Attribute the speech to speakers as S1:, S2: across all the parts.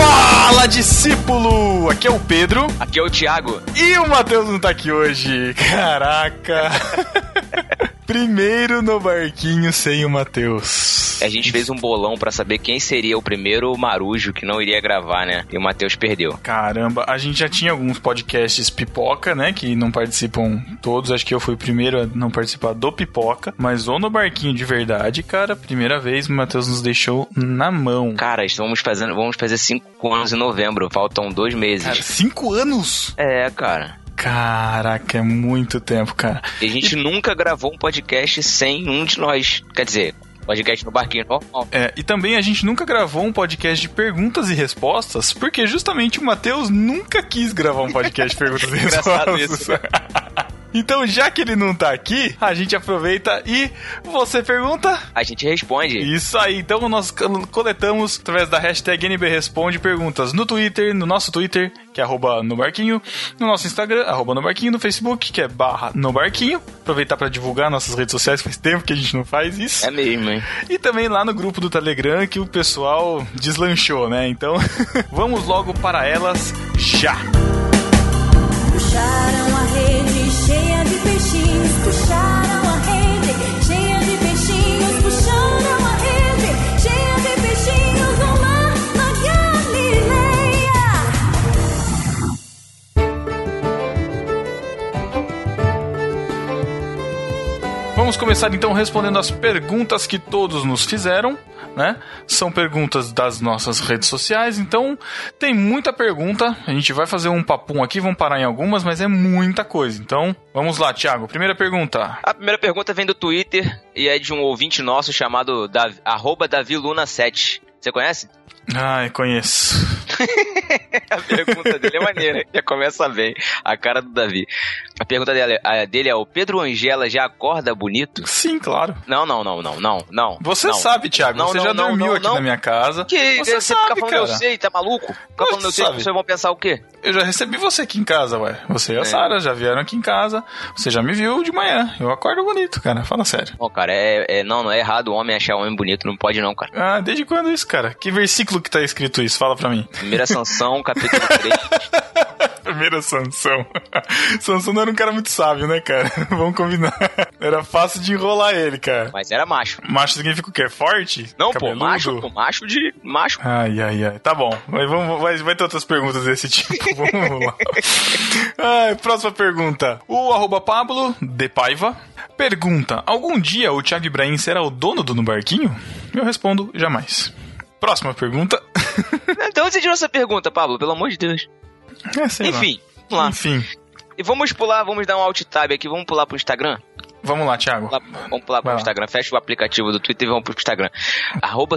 S1: Fala discípulo! Aqui é o Pedro.
S2: Aqui é o Thiago.
S1: E o Matheus não tá aqui hoje. Caraca! primeiro no barquinho sem o Matheus.
S2: A gente fez um bolão para saber quem seria o primeiro marujo que não iria gravar, né? E o Matheus perdeu.
S1: Caramba, a gente já tinha alguns podcasts pipoca, né? Que não participam todos. Acho que eu fui o primeiro a não participar do pipoca. Mas ou no barquinho de verdade, cara, primeira vez o Matheus nos deixou na mão.
S2: Cara, estamos fazendo. Vamos fazer cinco anos em novembro. Faltam dois meses.
S1: Cara, cinco anos?
S2: É, cara.
S1: Caraca, é muito tempo, cara.
S2: E a gente nunca gravou um podcast sem um de nós. Quer dizer, podcast no barquinho normal.
S1: É, e também a gente nunca gravou um podcast de perguntas e respostas, porque justamente o Matheus nunca quis gravar um podcast de perguntas e respostas. Isso, né? Então, já que ele não tá aqui, a gente aproveita e você pergunta.
S2: A gente responde.
S1: Isso aí. Então, nós coletamos através da hashtag NBResponde perguntas no Twitter, no nosso Twitter, que é arroba no barquinho, no nosso Instagram, arroba no barquinho, no Facebook, que é barra no barquinho. Aproveitar para divulgar nossas redes sociais, faz tempo que a gente não faz isso.
S2: É mesmo, hein?
S1: E também lá no grupo do Telegram, que o pessoal deslanchou, né? Então, vamos logo para elas já.
S3: Puxaram a rede cheia de peixinhos, puxaram a rede cheia de peixinhos, puxaram a rede cheia de peixinhos no mar na Galileia.
S1: Vamos começar então respondendo as perguntas que todos nos fizeram. Né? São perguntas das nossas redes sociais, então tem muita pergunta. A gente vai fazer um papum aqui, vamos parar em algumas, mas é muita coisa. Então, vamos lá, Thiago. Primeira pergunta.
S2: A primeira pergunta vem do Twitter e é de um ouvinte nosso chamado Davi, DaviLuna7. Você conhece?
S1: Ai, conheço.
S2: a pergunta dele é maneira, já começa bem. A cara do Davi. A pergunta dele, a dele é: o Pedro Angela já acorda bonito?
S1: Sim, claro.
S2: Não, não, não, não, não, não.
S1: Você
S2: não.
S1: sabe, Thiago, não, você não, já dormiu aqui na minha casa.
S2: Que
S1: você,
S2: você sabe, fica falando, eu sei, tá maluco? Fica falando, eu sei, vocês vão pensar o quê?
S1: Eu já recebi você aqui em casa, ué. Você e a é. Sara já vieram aqui em casa. Você já me viu de manhã. Eu acordo bonito, cara. Fala sério.
S2: Bom, cara, é, é não, não é errado o homem achar o homem bonito. Não pode, não, cara.
S1: Ah, desde quando isso, cara? Que versículo que tá escrito isso? Fala pra mim.
S2: Primeira Sansão, capítulo 3.
S1: Primeira Sansão. Sansão não era um cara muito sábio, né, cara? Vamos combinar. Era fácil de enrolar ele, cara.
S2: Mas era macho.
S1: Macho significa o quê? Forte?
S2: Não, Cabeludo? pô, macho, pô, macho de macho.
S1: Ai, ai, ai. Tá bom. Mas vamos, vai, vai ter outras perguntas desse tipo. vamos lá. Ai, próxima pergunta. O arroba Pablo de Paiva pergunta: Algum dia o Thiago Ibrahim será o dono do No Barquinho? Eu respondo: jamais. Próxima pergunta.
S2: então você tirou essa pergunta, Pablo, pelo amor de Deus.
S1: É,
S2: Enfim, lá. vamos lá.
S1: Enfim.
S2: E vamos pular, vamos dar um alt tab aqui, vamos pular pro Instagram?
S1: Vamos lá, Thiago.
S2: Vamos pular, vamos pular pro lá. Instagram. Fecha o aplicativo do Twitter e vamos pro Instagram. Arroba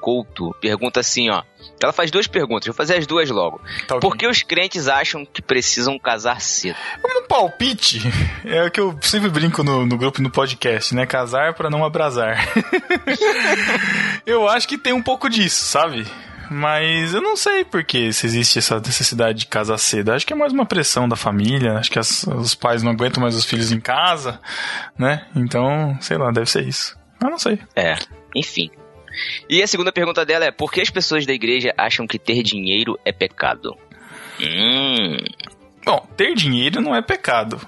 S2: Couto, pergunta assim, ó. Ela faz duas perguntas, vou fazer as duas logo. Tá okay. Por que os crentes acham que precisam casar cedo?
S1: Um palpite é o que eu sempre brinco no, no grupo no podcast, né? Casar para não abrasar. eu acho que tem um pouco disso, sabe? Mas eu não sei porque se existe essa necessidade de casar cedo. Acho que é mais uma pressão da família. Acho que as, os pais não aguentam mais os filhos em casa, né? Então, sei lá, deve ser isso. Eu não sei.
S2: É, enfim. E a segunda pergunta dela é: por que as pessoas da igreja acham que ter dinheiro é pecado? Hum.
S1: Bom, ter dinheiro não é pecado.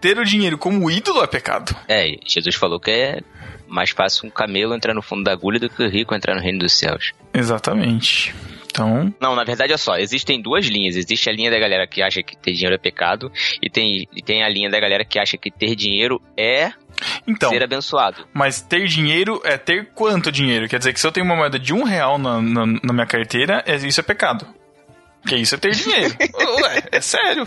S1: Ter o dinheiro como ídolo é pecado.
S2: É, Jesus falou que é mais fácil um camelo entrar no fundo da agulha do que o rico entrar no reino dos céus.
S1: Exatamente. Então...
S2: Não, na verdade é só, existem duas linhas. Existe a linha da galera que acha que ter dinheiro é pecado e tem, e tem a linha da galera que acha que ter dinheiro é
S1: então,
S2: ser abençoado.
S1: Mas ter dinheiro é ter quanto dinheiro? Quer dizer que se eu tenho uma moeda de um real na, na, na minha carteira, isso é pecado. Porque isso é ter dinheiro. Ué, é sério.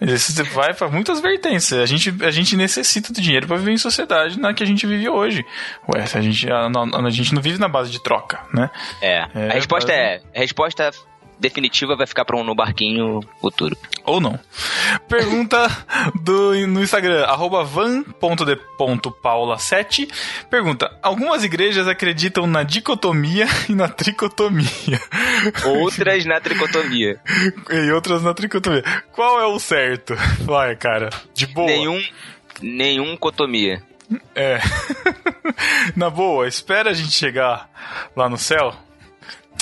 S1: Isso vai para muitas vertentes. A gente, a gente necessita do dinheiro para viver em sociedade na que a gente vive hoje. Ué, a gente, a, a, a gente não vive na base de troca, né?
S2: É. é a resposta é. A resposta definitiva vai ficar para um no barquinho futuro.
S1: Ou não. Pergunta do, no Instagram, arroba van.de.paula7. Pergunta: Algumas igrejas acreditam na dicotomia e na tricotomia.
S2: Outras na tricotomia.
S1: e outras na tricotomia. Qual é o certo? Vai, cara. De boa.
S2: Nenhum. Nenhum cotomia.
S1: É. na boa, espera a gente chegar lá no céu.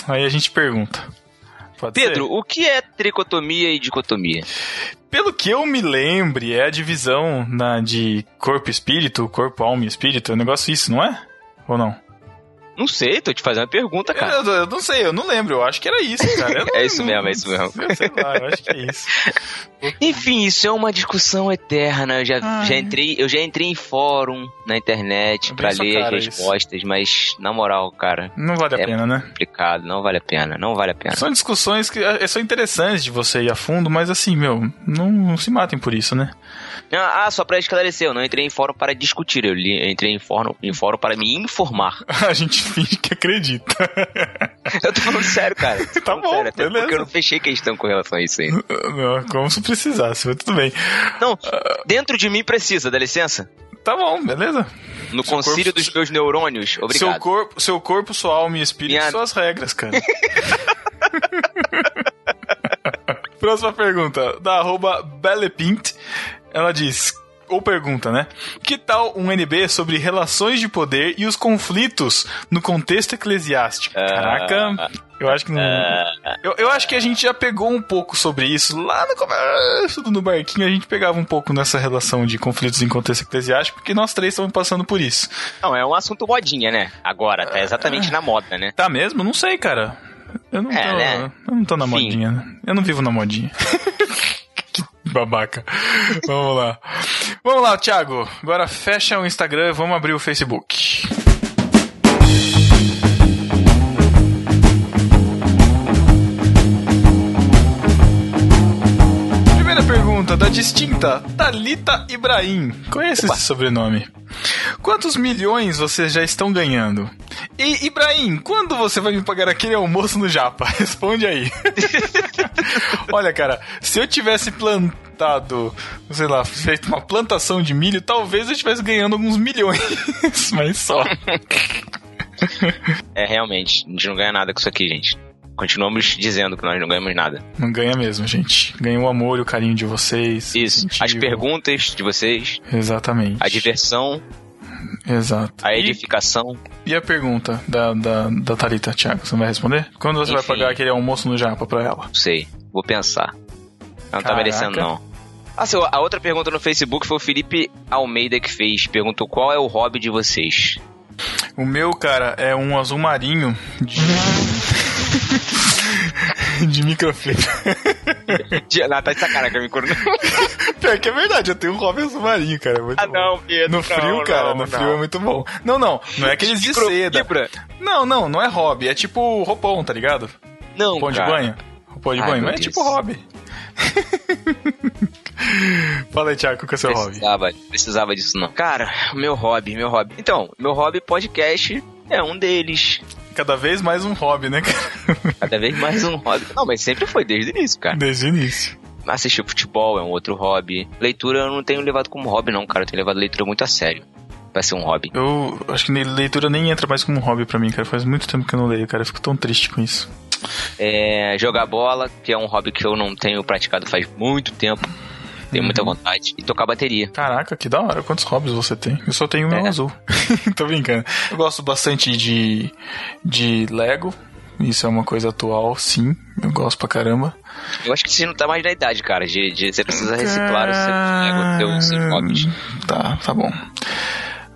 S1: Aí a gente pergunta. Pode
S2: Pedro,
S1: ser?
S2: o que é tricotomia e dicotomia?
S1: Pelo que eu me lembre, é a divisão na, de corpo e espírito, corpo, alma e espírito. É um negócio isso, não é? Ou não?
S2: Não sei, tô te fazendo uma pergunta, cara.
S1: Eu, eu não sei, eu não lembro. Eu acho que era isso, cara. Eu não-
S2: É isso mesmo, é isso mesmo.
S1: Eu sei lá, eu acho que é isso.
S2: Enfim, isso é uma discussão eterna. Eu já,
S1: Ah,
S2: já
S1: é.
S2: entrei, eu já entrei em fórum na internet
S1: É
S2: pra
S1: bem sua
S2: ler as
S1: cara isso.
S2: respostas, mas na moral, cara,
S1: Não vale a
S2: É.
S1: pena, né?
S2: complicado, não vale a pena, não vale a pena.
S1: São discussões que é, são interessantes de você ir a fundo, mas assim, meu, não, não se matem por isso, né?
S2: Ah, ah, só pra esclarecer, eu não entrei em fórum para discutir, eu li- eu entrei em fórum, em fórum para me informar.
S1: A gente finge que acredita.
S2: Eu tô falando sério, cara. Tô falando
S1: Tá bom,
S2: sério, até
S1: beleza.
S2: porque eu não fechei questão com relação a isso ainda.
S1: Não, como se precisasse, mas tudo bem.
S2: Não, dentro de mim precisa, dá licença?
S1: Tá bom, beleza.
S2: No
S1: Seu
S2: concílio
S1: corpo-
S2: dos meus neurônios, obrigado.
S1: Seu corpo, seu corpo, sua alma e espírito
S2: Minha-
S1: são as regras, cara. Próxima pergunta, da arroba Bellepint. Ela diz, ou pergunta, né? Que tal um NB sobre relações de poder e os conflitos no contexto eclesiástico?
S2: Ah,
S1: Caraca, eu acho que não.
S2: ah,
S1: Eu, eu acho que a gente já pegou um pouco sobre isso lá no começo do No Barquinho. A gente pegava um pouco nessa relação de conflitos em contexto eclesiástico, porque nós três estamos passando por isso.
S2: não, é um assunto modinha, né? Agora,
S1: É.
S2: tá exatamente na moda, né?
S1: Tá mesmo? Não sei, cara. Eu não,
S2: É,
S1: tô,
S2: né?
S1: eu não tô na
S2: Enfim.
S1: modinha. né? Eu não vivo na modinha. que babaca. Vamos lá. Vamos lá, Thiago. Agora fecha o Instagram e vamos abrir o Facebook. Primeira pergunta da distinta Talita Ibrahim. Conhece esse sobrenome? Quantos milhões vocês já estão ganhando? E Ibrahim, quando você vai me pagar aquele almoço no Japa? Responde aí. Olha, cara, se eu tivesse plantado, sei lá, feito uma plantação de milho, talvez eu estivesse ganhando alguns milhões, mas só.
S2: É, realmente, a gente não ganha nada com isso aqui, gente. Continuamos dizendo que nós não ganhamos nada.
S1: Não ganha mesmo, gente. Ganha o amor e o carinho de vocês.
S2: Isso. As
S1: incentivo.
S2: perguntas de vocês,
S1: Exatamente.
S2: a diversão,
S1: Exato.
S2: a
S1: E-
S2: edificação.
S1: E a pergunta da, da, da Thalita, Thiago, você não vai responder? Quando você vai
S2: Enfim.
S1: pagar aquele almoço no japa pra ela?
S2: Não sei, vou pensar. Não
S1: Caraca.
S2: tá merecendo, não. Ah, seu, a outra pergunta no Facebook foi o Felipe Almeida que fez. Perguntou qual é o hobby de vocês.
S1: O meu, cara, é um azul marinho de. de microfibra.
S2: Ah, tá de sacanagem comigo.
S1: Pior que é verdade, eu tenho um hobby azul marinho, cara. é muito
S2: Ah,
S1: bom.
S2: não, Tipo, Pedro.
S1: No frio, cara, no frio é muito bom. Não, não, não é aqueles de seda. Não, não, não é hobby, é tipo roupão, tá ligado?
S2: Não,
S1: Roupão de
S2: cara.
S1: banho. Roupão de
S2: Ai,
S1: banho,
S2: meu
S1: mas é
S2: Deus.
S1: tipo hobby. Fala aí, Thiago, qual que é o seu hobby?
S2: Precisava, precisava disso não. Cara, meu hobby, meu hobby. Então, meu hobby podcast é um deles.
S1: Cada vez mais um hobby, né, cara?
S2: Cada vez mais um hobby. Não, mas sempre foi desde o início, cara.
S1: Desde o início.
S2: Assistir futebol é um outro hobby. Leitura eu não tenho levado como hobby, não, cara. Eu tenho levado leitura muito a sério. Vai ser um hobby.
S1: Eu acho que ne- leitura nem entra mais como um hobby pra mim, cara. Faz muito tempo que eu não leio, cara. Eu fico tão triste com isso.
S2: É, jogar bola, que é um hobby que eu não tenho praticado faz muito tempo. Tenho muita vontade. E tocar bateria.
S1: Caraca, que da hora. Quantos hobbies você tem? Eu só tenho o meu
S2: É.
S1: azul. Tô brincando. Eu gosto bastante de, de Lego. Isso é uma coisa atual, sim. Eu gosto pra caramba.
S2: Eu acho que você não tá mais na idade, cara. De, de- você precisa reciclar os seus, os seus hobbies.
S1: Tá, tá bom.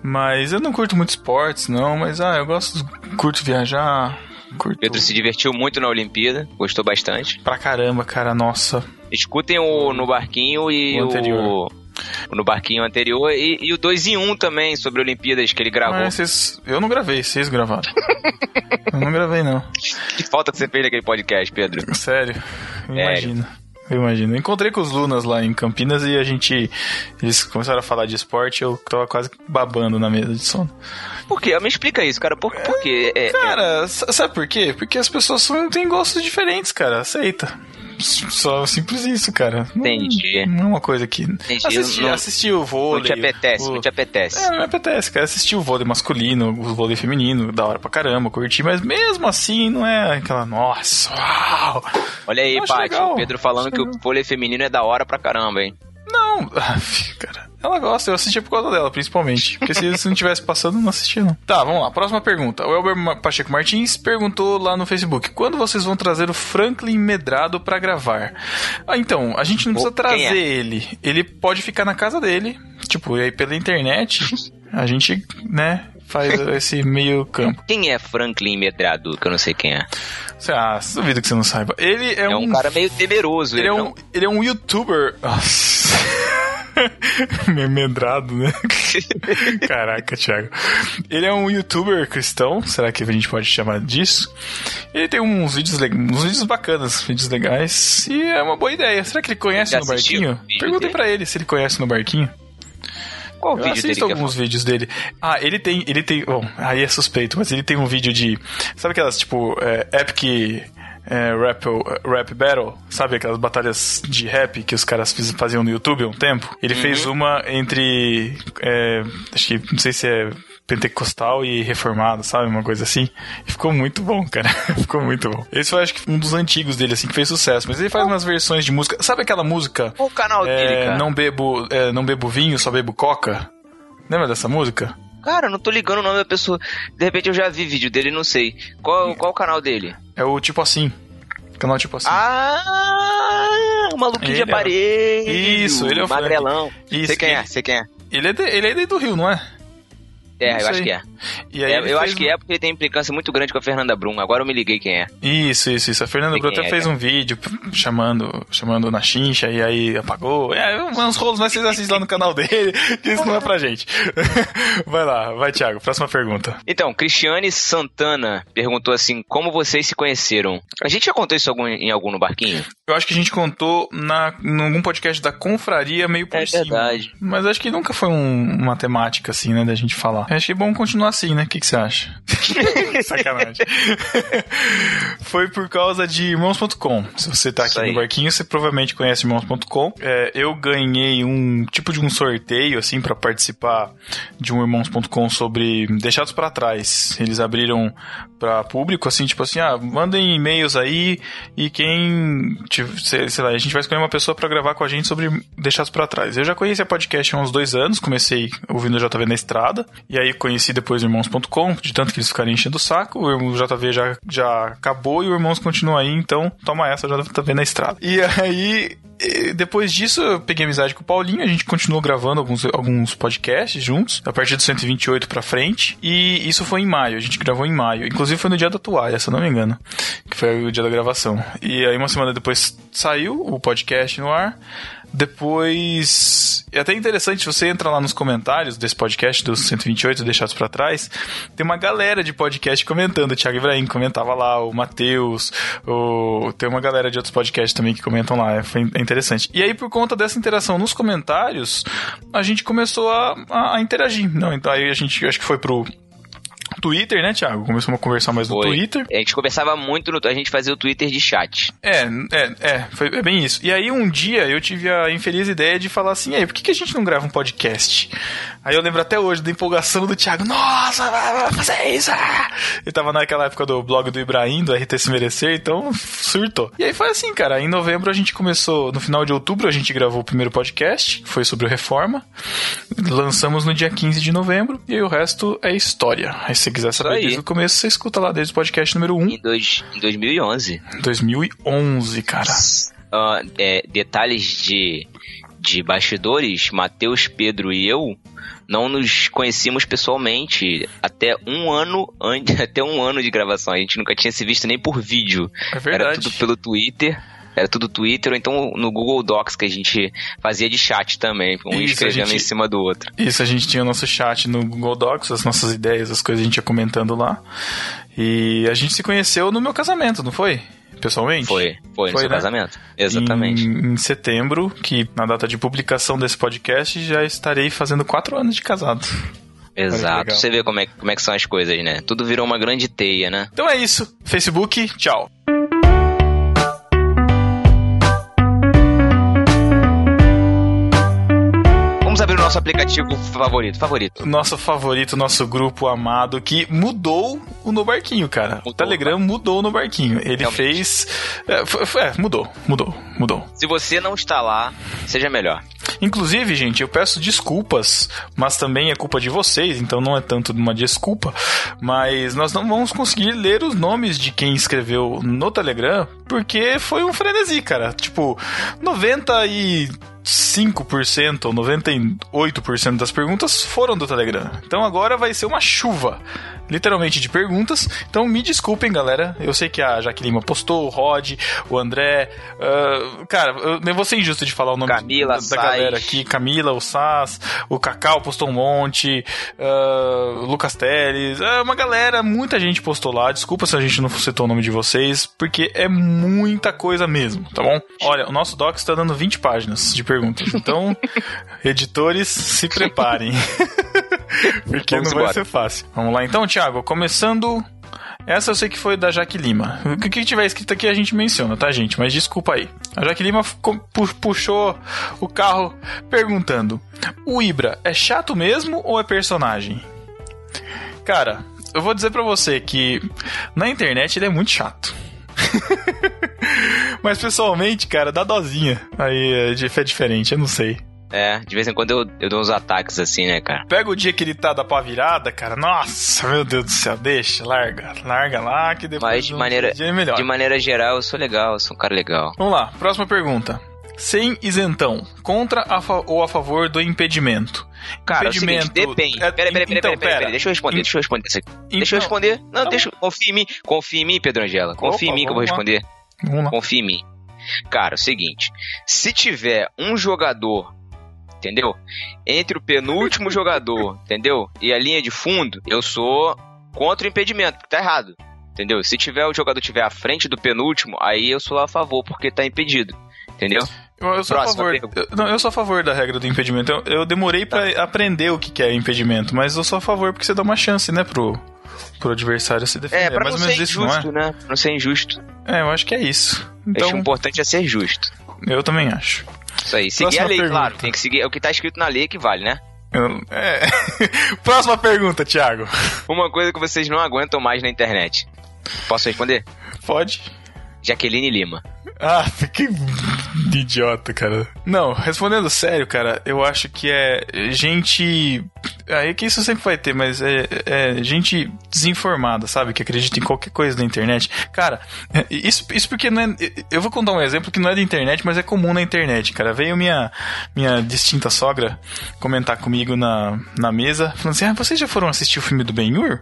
S1: Mas eu não curto muito esportes, não. Mas, ah, eu gosto... Curto viajar. Curto...
S2: Pedro se divertiu muito na Olimpíada, gostou bastante.
S1: Pra caramba, cara. Nossa.
S2: Escutem o No Barquinho e
S1: O
S2: o.
S1: anterior.
S2: o no Barquinho anterior e, e o 2 em 1 um também sobre Olimpíadas que ele gravou.
S1: Mas vocês... Eu não gravei. Vocês gravaram. eu não gravei, não.
S2: Que falta que você fez naquele podcast, Pedro.
S1: Sério, eu imagino. Eu imagino. Eu encontrei com os Lunas lá em Campinas e a gente. Eles começaram a falar de esporte eu tava quase babando na mesa de sono.
S2: Por quê? Me explica isso, cara. Por, por quê? É,
S1: Cara, sa- sabe por quê? Porque as pessoas são- têm gostos diferentes, cara. Aceita. S- Só simples isso, cara. Não-
S2: Entendi.
S1: Não é uma coisa que. Assistir,
S2: Não-
S1: assistir o
S2: não
S1: vôlei.
S2: te apetece,
S1: o-
S2: não te apetece.
S1: É, não me apetece, cara. Assistir o vôlei masculino, o vôlei feminino, da hora pra caramba, curti, mas mesmo assim não é aquela, nossa, uau!
S2: Olha aí,
S1: acho
S2: Paty.
S1: legal,
S2: O Pedro falando
S1: acho
S2: que o
S1: legal.
S2: vôlei feminino é da hora pra caramba, hein?
S1: Não, Ah, cara. Ela gosta, eu assisti por causa dela, principalmente. Porque se isso não tivesse passando, eu não assistia, não. Tá, vamos lá. Próxima pergunta. O Elber Ma- Pacheco Martins perguntou lá no Facebook: Quando vocês vão trazer o Franklin Medrado pra gravar? Ah, então, a gente não precisa
S2: Pô, quem é?
S1: trazer ele. Ele pode ficar na casa dele. Tipo, e aí pela internet, a gente, né, faz esse meio campo.
S2: Quem é Franklin Medrado, que eu não sei quem é?
S1: Você- Ah, duvido que você não saiba. Ele é,
S2: É, um, cara meio temeroso.
S1: Ele é
S2: não-
S1: um, ele é um youtuber. Nossa. Me- Medrado, né? Caraca, Thiago. Ele é um youtuber cristão, será que a gente pode chamar disso? Ele tem uns vídeos, le- uns vídeos bacanas, vídeos legais, e é uma boa ideia. Será que ele conhece
S2: Já
S1: no
S2: assistiu
S1: barquinho?
S2: o vídeo
S1: Perguntem
S2: dele?
S1: pra ele se ele conhece no barquinho.
S2: Qual o
S1: Eu
S2: vídeo dele?
S1: assisto
S2: que é
S1: alguns vídeos dele. Ah, ele tem, ele tem, bom, aí é suspeito, mas ele tem um vídeo de, sabe aquelas, tipo, é, Epic é, rap, rap Battle? Sabe aquelas batalhas de rap que os caras fiz- faziam no YouTube há um tempo?
S2: Uhum.
S1: Ele fez uma entre, é, acho que, não sei se é pentecostal e reformado, sabe? Uma coisa assim. E ficou muito bom, cara. ficou muito bom. Esse foi, acho que, um dos antigos dele, assim, que fez sucesso. Mas ele faz umas versões de música. Sabe aquela música
S2: Qual o canal
S1: é,
S2: dele, cara?
S1: não bebo, é, não bebo vinho, só bebo coca. Lembra dessa música?
S2: Cara, eu não tô ligando o nome da pessoa. De repente eu já vi vídeo dele, não sei. Qual, qual o canal dele?
S1: É o tipo assim. Canal tipo assim.
S2: Ah, o maluquinho
S1: Ele
S2: de
S1: é o-
S2: aparelho.
S1: Isso, ele é o Frank.
S2: Magrelão.
S1: Isso,
S2: sei quem é,
S1: ele-
S2: sei quem é.
S1: Ele é, de- ele é daí do Rio, não é?
S2: É,
S1: Isso
S2: eu acho
S1: aí.
S2: que é.
S1: E aí
S2: É,
S1: ele
S2: eu
S1: fez
S2: acho que
S1: um-
S2: é porque ele tem implicância muito grande com a Fernanda Brum. Agora eu me liguei quem é.
S1: Isso, isso, isso. A Fernanda
S2: Sei
S1: Bru
S2: quem
S1: até
S2: é,
S1: fez um vídeo p- chamando, chamando na chincha e aí apagou. É, uns rolos, mas vocês assistem lá no canal dele, que isso não é pra gente. vai lá, vai, Thiago. Próxima pergunta.
S2: Então, Cristiane Santana perguntou assim: como vocês se conheceram? A gente já contou isso algum- em algum no barquinho?
S1: Eu acho que a gente contou na, em algum podcast da Confraria meio por
S2: É
S1: cima.
S2: verdade.
S1: Mas acho que nunca foi um- uma temática assim, né, da gente falar. Achei bom continuar assim, né? O que, que você acha? Sacanagem. foi por causa de irmãos.com. Se você tá
S2: Isso
S1: aqui no
S2: aí.
S1: barquinho, você provavelmente conhece irmãos.com. É, eu ganhei um tipo de um sorteio, assim, pra participar de um irmãos.com sobre deixados pra trás. Eles abriram pra público, assim, tipo assim, ah, mandem e-mails aí e quem, tiv- sei sei lá, a gente vai escolher uma pessoa pra gravar com a gente sobre deixados pra trás. Eu já conhecia podcast há uns dois anos, comecei ouvindo o JV na estrada, e aí conheci depois o irmãos.com, de tanto que eles ficaram enchendo o saco, o JV já, já acabou e o Irmãos continua aí, então toma essa, o JV na estrada. E aí, e depois disso, eu peguei amizade com o Paulinho, a gente continuou gravando alguns, alguns podcasts juntos, a partir do 128 pra frente, e isso foi em maio, a gente gravou em maio, inclusive foi no dia da toalha, se eu não me engano, que foi o dia da gravação. E aí, uma semana depois, saiu o podcast no ar, depois, é até interessante, se você entra lá nos comentários desse podcast dos 128 deixados pra trás, tem uma galera de podcast comentando. O Thiago Ibrahim comentava lá, o Matheus, o... tem uma galera de outros podcasts também que comentam lá. É, foi- é interessante. E aí, por conta dessa interação nos comentários, a gente começou a, a- a interagir. Não, então aí a gente, acho que foi pro Twitter, né, Thiago? Começamos a conversar mais no
S2: Foi.
S1: Twitter.
S2: A gente conversava muito no. A gente fazia o Twitter de chat.
S1: É, é, é, foi, é bem isso. E aí um dia eu tive a infeliz ideia de falar assim, "E aí, por que, que a gente não grava um podcast? Aí eu lembro até hoje da empolgação do Thiago, nossa, vai, vai fazer isso! ah!" Ele tava naquela época do blog do Ibrahim, do RT Se Merecer, então surtou. E aí foi assim, cara, em novembro a gente começou, no final de outubro a gente gravou o primeiro podcast, que foi sobre o Reforma, lançamos no dia 15 de novembro, e aí o resto é história. Aí se você quiser saber
S2: aí.
S1: desde o começo, você escuta lá desde o podcast número 1,
S2: Em, dois, em 2011.
S1: 2011, cara.
S2: Ah, é, detalhes de, de bastidores: Matheus, Pedro e eu não nos conhecíamos pessoalmente até um ano antes, até um ano de gravação. A gente nunca tinha se visto nem por vídeo.
S1: É verdade.
S2: Era tudo pelo Twitter. Era tudo Twitter, ou então no Google Docs que a gente fazia de chat também, um
S1: Isso, a
S2: escrevendo
S1: gente-
S2: em cima do outro.
S1: Isso, a gente tinha o nosso chat no Google Docs, as nossas ideias, as coisas a gente ia comentando lá. E a gente se conheceu no meu casamento, não foi? Pessoalmente?
S2: Foi, foi, no
S1: Foi, né?
S2: seu
S1: Hum,
S2: casamento. Exatamente.
S1: Em, em setembro, que na data de publicação desse podcast, já estarei fazendo quatro anos de casado. Olha que
S2: Exato.
S1: legal.
S2: Você vê como é, como é que são as coisas, né? Tudo virou uma grande teia, né?
S1: Então é isso. Facebook, tchau.
S2: Vamos Vamos abrir o nosso aplicativo favorito. Favorito.
S1: Nosso favorito, nosso grupo amado, que mudou o No Barquinho, cara. o
S2: Mudou, né?
S1: Telegram mudou o No Barquinho. Ele
S2: Realmente.
S1: fez. É, foi- foi- é, mudou, mudou, mudou.
S2: Se você não está lá, seja melhor.
S1: Inclusive, gente, eu peço desculpas, mas também é culpa de vocês, então não é tanto uma desculpa. Mas nós não vamos conseguir ler os nomes de quem escreveu no Telegram, porque foi um frenesi, cara. Tipo, 95% ou 98% das perguntas foram do Telegram. Então agora vai ser uma chuva, literalmente, de perguntas. Então me desculpem, galera. Eu sei que a Jaque Lima postou, o Rod, o André. ah, cara, eu eu vou ser injusto de falar o nome
S2: Camila,
S1: da, da
S2: Sais.
S1: galera aqui. Camila, o Sass, o Cacau postou um monte, ah, o Lucas Teles, é uma galera, muita gente postou lá. Desculpa se a gente não citou o nome de vocês, porque é muita coisa mesmo, tá bom? Olha, o nosso doc está dando 20 páginas de perguntas, então, editores, se preparem. porque
S2: Vamos
S1: não vai
S2: embora.
S1: ser fácil. Vamos lá então, Thiago, começando. Essa eu sei que foi da Jaque Lima. O que que tiver escrito aqui a gente menciona, tá, gente? Mas desculpa aí. A Jaque Lima ficou- pu- puxou o carro perguntando: O Ibra é chato mesmo ou é personagem? Cara, eu vou dizer pra você que na internet ele é muito chato. Mas pessoalmente, cara, dá dozinha. Aí é di- é diferente, eu não sei.
S2: É, de vez em quando eu, eu dou uns ataques assim, né, cara?
S1: Pega o dia que ele tá da pá virada, cara. Nossa, meu Deus do céu, deixa, larga. Larga lá que depois.
S2: Mas de
S1: um
S2: maneira-
S1: dia é melhor.
S2: De maneira geral, eu sou legal, eu sou um cara legal.
S1: Vamos lá, próxima pergunta. Sem isentão, contra a fa- ou a favor do impedimento?
S2: Cara, é o seguinte, depende.
S1: é-
S2: Peraí, peraí, peraí, peraí,
S1: então,
S2: peraí, peraí,
S1: pera.
S2: Deixa eu responder,
S1: Em-
S2: deixa eu responder isso aqui. Deixa eu
S1: Então,
S2: responder. Não,
S1: bom.
S2: deixa. Confia em mim. Confia em mim, Pedro Angela. Confia
S1: Opa,
S2: em mim que eu vou
S1: vamos lá.
S2: responder.
S1: Vamos lá.
S2: Confia em mim. Cara, é o seguinte. Se tiver um jogador, entendeu? Entre o penúltimo jogador, entendeu? E a linha de fundo, eu sou contra o impedimento, porque tá errado. Entendeu? Se tiver o jogador tiver à frente do penúltimo, aí eu sou a favor, porque tá impedido. Entendeu?
S1: Eu, eu sou a
S2: Próxima
S1: favor.
S2: pergunta. Tá.
S1: eu- não, eu sou a favor da regra do impedimento. Eu, eu demorei pra aprender o que, que é impedimento, mas eu sou a favor porque você dá uma chance, né, pro, pro adversário se defender.
S2: É, pra
S1: Mais
S2: não
S1: ou menos
S2: ser
S1: isso, não é?
S2: injusto, né? Pra não ser injusto.
S1: É, eu acho que é isso.
S2: Acho que o
S1: Então,
S2: importante é ser justo.
S1: eu também acho.
S2: Isso aí. Seguir
S1: Próxima
S2: a lei,
S1: pergunta.
S2: claro. Tem que seguir. É o que tá escrito na lei que vale, né?
S1: Eu- é. Próxima pergunta, Thiago.
S2: Uma coisa que vocês não aguentam mais na internet. Posso responder?
S1: Pode?
S2: Jaqueline Lima.
S1: Ah, que idiota, cara. Não, respondendo sério, cara, eu acho que é gente. Aí que isso sempre vai ter, mas é, é gente desinformada, sabe? Que acredita em qualquer coisa da internet. Cara, é, isso, isso porque não é. Eu vou contar um exemplo que não é da internet, mas é comum na internet, cara. Veio minha, minha distinta sogra comentar comigo na, na mesa, falando assim: ah, vocês já foram assistir o filme do Ben-Hur?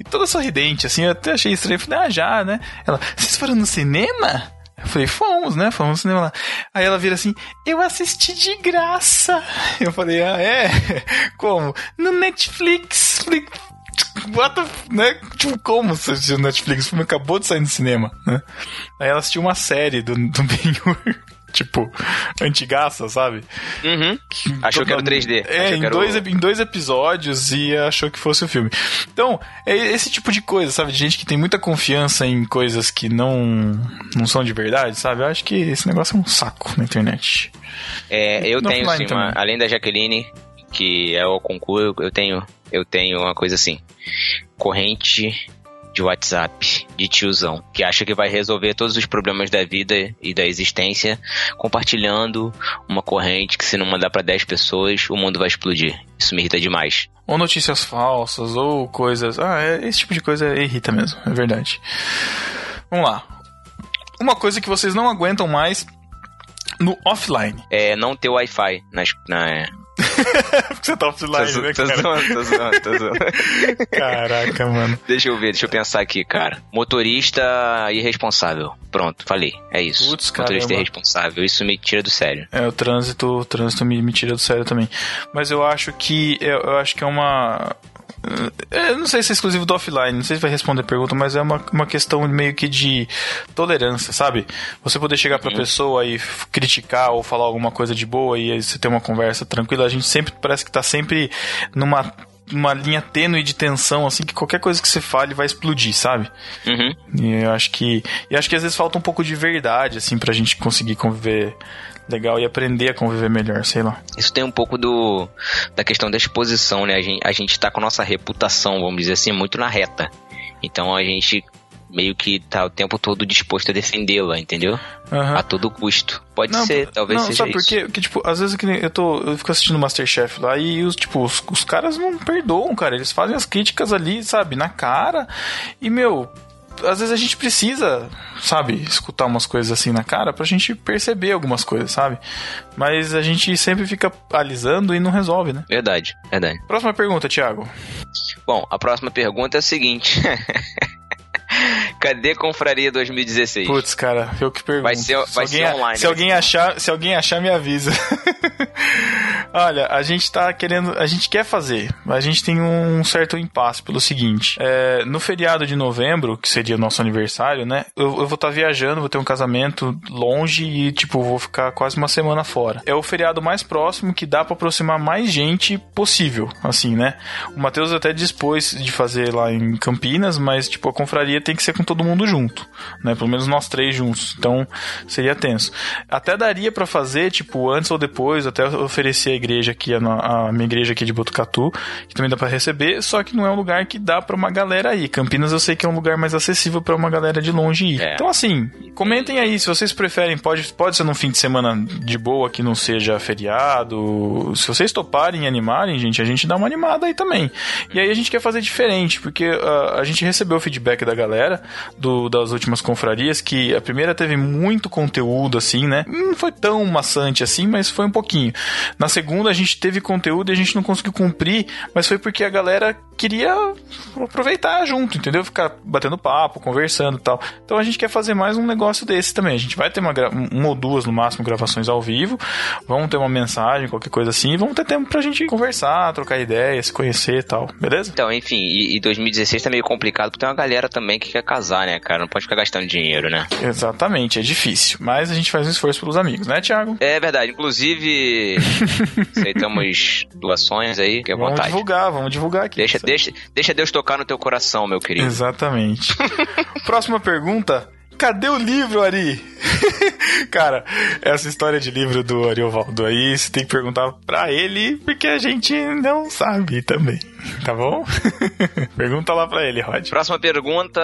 S1: E toda sorridente, assim, eu até achei estranho. Falei, ah, já, né? Ela, vocês foram no cinema? Eu falei, fomos, né? Fomos no cinema lá. Aí ela vira assim, eu assisti de graça. Eu falei, ah, é? Como? No Netflix. Falei, What the f- né? Tipo, como você assistiu no Netflix? O filme acabou de sair do cinema, né? Aí ela assistiu uma série do, do Ben-Hur, tipo, antigaça, sabe?
S2: Uhum. Achou que era o 3D.
S1: É,
S2: Achou
S1: em,
S2: que era o-
S1: dois, em dois episódios e achou que fosse o filme. Então, é esse tipo de coisa, sabe? De gente que tem muita confiança em coisas que não, não são de verdade, sabe? Eu acho que esse negócio é um saco na internet.
S2: É, eu
S1: No
S2: tenho
S1: offline
S2: sim, uma-
S1: também.
S2: além da Jaqueline, que é o concurso, eu tenho, eu tenho uma coisa assim, corrente de WhatsApp de tiozão, que acha que vai resolver todos os problemas da vida e da existência compartilhando uma corrente que se não mandar pra 10 pessoas, o mundo vai explodir. Isso me irrita demais.
S1: Ou notícias falsas, ou coisas. Ah, é- esse tipo de coisa irrita mesmo, é verdade. Vamos lá. Uma coisa que vocês não aguentam mais no offline.
S2: É não ter Wi-Fi nas, na...
S1: Porque você tá offline, né,
S2: tô
S1: cara?
S2: zoando, tô zoando, tô zoando.
S1: Caraca, mano.
S2: Deixa eu ver, deixa eu pensar aqui, cara. Motorista irresponsável. Pronto, falei. É isso.
S1: Putz,
S2: Motorista
S1: caramba.
S2: irresponsável. Isso me tira do sério.
S1: É, o trânsito, o trânsito me, me tira do sério também. Mas eu acho que eu, eu acho que é uma é, eu não sei se é exclusivo do offline, não sei se vai responder a pergunta, mas é uma, uma questão meio que de tolerância, sabe? Você poder chegar pra pessoa e f- criticar ou falar alguma coisa de boa e aí você ter uma conversa tranquila, a gente sempre parece que tá sempre numa uma linha tênue de tensão, assim, que qualquer coisa que você fale vai explodir, sabe?
S2: Uhum.
S1: E eu acho que. E acho que às vezes falta um pouco de verdade, assim, pra gente conseguir conviver legal e aprender a conviver melhor, sei lá.
S2: Isso tem um pouco do da questão da exposição, né? A gente, a gente tá com a nossa reputação, vamos dizer assim, muito na reta. Então a gente meio que tá o tempo todo disposto a defendê-la, entendeu?
S1: Aham.
S2: A todo custo. Pode
S1: Ah. Não,
S2: ser, talvez
S1: não,
S2: seja
S1: sabe
S2: isso.
S1: por quê? Porque, tipo, às vezes que nem- eu, tô, eu fico assistindo Masterchef lá e, os, tipo, os, os caras não perdoam, cara. Eles fazem as críticas ali, sabe, na cara. E, meu, às vezes a gente precisa, sabe, escutar umas coisas assim na cara pra gente perceber algumas coisas, sabe? Mas a gente sempre fica alisando e não resolve, né?
S2: Verdade, verdade.
S1: Próxima pergunta, Thiago.
S2: Bom, a próxima pergunta é o seguinte. Cadê Confraria 2016?
S1: Putz, cara, eu que pergunto.
S2: Vai ser- vai
S1: se alguém,
S2: ser online,
S1: Se
S2: vai
S1: alguém,
S2: ser
S1: achar, se alguém achar, me avisa. Olha, a gente tá querendo. A gente quer fazer, mas a gente tem um certo impasse pelo seguinte: é, no feriado de novembro, que seria o nosso aniversário, né? Eu, eu vou estar viajando, vou ter um casamento longe e, tipo, vou ficar quase uma semana fora. É o feriado mais próximo que dá pra aproximar mais gente possível, assim, né? O Matheus até dispôs de fazer lá em Campinas, mas, tipo, a confraria tem que ser com todo mundo junto, né? Pelo menos nós três juntos. Então, seria tenso. Até daria pra fazer, tipo, antes ou depois, até oferecer a igreja aqui, a, no- a minha igreja aqui de Botucatu, que também dá pra receber, só que não é um lugar que dá pra uma galera ir. Campinas eu sei que é um lugar mais acessível pra uma galera de longe ir.
S2: É.
S1: Então, assim, comentem aí se vocês preferem, pode, pode ser num fim de semana de boa que não seja feriado. Se vocês toparem e animarem, gente, a gente dá uma animada aí também. E aí a gente quer fazer diferente, porque ah, a gente recebeu o feedback da galera do, das últimas confrarias, que a primeira teve muito conteúdo, assim, né? Não foi tão maçante assim, mas foi um pouquinho. Na segunda a gente teve conteúdo e a gente não conseguiu cumprir, mas foi porque a galera queria aproveitar junto, entendeu? Ficar batendo papo, conversando e tal. Então a gente quer fazer mais um negócio desse também. A gente vai ter uma, gra- uma ou duas, no máximo, gravações ao vivo. Vamos ter uma mensagem, qualquer coisa assim. E vamos ter tempo pra gente conversar, trocar ideias, se conhecer e tal. Beleza?
S2: Então, enfim, e, e 2016 tá meio complicado porque tem uma galera também que quer casar, né, cara? Não pode ficar gastando dinheiro, né?
S1: Exatamente, é difícil. Mas a gente faz um esforço pelos amigos, né, Thiago?
S2: É verdade, inclusive aceitamos doações aí, que é
S1: Vamos
S2: vontade.
S1: divulgar, vamos divulgar aqui.
S2: Deixa,
S1: Isso aí.
S2: deixa, deixa Deus tocar no teu coração, meu querido.
S1: Exatamente. Próxima pergunta. Cadê o livro, Ari? Cara, essa história de livro do Ariovaldo aí, você tem que perguntar pra ele, porque a gente não sabe também, tá bom? Pergunta lá pra ele, Rod.
S2: Próxima pergunta,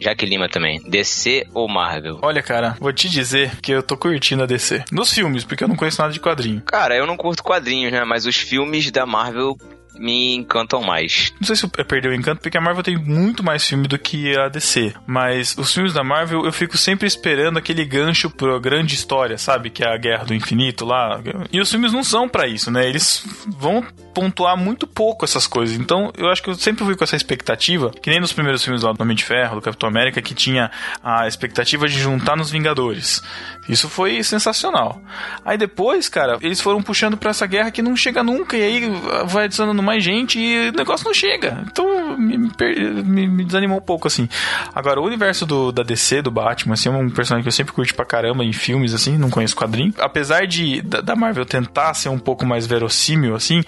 S2: Jaque Lima também. DC ou Marvel?
S1: Olha, cara, vou te dizer que eu tô curtindo a DC. Nos filmes, porque eu não conheço nada de quadrinho.
S2: Cara, eu não curto quadrinhos, né? Mas os filmes da Marvel me encantam mais.
S1: Não sei se eu perdeu o encanto, porque a Marvel tem muito mais filme do que a DC. Mas os filmes da Marvel, eu fico sempre esperando aquele gancho pra grande história, sabe? Que é a Guerra do Infinito lá. E os filmes não são pra isso, né? Eles vão pontuar muito pouco essas coisas. Então, eu acho que eu sempre fui com essa expectativa, que nem nos primeiros filmes lá do Homem de Ferro, do Capitão América, que tinha a expectativa de juntar nos Vingadores. Isso foi sensacional. Aí depois, cara, eles foram puxando pra essa guerra que não chega nunca, e aí vai adicionando mais gente e o negócio não chega. Então me, me per- me- me desanimou um pouco, assim. Agora, o universo do, da DC, do Batman, assim, é um personagem que eu sempre curti pra caramba em filmes, assim, não conheço quadrinho. Apesar de da, da Marvel tentar ser um pouco mais verossímil, assim,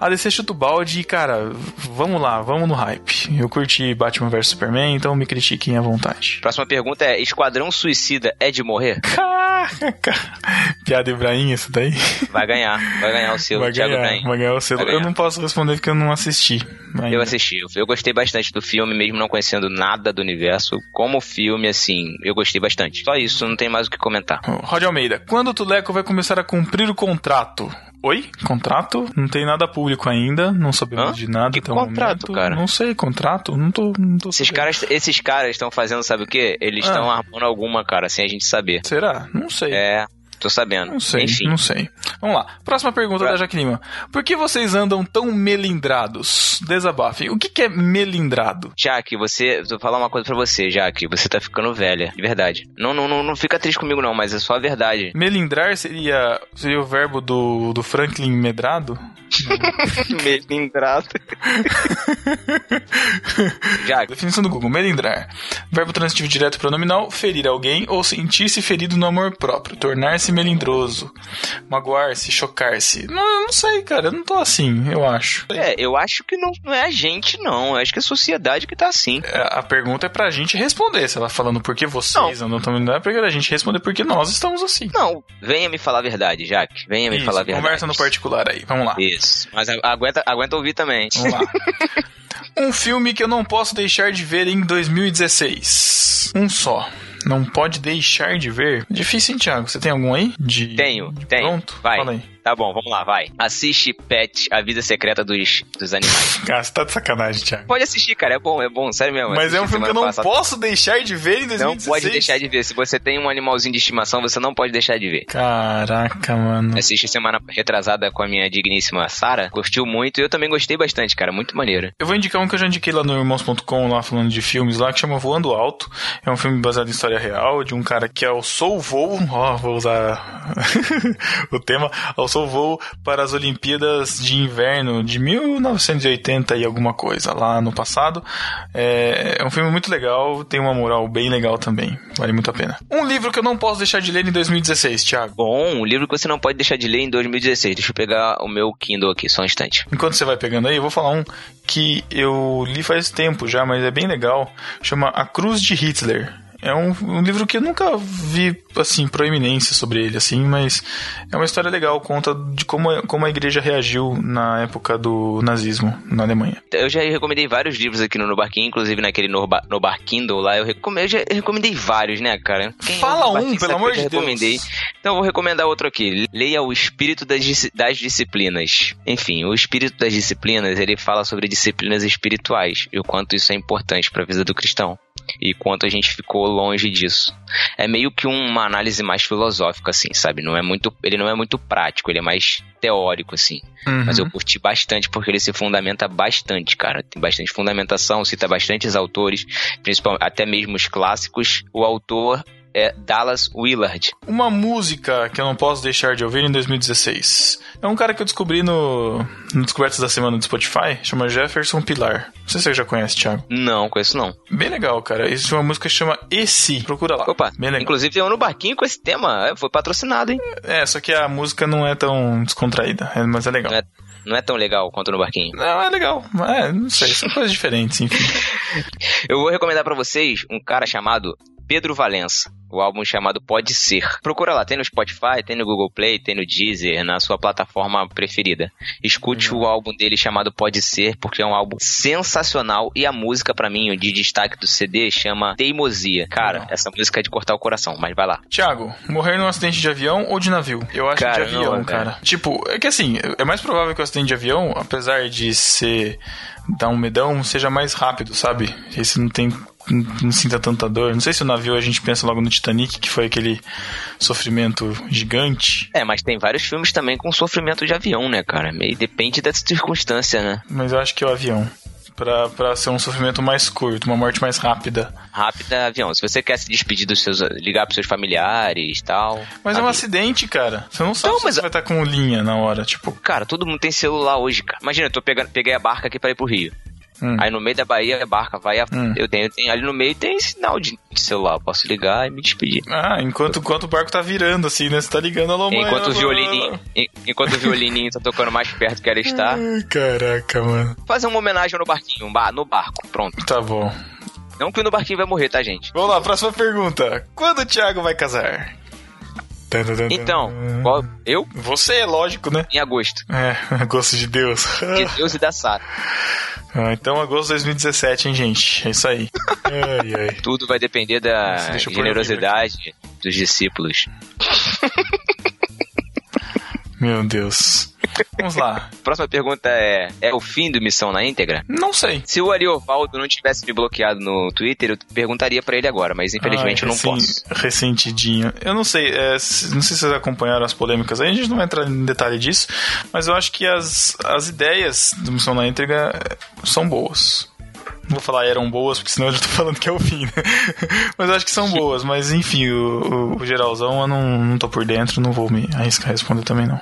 S1: a DC chuta o balde e, cara, vamos lá, vamos no hype. Eu curti Batman vs Superman, então me critiquem à vontade.
S2: Próxima pergunta é: Esquadrão Suicida é de morrer?
S1: Caraca! Piada Ibrahim, isso daí?
S2: Vai ganhar, vai ganhar o seu,
S1: vai,
S2: Thiago
S1: ganhar,
S2: Ibrahim.
S1: vai ganhar o selo.
S2: Vai
S1: Eu
S2: ganhar.
S1: não posso responder porque eu não assisti. ainda.
S2: Eu assisti, eu- eu gostei bastante do filme, mesmo não conhecendo nada do universo. Como filme, assim, eu gostei bastante. Só isso, não tem mais o que comentar.
S1: Rod Almeida, quando o Tuleco vai começar a cumprir o contrato? Oi? Contrato? Não tem nada público ainda, não sabemos
S2: Hã?
S1: de nada
S2: Que
S1: até o
S2: contrato,
S1: momento.
S2: cara?
S1: Não sei, contrato? Não tô. Não tô
S2: Esses
S1: sabendo.
S2: caras esses caras estão fazendo, sabe o quê? Eles
S1: Ah.
S2: estão armando alguma, cara, sem a gente saber.
S1: Será? Não sei.
S2: É, tô sabendo.
S1: Não sei,
S2: Enfim.
S1: não sei. Vamos lá. Próxima pergunta
S2: Pra-
S1: da Jaquelima. Por que vocês andam tão melindrados? Desabafem. O que, que é melindrado?
S2: Jaque, você. Vou falar uma coisa pra você, Jaque. Você tá ficando velha, de verdade. Não, não, não, não fica triste comigo, não, mas é só a verdade.
S1: Melindrar seria, seria o verbo do, do Franklin Medrado?
S2: Melindrado. Jaque,
S1: Definição do Google: melindrar. Verbo transitivo direto pronominal, ferir alguém ou sentir-se ferido no amor próprio, tornar-se tornar-se melindroso, magoar-se, chocar-se. Não, eu não sei, cara, eu não tô assim, eu acho.
S2: É, eu acho que não, não é a gente, não. Eu acho que é a sociedade que tá assim.
S1: É, A pergunta é pra gente responder, se ela tá falando por que vocês andam tão não é pra gente responder porque nós estamos assim.
S2: Não, venha me falar a verdade, Jaque. Venha me
S1: Isso,
S2: falar a verdade.
S1: conversa no particular aí, vamos lá.
S2: Isso. Mas a- aguenta, aguenta ouvir também.
S1: Vamos lá. Um filme que eu não posso deixar de ver em 2016. Um só. Não pode deixar de ver. Difícil, hein, Thiago? Você tem algum aí? De...
S2: Tenho,
S1: de
S2: tenho.
S1: Pronto?
S2: Vai.
S1: Fala aí.
S2: Tá bom, vamos lá, vai. Assiste Pet, A Vida Secreta dos, dos Animais.
S1: Cara, você tá de sacanagem, Thiago.
S2: Pode assistir, cara, é bom, é bom, sério mesmo.
S1: Mas é um
S2: Assisti
S1: filme que eu
S2: semana
S1: não
S2: passada.
S1: posso deixar de ver em 2016.
S2: Não pode deixar de ver. Se você tem um animalzinho de estimação, você não pode deixar de ver.
S1: Caraca, mano.
S2: Assisti semana retrasada com a minha digníssima Sara. Curtiu muito e eu também gostei bastante, cara. Muito maneiro.
S1: Eu vou indicar um que eu já indiquei lá no irmãos.com, lá falando de filmes lá, que chama Voando Alto. É um filme baseado em história real, de um cara que alçou o voo, ó, vou usar o tema, alçou o voo para as Olimpíadas de Inverno de 1980 e alguma coisa, lá no passado. É, é um filme muito legal, tem uma moral bem legal também, vale muito a pena. Um livro que eu não posso deixar de ler é em 2016, Thiago.
S2: Bom, um livro que você não pode deixar de ler em 2016. Deixa eu pegar o meu Kindle aqui, só um instante.
S1: Enquanto você vai pegando aí, eu vou falar um que eu li faz tempo já, mas é bem legal. Chama A Cruz de Hitler. É um, um livro que eu nunca vi, assim, proeminência sobre ele, assim, mas é uma história legal, conta de como, como a igreja reagiu na época do nazismo na Alemanha.
S2: Eu já recomendei vários livros aqui no No Barquinho, inclusive naquele No, Ba- no Bar Kindle lá. Eu, recom- eu já recomendei vários, né, cara?
S1: Fala
S2: ouve o
S1: um,
S2: Barquinho
S1: pelo
S2: sabe que
S1: amor
S2: eu já
S1: de Deus.
S2: recomendei. Então eu vou recomendar outro aqui. Leia O Espírito das, Dis- das Disciplinas. Enfim, O Espírito das Disciplinas, ele fala sobre disciplinas espirituais e o quanto isso é importante para a vida do cristão. E quanto a gente ficou longe disso. É meio que uma análise mais filosófica, assim, sabe? Não é muito, ele não é muito prático, ele é mais teórico, assim.
S1: Uhum.
S2: Mas eu curti bastante porque ele se fundamenta bastante, cara. Tem bastante fundamentação, cita bastantes autores, principalmente até mesmo os clássicos. O autor é Dallas Willard.
S1: Uma música que eu não posso deixar de ouvir em 2016. É um cara que eu descobri no, no Descobertas da Semana do Spotify, chama Jefferson Pilar. Não sei se você já conhece, Thiago.
S2: Não, conheço não.
S1: Bem legal, cara. Existe uma música que chama Esse. Procura lá.
S2: Opa,
S1: bem legal.
S2: inclusive eu no barquinho com esse tema. É, Foi patrocinado, hein?
S1: É, só que a música não é tão descontraída, é- mas é legal.
S2: Não é, não é tão legal quanto no barquinho.
S1: Não, é legal. É, não sei, são coisas diferentes, enfim.
S2: Eu vou recomendar pra vocês um cara chamado Pedro Valença. O álbum chamado Pode Ser. Procura lá, tem no Spotify, tem no Google Play, tem no Deezer, na sua plataforma preferida. Escute
S1: Uhum.
S2: o álbum dele chamado Pode Ser, porque é um álbum sensacional e a música pra mim, o de destaque do CD, chama Teimosia. Cara,
S1: Legal.
S2: essa música é de cortar o coração, mas vai lá.
S1: Tiago, morrer num acidente de avião ou de navio? Eu acho
S2: Cara,
S1: de avião,
S2: não,
S1: cara. Tipo, é que assim, é mais provável que o acidente de avião, apesar de ser dar um medão, seja mais rápido, sabe? Esse não tem. Não, não sinta tanta dor. Não sei se o navio a gente pensa logo no Titanic, que foi aquele sofrimento gigante.
S2: É, mas tem vários filmes também com sofrimento de avião, né, cara? Meio depende da circunstância, né?
S1: Mas eu acho que é o avião. Pra, pra ser um sofrimento mais curto, uma morte mais rápida.
S2: Rápida avião. Se você quer se despedir dos seus. ligar pros seus familiares e tal.
S1: Mas é um
S2: avião.
S1: acidente, cara. Você não sabe
S2: Então,
S1: se
S2: mas-
S1: você vai estar com linha na hora, tipo.
S2: Cara, todo mundo tem celular hoje, cara. Imagina, eu tô pegando, peguei a barca aqui pra ir pro Rio.
S1: Hum.
S2: Aí no meio da Bahia a barca vai. A,
S1: Hum.
S2: eu, tenho, eu tenho- ali no meio tem sinal de, de celular. Eu posso ligar e me despedir.
S1: Ah, enquanto, enquanto o barco tá virando, assim, né? Você tá ligando a mãe.
S2: Enquanto o,
S1: alô,
S2: violininho,
S1: alô.
S2: en- enquanto o violininho tá tocando mais perto que ela está,
S1: Ai, caraca, mano.
S2: fazer uma homenagem no barquinho, um bar- no barco, pronto.
S1: Tá bom.
S2: Não que o no barquinho vai morrer, tá, gente?
S1: Vamos lá, próxima pergunta. Quando o Thiago vai casar? Tan, tan, tan, tan.
S2: Então, qual- eu
S1: Você, lógico, né?
S2: em agosto.
S1: É, agosto de Deus.
S2: De Deus e da Sara.
S1: Ah, então, agosto de 2017, hein, gente? É isso aí. Ai, ai.
S2: Tudo vai depender da
S1: Nossa, deixa eu pôr no livro aqui.
S2: generosidade dos discípulos.
S1: Meu Deus. Vamos lá.
S2: Próxima pergunta é: é o fim do Missão na íntegra?
S1: Não sei.
S2: Se o Ariovaldo não tivesse me bloqueado no Twitter, eu perguntaria pra ele agora, mas
S1: Ah,
S2: infelizmente eu não
S1: recen-
S2: posso.
S1: Ressentidinho. Eu não sei, é, se- não sei se vocês acompanharam as polêmicas aí, a gente não vai entrar em detalhe disso, mas eu acho que as, as ideias do Missão na Entrega é, são boas. Não vou falar eram boas, porque senão eu já tô falando que é o fim, né? Mas eu acho que são boas, mas enfim, o, o- o geralzão eu não, não tô por dentro, não vou me arriscar a responder também não.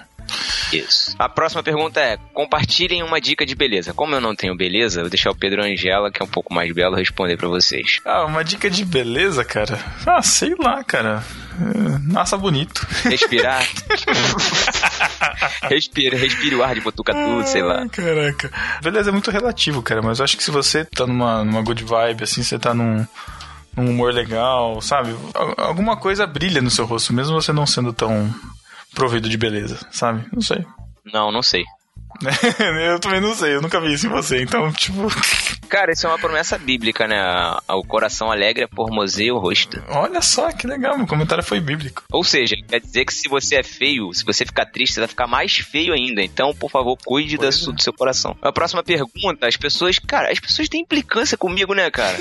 S2: Isso. A próxima pergunta é: compartilhem uma dica de beleza. Como eu não tenho beleza, vou deixar o Pedro Angela, que é um pouco mais belo, responder para vocês.
S1: Ah, uma dica de beleza, cara? Ah, sei lá, cara. Nossa, bonito.
S2: Respirar. respira, respira o ar de Botucatu, ah, sei lá.
S1: Caraca. Beleza é muito relativo, cara, mas eu acho que se você tá numa, numa good vibe, assim, você tá num um humor legal, sabe? Alguma coisa brilha no seu rosto, mesmo você não sendo tão provido de beleza, sabe? Não sei.
S2: Não, não sei.
S1: eu também não sei, eu nunca vi isso em você, então, tipo.
S2: Cara, isso é uma promessa bíblica, né? O coração alegre formoseia o rosto.
S1: Olha só, que legal, meu comentário foi bíblico.
S2: Ou seja, quer dizer que se você é feio, se você ficar triste, você vai ficar mais feio ainda. Então, por favor, cuide da, do seu coração. A próxima pergunta, as pessoas. Cara, as pessoas têm implicância comigo, né, cara?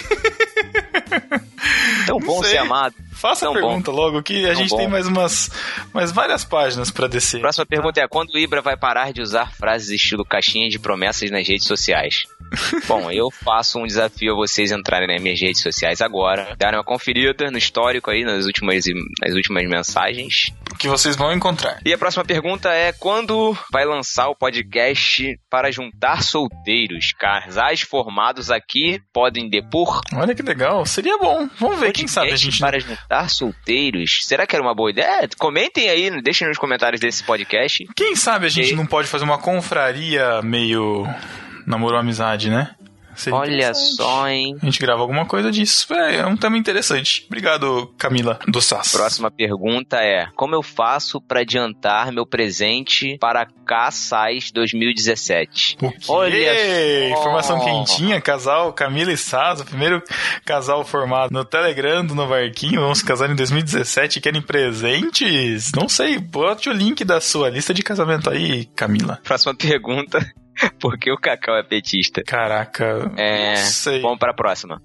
S2: Tão bom ser amado.
S1: Faça
S2: Tão
S1: a pergunta
S2: bom.
S1: logo que a
S2: Tão
S1: gente
S2: bom.
S1: tem mais umas mais várias páginas pra descer.
S2: Próxima pergunta é: quando o Ibra vai parar de usar frases estilo caixinha de promessas nas redes sociais? Bom, eu faço um desafio a vocês entrarem nas minhas redes sociais agora, darem uma conferida no histórico aí, nas últimas, nas últimas mensagens.
S1: Que vocês vão encontrar.
S2: E a próxima pergunta é: quando vai lançar o podcast para juntar solteiros? Casais formados aqui podem depor?
S1: Olha que legal, seria bom. Vamos ver, quem sabe a
S2: Podcast
S1: gente.
S2: Para juntar solteiros? Será que era uma boa ideia? Comentem aí, deixem nos comentários desse podcast.
S1: Quem sabe a gente
S2: Ok.
S1: não pode fazer uma confraria meio namoro amizade, né? Seria
S2: Olha
S1: interessante.
S2: só, hein?
S1: A gente grava alguma coisa disso. É, é um tema interessante. Obrigado, Camila do Sass.
S2: Próxima pergunta é: Como eu faço pra adiantar meu presente para Caçais 2017?
S1: O quê?
S2: Olha só.
S1: Informação quentinha, casal Camila e Sass, o primeiro casal formado no Telegram do Novarquinho, vão se casar em 2017 e querem presentes? Não sei, bote o link da sua lista de casamento aí, Camila.
S2: Próxima pergunta: Por que o Cacau é petista?
S1: Caraca,
S2: É.
S1: não sei.
S2: Vamos pra próxima.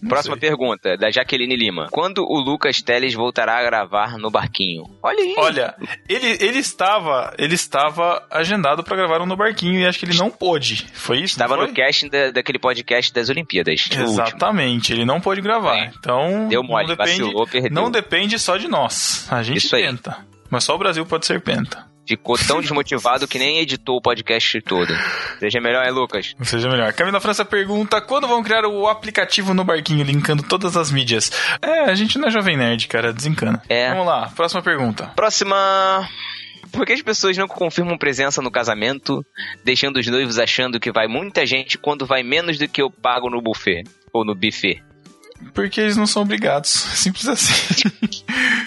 S1: não
S2: Próxima
S1: sei.
S2: pergunta, é da Jaqueline Lima. Quando o Lucas Teles voltará a gravar no barquinho? Olha aí.
S1: Olha, ele, ele estava ele estava agendado pra gravar um no barquinho e acho que ele não pôde. Foi isso?
S2: Estava
S1: não
S2: no
S1: foi?
S2: casting da- daquele podcast das Olimpíadas. o último.
S1: Exatamente, ele não pôde gravar.
S2: É.
S1: Então,
S2: Deu mole,
S1: não depende,
S2: vacilou, perdeu.
S1: não depende só de nós. A gente
S2: Isso aí.
S1: tenta. Mas só o Brasil pode ser penta.
S2: Ficou tão desmotivado que nem editou o podcast todo. Seja melhor, é Lucas?
S1: Ou seja melhor. Camila França pergunta: quando vão criar o aplicativo no barquinho, linkando todas as mídias? É, a gente não é jovem nerd, cara, desencana.
S2: É.
S1: Vamos lá, próxima pergunta.
S2: Próxima. Por que as pessoas não confirmam presença no casamento, deixando os noivos achando que vai muita gente quando vai menos do que eu pago no buffet? Ou no buffet?
S1: Porque eles não são obrigados. Simples assim.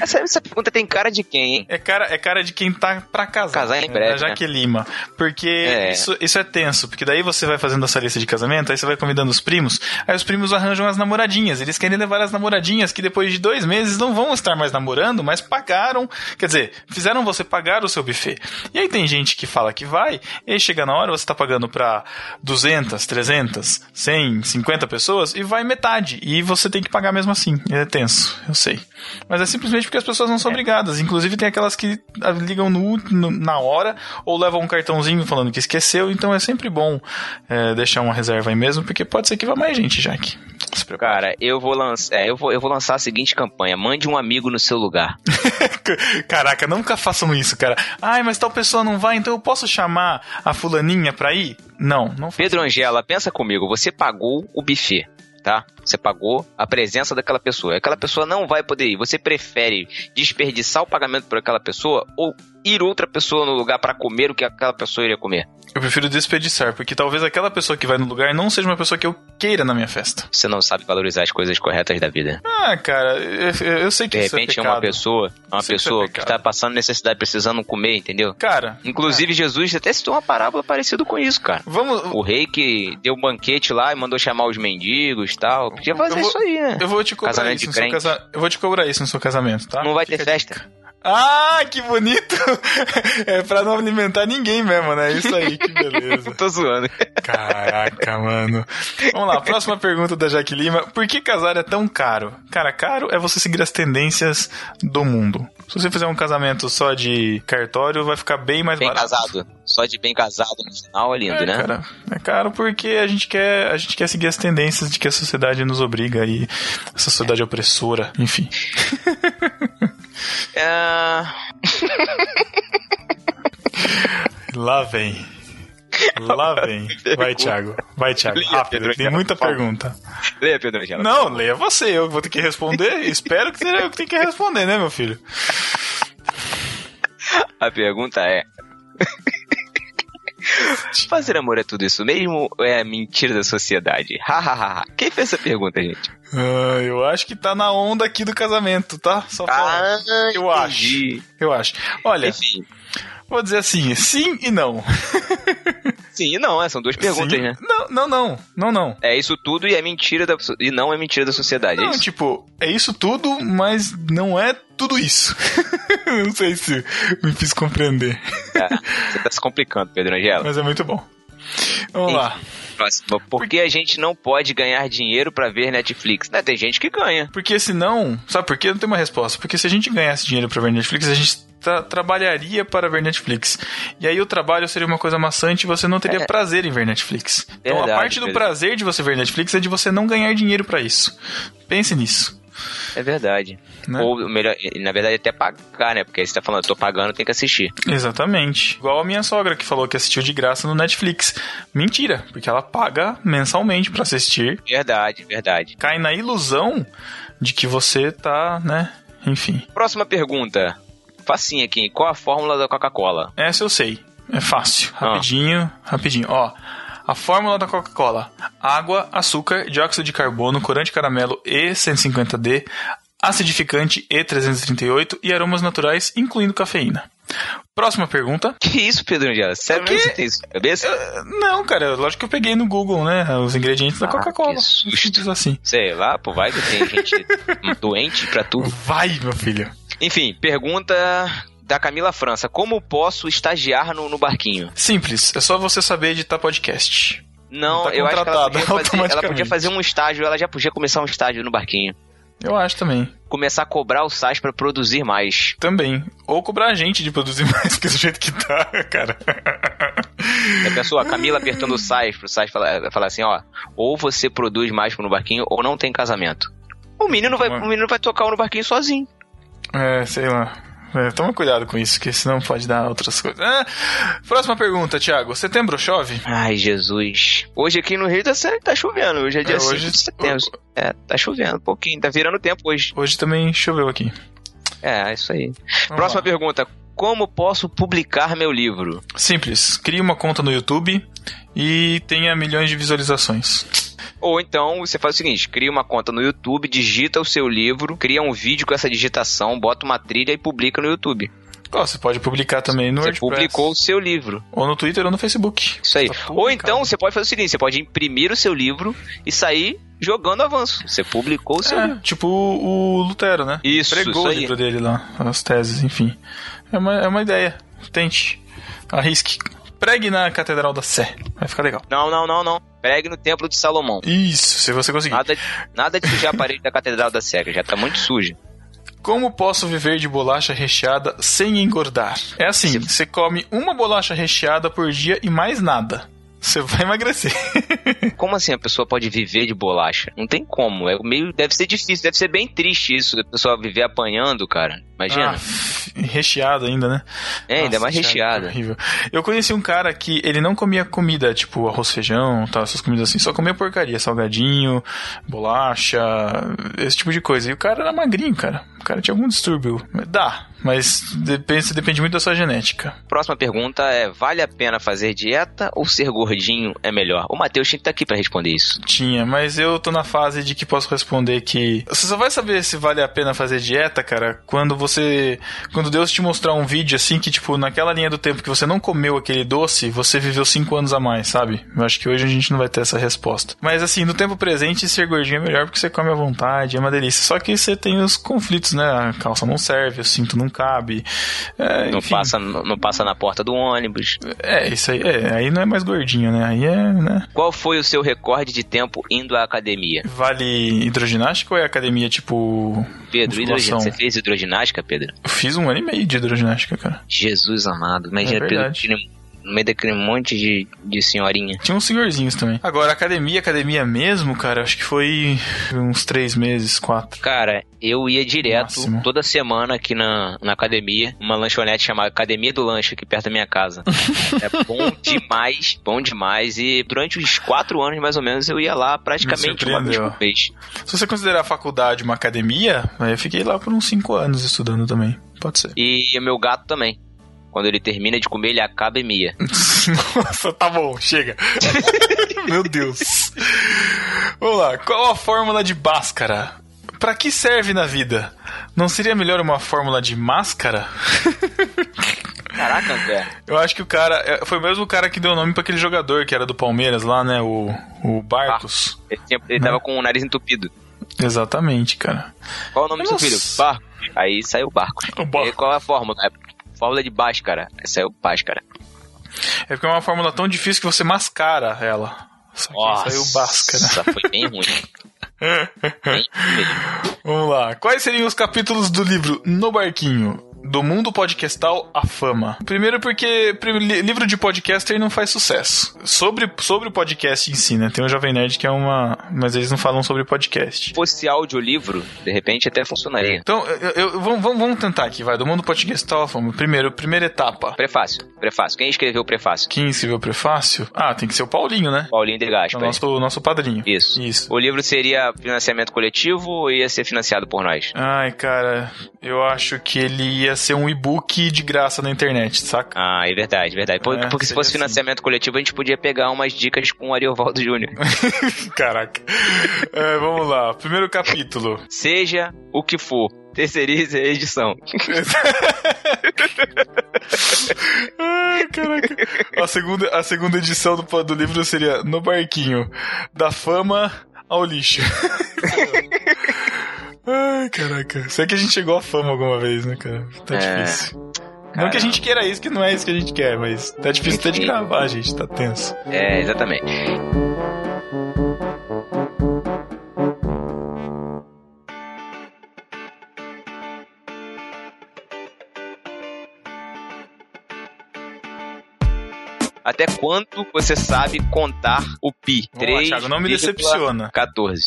S2: Essa, essa pergunta tem cara de quem, hein?
S1: É cara, é cara de quem tá pra casar.
S2: Casar em
S1: né?
S2: breve,
S1: Da Jaque Lima. Porque
S2: É.
S1: Isso, isso é tenso. Porque daí você vai fazendo essa lista de casamento, aí você vai convidando os primos, aí os primos arranjam as namoradinhas. Eles querem levar as namoradinhas que depois de dois meses não vão estar mais namorando, mas pagaram. Quer dizer, fizeram você pagar o seu buffet. E aí tem gente que fala que vai, e aí chega na hora, você tá pagando pra 200, 300, 100, 50 pessoas e vai metade. E você tem que pagar mesmo assim. É tenso, eu sei. Mas é simplesmente porque as pessoas não são obrigadas. Inclusive, tem aquelas que ah, ligam no, ú- no- na hora ou levam um cartãozinho falando que esqueceu. Então é sempre bom é, deixar uma reserva aí mesmo, porque pode ser que vá mais gente, Jaque. Se prepara.
S2: Cara, eu vou, lançar, eu, vou, eu vou lançar a seguinte campanha: mande um amigo no seu lugar.
S1: Caraca, nunca façam isso, cara. Ai, mas tal pessoa não vai, então eu posso chamar a fulaninha pra ir? Não, não façam.
S2: Pedro Angela, pensa comigo, você pagou o buffet, tá? Você pagou a presença daquela pessoa. Aquela pessoa não vai poder ir. Você prefere desperdiçar o pagamento por aquela pessoa ou ir outra pessoa no lugar pra comer o que aquela pessoa iria comer?
S1: Eu prefiro despediçar, porque talvez aquela pessoa que vai no lugar não seja uma pessoa que eu queira na minha festa.
S2: Você não sabe valorizar as coisas corretas da vida.
S1: Ah, cara, eu, eu- eu sei que
S2: De
S1: isso
S2: repente é
S1: é
S2: uma
S1: pecado.
S2: pessoa, é uma
S1: Isso é
S2: pessoa que
S1: pecado.
S2: está passando necessidade, precisando comer, entendeu?
S1: Cara,
S2: Inclusive
S1: É.
S2: Jesus até citou uma parábola parecida com isso, cara.
S1: vamos,
S2: O rei que deu um banquete lá e mandou chamar os mendigos e tal. Podia
S1: Eu
S2: fazer
S1: vou-
S2: isso aí, né?
S1: Eu vou te cobrar
S2: Casamento
S1: isso no
S2: de
S1: seu
S2: crente.
S1: casamento. Eu vou te cobrar isso no seu casamento, tá?
S2: Não vai ter
S1: Fica a
S2: festa.
S1: dica. Ah, que bonito! É pra não alimentar ninguém mesmo, né? Isso aí, que beleza.
S2: Tô zoando.
S1: Caraca, mano. Vamos lá, próxima pergunta da Jaque Lima. Por que casar é tão caro? Cara, caro é você seguir as tendências do mundo. Se você fizer um casamento só de cartório, vai ficar bem mais
S2: Bem
S1: barato.
S2: casado. Só de bem casado no final é lindo,
S1: É,
S2: né?
S1: cara, é caro porque a gente, quer, a gente quer seguir as tendências de que a sociedade nos obriga e essa sociedade opressora, enfim.
S2: É,
S1: Lá vem. Lá vem. Vai, Thiago. Vai, Thiago.
S2: Leia,
S1: Rápido,
S2: Pedro,
S1: tem
S2: Angela,
S1: muita
S2: por favor.
S1: pergunta.
S2: Leia, Pedro Angela.
S1: Não, leia você. Eu vou ter que responder. Espero que seja eu que tenho que responder, né, meu filho?
S2: A pergunta é. Fazer amor é tudo isso mesmo ou é a mentira da sociedade? Hahaha. Quem fez essa pergunta, gente?
S1: Ah, eu acho que tá na onda aqui do casamento, tá?
S2: Ah.
S1: Só falando. eu
S2: entendi.
S1: Eu acho. Olha,
S2: Enfim,
S1: vou dizer assim, sim e não.
S2: sim e não, é, são duas perguntas,
S1: Sim-
S2: né?
S1: Não, não, não. Não, não.
S2: É isso tudo e é mentira da so- e não é mentira da sociedade. é
S1: Não,
S2: isso?
S1: tipo, é isso tudo, mas não é tudo isso. não sei se me fiz compreender,
S2: É, você tá se complicando, Pedro Angela.
S1: mas é muito bom. Vamos
S2: Sim.
S1: lá.
S2: Próximo. Por que a gente não pode ganhar dinheiro pra ver Netflix? Né, tem gente que ganha.
S1: Porque senão, sabe por quê? Não tem uma resposta. Porque se a gente ganhasse dinheiro pra ver Netflix, a gente tra- trabalharia para ver Netflix. E aí o trabalho seria uma coisa maçante e você não teria
S2: É.
S1: prazer em ver Netflix. então a
S2: Verdade,
S1: parte do
S2: verdade.
S1: prazer de você ver Netflix é de você não ganhar dinheiro pra isso. Pense nisso.
S2: É verdade.
S1: Né?
S2: Ou melhor, na verdade até pagar, né? Porque aí você tá falando, eu tô pagando, tem que assistir.
S1: Exatamente. Igual a minha sogra que falou que assistiu de graça no Netflix. Mentira, porque ela paga mensalmente pra assistir.
S2: Verdade, verdade.
S1: Cai na ilusão de que você tá, né? Enfim.
S2: Próxima pergunta. Facinha aqui. Qual a fórmula da Coca-Cola?
S1: Essa eu sei. É fácil.
S2: Ah.
S1: Rapidinho, rapidinho. Ó. A fórmula da Coca-Cola: água, açúcar, dióxido de carbono, corante caramelo E150D, acidificante E338 e aromas naturais, incluindo cafeína. Próxima pergunta.
S2: Que isso, Pedro Angela? Sério
S1: O quê?
S2: mesmo que você tem isso na cabeça?
S1: Não, cara, lógico que eu peguei no Google, né? Os ingredientes da
S2: Ah,
S1: Coca-Cola.
S2: que susto.
S1: Simples assim.
S2: Sei lá, pô, vai que tem gente doente pra tudo.
S1: Vai, meu filho.
S2: Enfim, pergunta da Camila França. Como posso estagiar no, no barquinho?
S1: Simples, é só você saber editar podcast.
S2: Não,
S1: Tá
S2: eu acho que ela
S1: contratada,
S2: podia, fazer, ela
S1: automaticamente.
S2: podia fazer um estágio, ela já podia começar um estágio no barquinho.
S1: Eu acho também.
S2: Começar a cobrar o SAS pra produzir mais.
S1: Também. Ou cobrar a gente de produzir mais, que do jeito que tá, cara.
S2: A pessoa, a Camila apertando o SAS pro SAS falar, falar assim, ó, ou você produz mais no barquinho ou não tem casamento. O menino vai, o menino vai tocar um no barquinho sozinho.
S1: É, sei lá. É, toma cuidado com isso, que senão pode dar outras coisas. Ah, próxima pergunta, Thiago. Setembro chove?
S2: Ai, Jesus. Hoje aqui no Rio tá, tá chovendo. Hoje é dia
S1: É,
S2: 5
S1: hoje-
S2: de setembro. É, tá chovendo um pouquinho. Tá virando tempo hoje.
S1: Hoje também choveu aqui.
S2: É, é isso aí.
S1: Vamos
S2: Próxima
S1: lá.
S2: pergunta. Como posso publicar meu livro?
S1: Simples. Crie uma conta no YouTube e tenha milhões de visualizações.
S2: Ou então você faz o seguinte: cria uma conta no YouTube, digita o seu livro, cria um vídeo com essa digitação, bota uma trilha e publica no YouTube.
S1: Ó, você pode publicar também no
S2: você
S1: WordPress.
S2: publicou o seu livro.
S1: Ou no Twitter ou no Facebook.
S2: Isso aí.
S1: Tá
S2: Ou
S1: publicado.
S2: então você pode fazer o seguinte: você pode imprimir o seu livro e sair jogando avanço. Você publicou o seu livro.
S1: É, tipo o o Lutero, né?
S2: Isso,
S1: Pregou
S2: isso
S1: o
S2: aí.
S1: livro dele lá, as teses, enfim. É uma, é uma ideia. Tente. Arrisque. Pregue na Catedral da Sé. Vai ficar legal.
S2: Não, não, não, não. Pregue no Templo de Salomão.
S1: Isso, se você conseguir.
S2: Nada, nada de sujar a parede da Catedral da Cega, já tá muito suja.
S1: Como posso viver de bolacha recheada sem engordar? É assim,
S2: Sim.
S1: você come uma bolacha recheada por dia e mais nada. Você vai emagrecer.
S2: Como assim a pessoa pode viver de bolacha? Não tem como. É meio, deve ser difícil, deve ser bem triste isso, da pessoa viver apanhando, cara. Imagina.
S1: Ah, f- recheado ainda, né?
S2: é,
S1: Nossa,
S2: ainda mais
S1: Thiago,
S2: recheada.
S1: que horrível. Eu conheci um cara que ele não comia comida, tipo arroz, feijão, tal, essas comidas assim. Só comia porcaria, salgadinho, bolacha, esse tipo de coisa. E o cara era magrinho, cara. O cara tinha algum distúrbio. Dá, mas depende, depende muito da sua genética.
S2: Próxima pergunta é: vale a pena fazer dieta ou ser gordinho é melhor? O Matheus tinha que estar aqui pra responder isso.
S1: Tinha, mas eu tô na fase de que posso responder que. Você só vai saber se vale a pena fazer dieta, cara, quando você. Quando Deus te mostrar um vídeo assim que, tipo, naquela linha do tempo que você não comeu aquele doce, você viveu cinco anos a mais, sabe? Eu acho que hoje a gente não vai ter essa resposta. Mas assim, no tempo presente, ser gordinho é melhor porque você come à vontade, é uma delícia. Só que você tem os conflitos, né? A calça não serve, o cinto não cabe. É,
S2: Não
S1: enfim.
S2: passa, não não passa na porta do ônibus.
S1: É, isso aí. É, aí não é mais gordinho, né? Aí é, né?
S2: Qual foi o seu recorde de tempo indo à academia?
S1: Vale hidroginástica ou é academia, tipo.
S2: Pedro,
S1: Musculação.
S2: hidroginástica. Você fez hidroginástica, Pedro?
S1: Eu fiz um ano e meio de hidroginástica, cara.
S2: Jesus amado. Imagina,
S1: É
S2: Pedro,
S1: verdade.
S2: aquele- no meio daquele monte de, de senhorinha.
S1: Tinha uns senhorzinhos também. Agora, academia, academia mesmo, cara, acho que foi uns três meses, quatro.
S2: Cara, eu ia direto,
S1: Máximo.
S2: toda semana aqui na, na academia, uma lanchonete chamada Academia do Lanche, aqui perto da minha casa. é bom demais, bom demais. E durante uns quatro anos, mais ou menos, eu ia lá
S1: Me
S2: praticamente uma vez
S1: surpreendeu.
S2: por mês.
S1: Se você considerar a faculdade uma academia, aí eu fiquei lá por uns 5 anos estudando também. Pode ser.
S2: E o meu gato também. Quando ele termina de comer, ele acaba e mia.
S1: Nossa, tá bom, chega. Meu Deus. Vamos lá, qual a fórmula de Bhaskara? Pra que serve na vida? Não seria melhor uma fórmula de máscara?
S2: Caraca, André.
S1: Eu acho que o cara. é, Foi o mesmo cara que deu o nome pra aquele jogador que era do Palmeiras lá, né? O, o Barcos.
S2: Ele, tinha- ele
S1: Né?
S2: tava com o nariz entupido.
S1: Exatamente, cara.
S2: Qual o nome do seu filho?
S1: Nossa.
S2: Barco. Aí saiu o barco.
S1: O Barco.
S2: E qual é a fórmula? É fórmula de Bhaskara. Aí saiu Bhaskara.
S1: É porque é uma fórmula tão difícil que você mascara ela. Só que aí saiu né? Bhaskara.
S2: Nossa, foi bem ruim. bem ruim mesmo.
S1: Vamos lá. Quais seriam os capítulos do livro No Barquinho? Do mundo podcastal à fama. Primeiro porque prim- li- livro de podcaster não faz sucesso. Sobre, sobre o podcast em si, né? Tem o Jovem Nerd que é uma... Mas eles não falam sobre podcast.
S2: Se fosse audiolivro, de repente até funcionaria.
S1: Então, eu- eu- vamos, vamos- vamos tentar aqui, vai. Do mundo podcastal à fama. Primeiro, primeira etapa.
S2: Prefácio, prefácio. Quem escreveu o prefácio?
S1: Quem escreveu o prefácio? Ah, tem que ser o Paulinho, né?
S2: Paulinho de
S1: É o
S2: Gaspar.
S1: nosso, nosso padrinho.
S2: Isso.
S1: Isso.
S2: O livro seria financiamento coletivo ou ia ser financiado por nós?
S1: Ai, cara, eu acho que ele ia ser um e-book de graça na internet, saca?
S2: Ah, é verdade, verdade. Por-
S1: É,
S2: Porque se
S1: seria
S2: fosse
S1: assim.
S2: financiamento coletivo, a gente podia pegar umas dicas com o Ariovaldo Júnior.
S1: Caraca. É, vamos lá, primeiro capítulo.
S2: Seja o que for, terceirize a edição.
S1: Ai, caraca. A segunda, a segunda edição do, po- do livro seria No Barquinho, da fama ao lixo. Ai, caraca. Será que a gente chegou à fama alguma vez, né, cara? Tá
S2: É.
S1: difícil. Não que a gente queira isso, que não é isso que a gente quer, mas tá difícil até de gravar, gente. Tá tenso.
S2: É, exatamente. Até quanto você sabe contar o pi?
S1: Vamos lá, Thiago, não me decepciona.
S2: 14.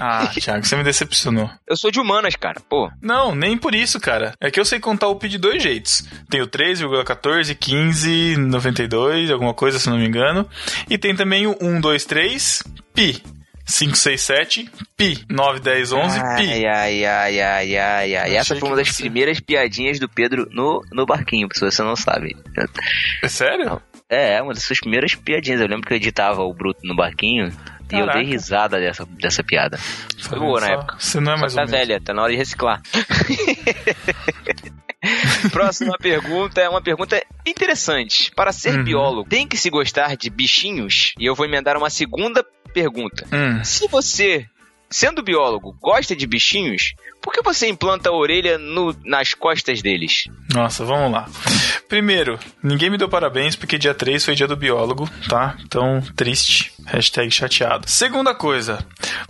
S1: Ah, Thiago, você me decepcionou.
S2: Eu sou de humanas, cara. Pô,
S1: Não, nem por isso, cara. É que eu sei contar o PI de dois jeitos. Tem o 3,14, 15, 92, alguma coisa, se não me engano. E tem também o 1, 2, 3, pi. 5, 6, 7, pi. 9, 10, 11, pi.
S2: Ai, ai, ai, ai, ai, ai. Essa
S1: Achei
S2: foi uma
S1: que
S2: das
S1: você-
S2: primeiras piadinhas do Pedro no, no barquinho, se você não sabe.
S1: É sério?
S2: É, é uma das suas primeiras piadinhas. Eu lembro que eu editava o Bruto no barquinho e eu
S1: Caraca.
S2: dei risada dessa, dessa piada. Foi boa na
S1: Só-
S2: época.
S1: Você não é
S2: Só
S1: mais
S2: tá
S1: um.
S2: velha, tá na hora de reciclar. Próxima pergunta é uma pergunta interessante. Para ser
S1: Uhum.
S2: biólogo, tem que se gostar de bichinhos? E eu vou emendar uma segunda pergunta.
S1: Hum.
S2: Se você, sendo biólogo, gosta de bichinhos, por que você implanta a orelha no- nas costas deles?
S1: Nossa, vamos lá. Primeiro, ninguém me deu parabéns porque dia 3 foi dia do biólogo, tá? Então, triste. Hashtag chateado. Segunda coisa,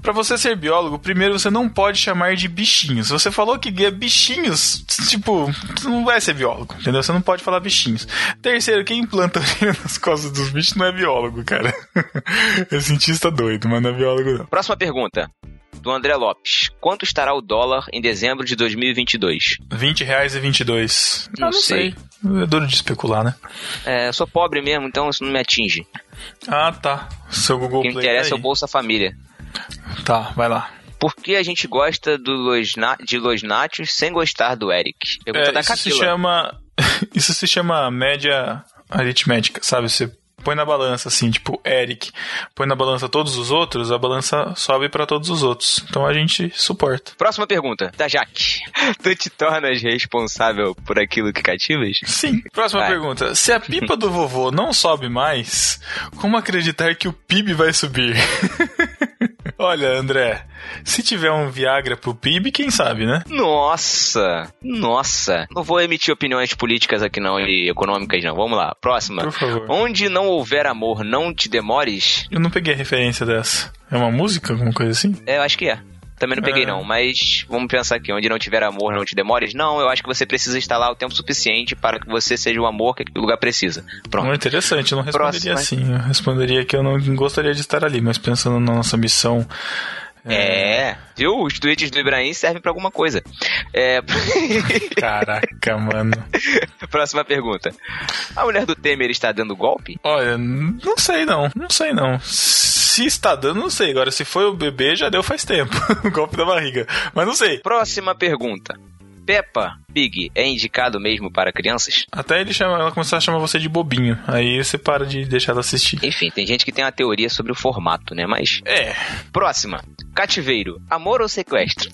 S1: pra você ser biólogo, primeiro você não pode chamar de bichinhos. Você falou que é bichinhos, tipo, você não vai ser biólogo, entendeu? Você não pode falar bichinhos. Terceiro, quem implanta orelha nas costas dos bichos não é biólogo, cara. É cientista doido, mas não é biólogo não.
S2: Próxima pergunta. Do André Lopes. Quanto estará o dólar em dezembro de 2022?
S1: 20 reais e 22.
S2: Não
S1: Eu
S2: sei.
S1: É duro de especular, né?
S2: É, eu sou pobre mesmo, então isso não me atinge.
S1: Ah, tá. Seu Google
S2: O que me
S1: Play tá
S2: interessa é o
S1: aí.
S2: Bolsa Família.
S1: Tá, vai lá.
S2: Por que a gente gosta do Losna de Los Nachos sem gostar do Eric? Pergunta
S1: É,
S2: da
S1: isso se
S2: Camila.
S1: chama isso se chama média aritmética, sabe? Você põe na balança assim, tipo Eric, põe na balança todos os outros, a balança sobe pra todos os outros. Então a gente suporta.
S2: Próxima pergunta, da Jaque. Tu te tornas responsável por aquilo que cativas?
S1: Sim. Próxima
S2: Vai.
S1: pergunta. Se a pipa do vovô não sobe mais, como acreditar que o PIB vai subir? Olha, André, se tiver um Viagra pro PIB, quem sabe, né?
S2: Nossa, nossa. Não vou emitir opiniões políticas aqui não e econômicas não. Vamos lá, próxima.
S1: Por favor.
S2: Onde não houver amor, não te demores?
S1: Eu não peguei a referência dessa. É uma música, alguma coisa assim?
S2: É, eu acho que é. Também não peguei
S1: É.
S2: não, mas vamos pensar aqui, onde não tiver amor, não te demores? Não, eu acho que você precisa estar lá o tempo suficiente para que você seja o amor que o lugar precisa. Pronto.
S1: Muito interessante, eu não responderia
S2: Próxima.
S1: assim. Eu responderia que eu não gostaria de estar ali, mas pensando na nossa missão
S2: É. Viu? Os tweets do Ibrahim servem pra alguma coisa. É.
S1: Caraca, mano.
S2: Próxima pergunta. A mulher do Temer está dando golpe?
S1: Olha, não sei não. Não sei não. Se está dando, não sei. Agora, se foi o bebê, já deu faz tempo. o golpe da barriga. Mas não sei.
S2: Próxima pergunta. Peppa Pig é indicado mesmo para crianças?
S1: Até ele chama, ela começar a chamar você de bobinho. Aí você para de deixar ela assistir.
S2: Enfim, tem gente que tem uma teoria sobre o formato, né? Mas.
S1: É.
S2: Próxima. Cativeiro. Amor ou sequestro?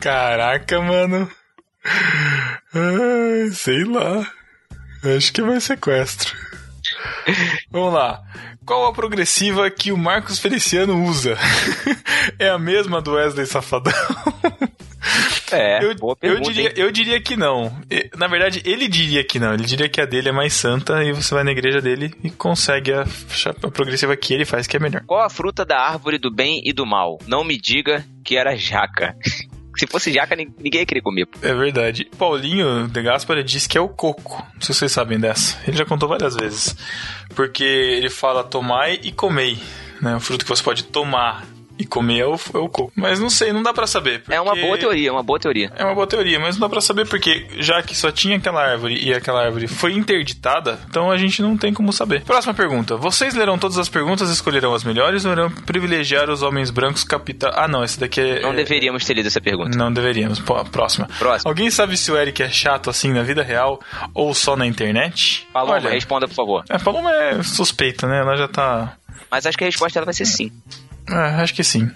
S1: Caraca, mano. Ai, sei lá. Acho que vai sequestro. Vamos lá. Qual a progressiva que o Marcos Feliciano usa? é a mesma do Wesley Safadão?
S2: É,
S1: eu,
S2: boa
S1: eu
S2: pergunta.
S1: diria,
S2: hein?
S1: eu diria que não. E, Na verdade, ele diria que não. Ele diria que a dele é mais santa e você vai na igreja dele e consegue a, cha- a progressiva que ele faz, que é melhor.
S2: Qual a fruta da árvore do bem e do mal? Não me diga que era jaca. Se fosse jaca, nin- ninguém ia querer comer. pô.
S1: É verdade. Paulinho de Gaspar diz que é o coco. Não sei se vocês sabem dessa. Ele já contou várias vezes. Porque ele fala tomai e comei. Né? O fruto que você pode tomar e comer é o, é o coco. Mas não sei, não dá pra saber.
S2: É uma
S1: porque-
S2: boa teoria, é uma boa teoria.
S1: É uma boa teoria, mas não dá pra saber porque já que só tinha aquela árvore e aquela árvore foi interditada, então a gente não tem como saber. Próxima pergunta. Vocês lerão todas as perguntas, escolherão as melhores ou irão privilegiar os homens brancos capital... Ah, não, esse daqui é...
S2: Não
S1: é-
S2: deveríamos ter lido essa pergunta.
S1: Não deveríamos. Pô, Próxima.
S2: Próxima.
S1: Alguém sabe se o Eric é chato assim na vida real ou só na internet?
S2: Paloma,
S1: Olha,
S2: responda, por favor.
S1: a Paloma é suspeita, né? Ela já tá.
S2: Mas acho que a resposta dela vai ser sim.
S1: É, acho que sim.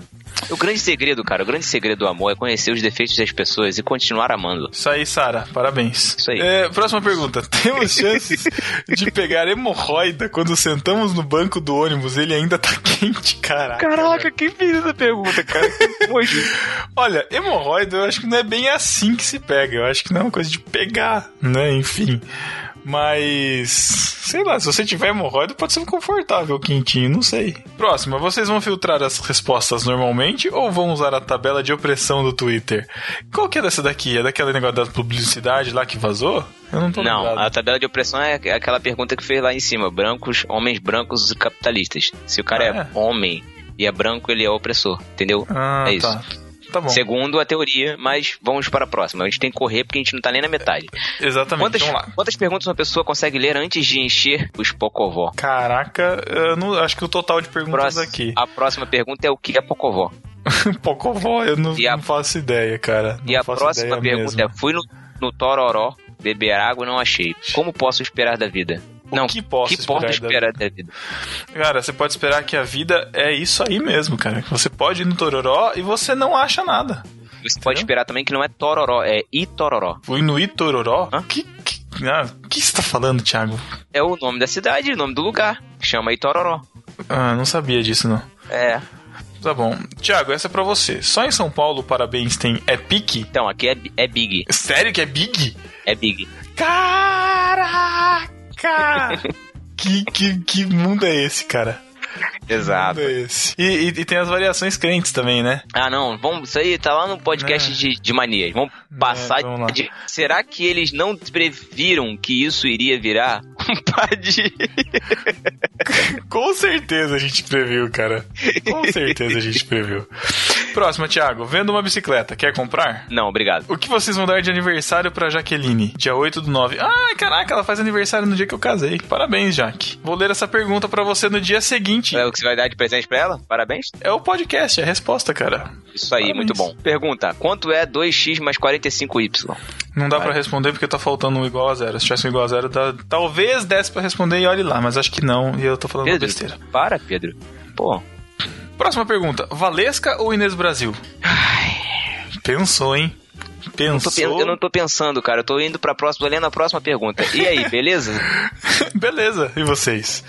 S2: O grande segredo, cara, o grande segredo do amor é conhecer os defeitos das pessoas e continuar amando.
S1: Isso aí, Sara. Parabéns.
S2: Isso aí.
S1: É, próxima pergunta. Temos chances de pegar hemorroida quando sentamos no banco do ônibus e ele ainda tá quente, caraca. velho.
S2: que fez essa pergunta, cara?
S1: Olha, hemorroida eu acho que não é bem assim que se pega. Eu acho que não é uma coisa de pegar, né? Enfim. Mas. Sei lá, se você tiver hemorroida, pode ser confortável, quentinho, não sei. Próxima, vocês vão filtrar as respostas normalmente ou vão usar a tabela de opressão do Twitter? Qual que é dessa daqui? É daquele negócio da publicidade lá que vazou? Eu não tô
S2: Não,
S1: lembrado.
S2: a tabela de opressão é aquela pergunta que fez lá em cima: brancos, homens brancos e capitalistas. Se o cara
S1: Ah,
S2: é homem e é branco, ele é opressor, entendeu?
S1: Ah,
S2: é isso.
S1: tá. Tá bom.
S2: Segundo a teoria, mas vamos para a próxima. A gente tem que correr porque a gente não tá nem na metade.
S1: Exatamente.
S2: Quantas,
S1: Vamos lá.
S2: quantas perguntas uma pessoa consegue ler antes de encher os pocovó?
S1: Caraca, eu não, acho que o total de perguntas
S2: Próxima-
S1: aqui.
S2: A próxima pergunta é o que é pocovó?
S1: Pocovó, Um eu não,
S2: E a-
S1: não faço ideia, cara.
S2: E
S1: Não
S2: a
S1: faço
S2: próxima
S1: ideia
S2: pergunta
S1: mesmo.
S2: é: fui no, no Tororó beber água e não achei. Como posso esperar da vida?
S1: O
S2: é, não,
S1: que posso
S2: que posso
S1: esperar
S2: esperar da vida?
S1: Cara, você pode esperar que a vida é isso aí mesmo, cara. Você pode ir no Tororó e você não acha nada.
S2: Você pode esperar também que não é Tororó, é Itororó.
S1: O Inuit Tororó?
S2: Hã?
S1: Que, que, ah, que você tá falando, Thiago?
S2: É o nome da cidade, o nome do lugar. Chama Itororó.
S1: Ah, não sabia disso, não.
S2: É.
S1: Tá bom. Thiago, essa é pra você. Só em São Paulo, parabéns, tem é pique?
S2: Então, aqui é, bi- é Big.
S1: Sério que é big?
S2: É Big.
S1: Caraca! que, que, que mundo é esse, cara?
S2: Exato.
S1: Mundo é esse. E, e- e tem as variações crentes também, né?
S2: Ah, não, vamos, isso aí tá lá no podcast
S1: É.
S2: de, de manias. Vamos passar
S1: É, vamos lá.
S2: de. Será que eles não previram que isso iria virar um padi?
S1: Com certeza a gente previu, cara. Com certeza a gente previu. Próxima, Thiago. Vendo uma bicicleta, quer comprar?
S2: Não, obrigado.
S1: O que vocês vão dar de aniversário pra Jaqueline? Dia 8 do 9. Ah, caraca, ela faz aniversário no dia que eu casei. Parabéns, Jaque. Vou ler essa pergunta pra você no dia seguinte.
S2: É o que você vai dar de presente pra ela? Parabéns.
S1: É o podcast, é a resposta, cara.
S2: Isso aí,
S1: Parabéns.
S2: muito bom. Pergunta: quanto é 2x mais 45y?
S1: Não dá
S2: Vai.
S1: pra responder porque tá faltando um igual a zero. Se tivesse um igual a zero, tá- talvez desse pra responder e olhe lá, mas acho que não, e eu tô falando uma
S2: Pedro,
S1: besteira.
S2: para, Pedro. Pô,
S1: Próxima pergunta: Valesca ou Inês Brasil? Pensou, hein?
S2: não tô pen-
S1: Pensou.
S2: eu não tô pensando, cara. Eu tô indo pra próxima, tô lendo a próxima pergunta. E aí, beleza?
S1: Beleza, e vocês?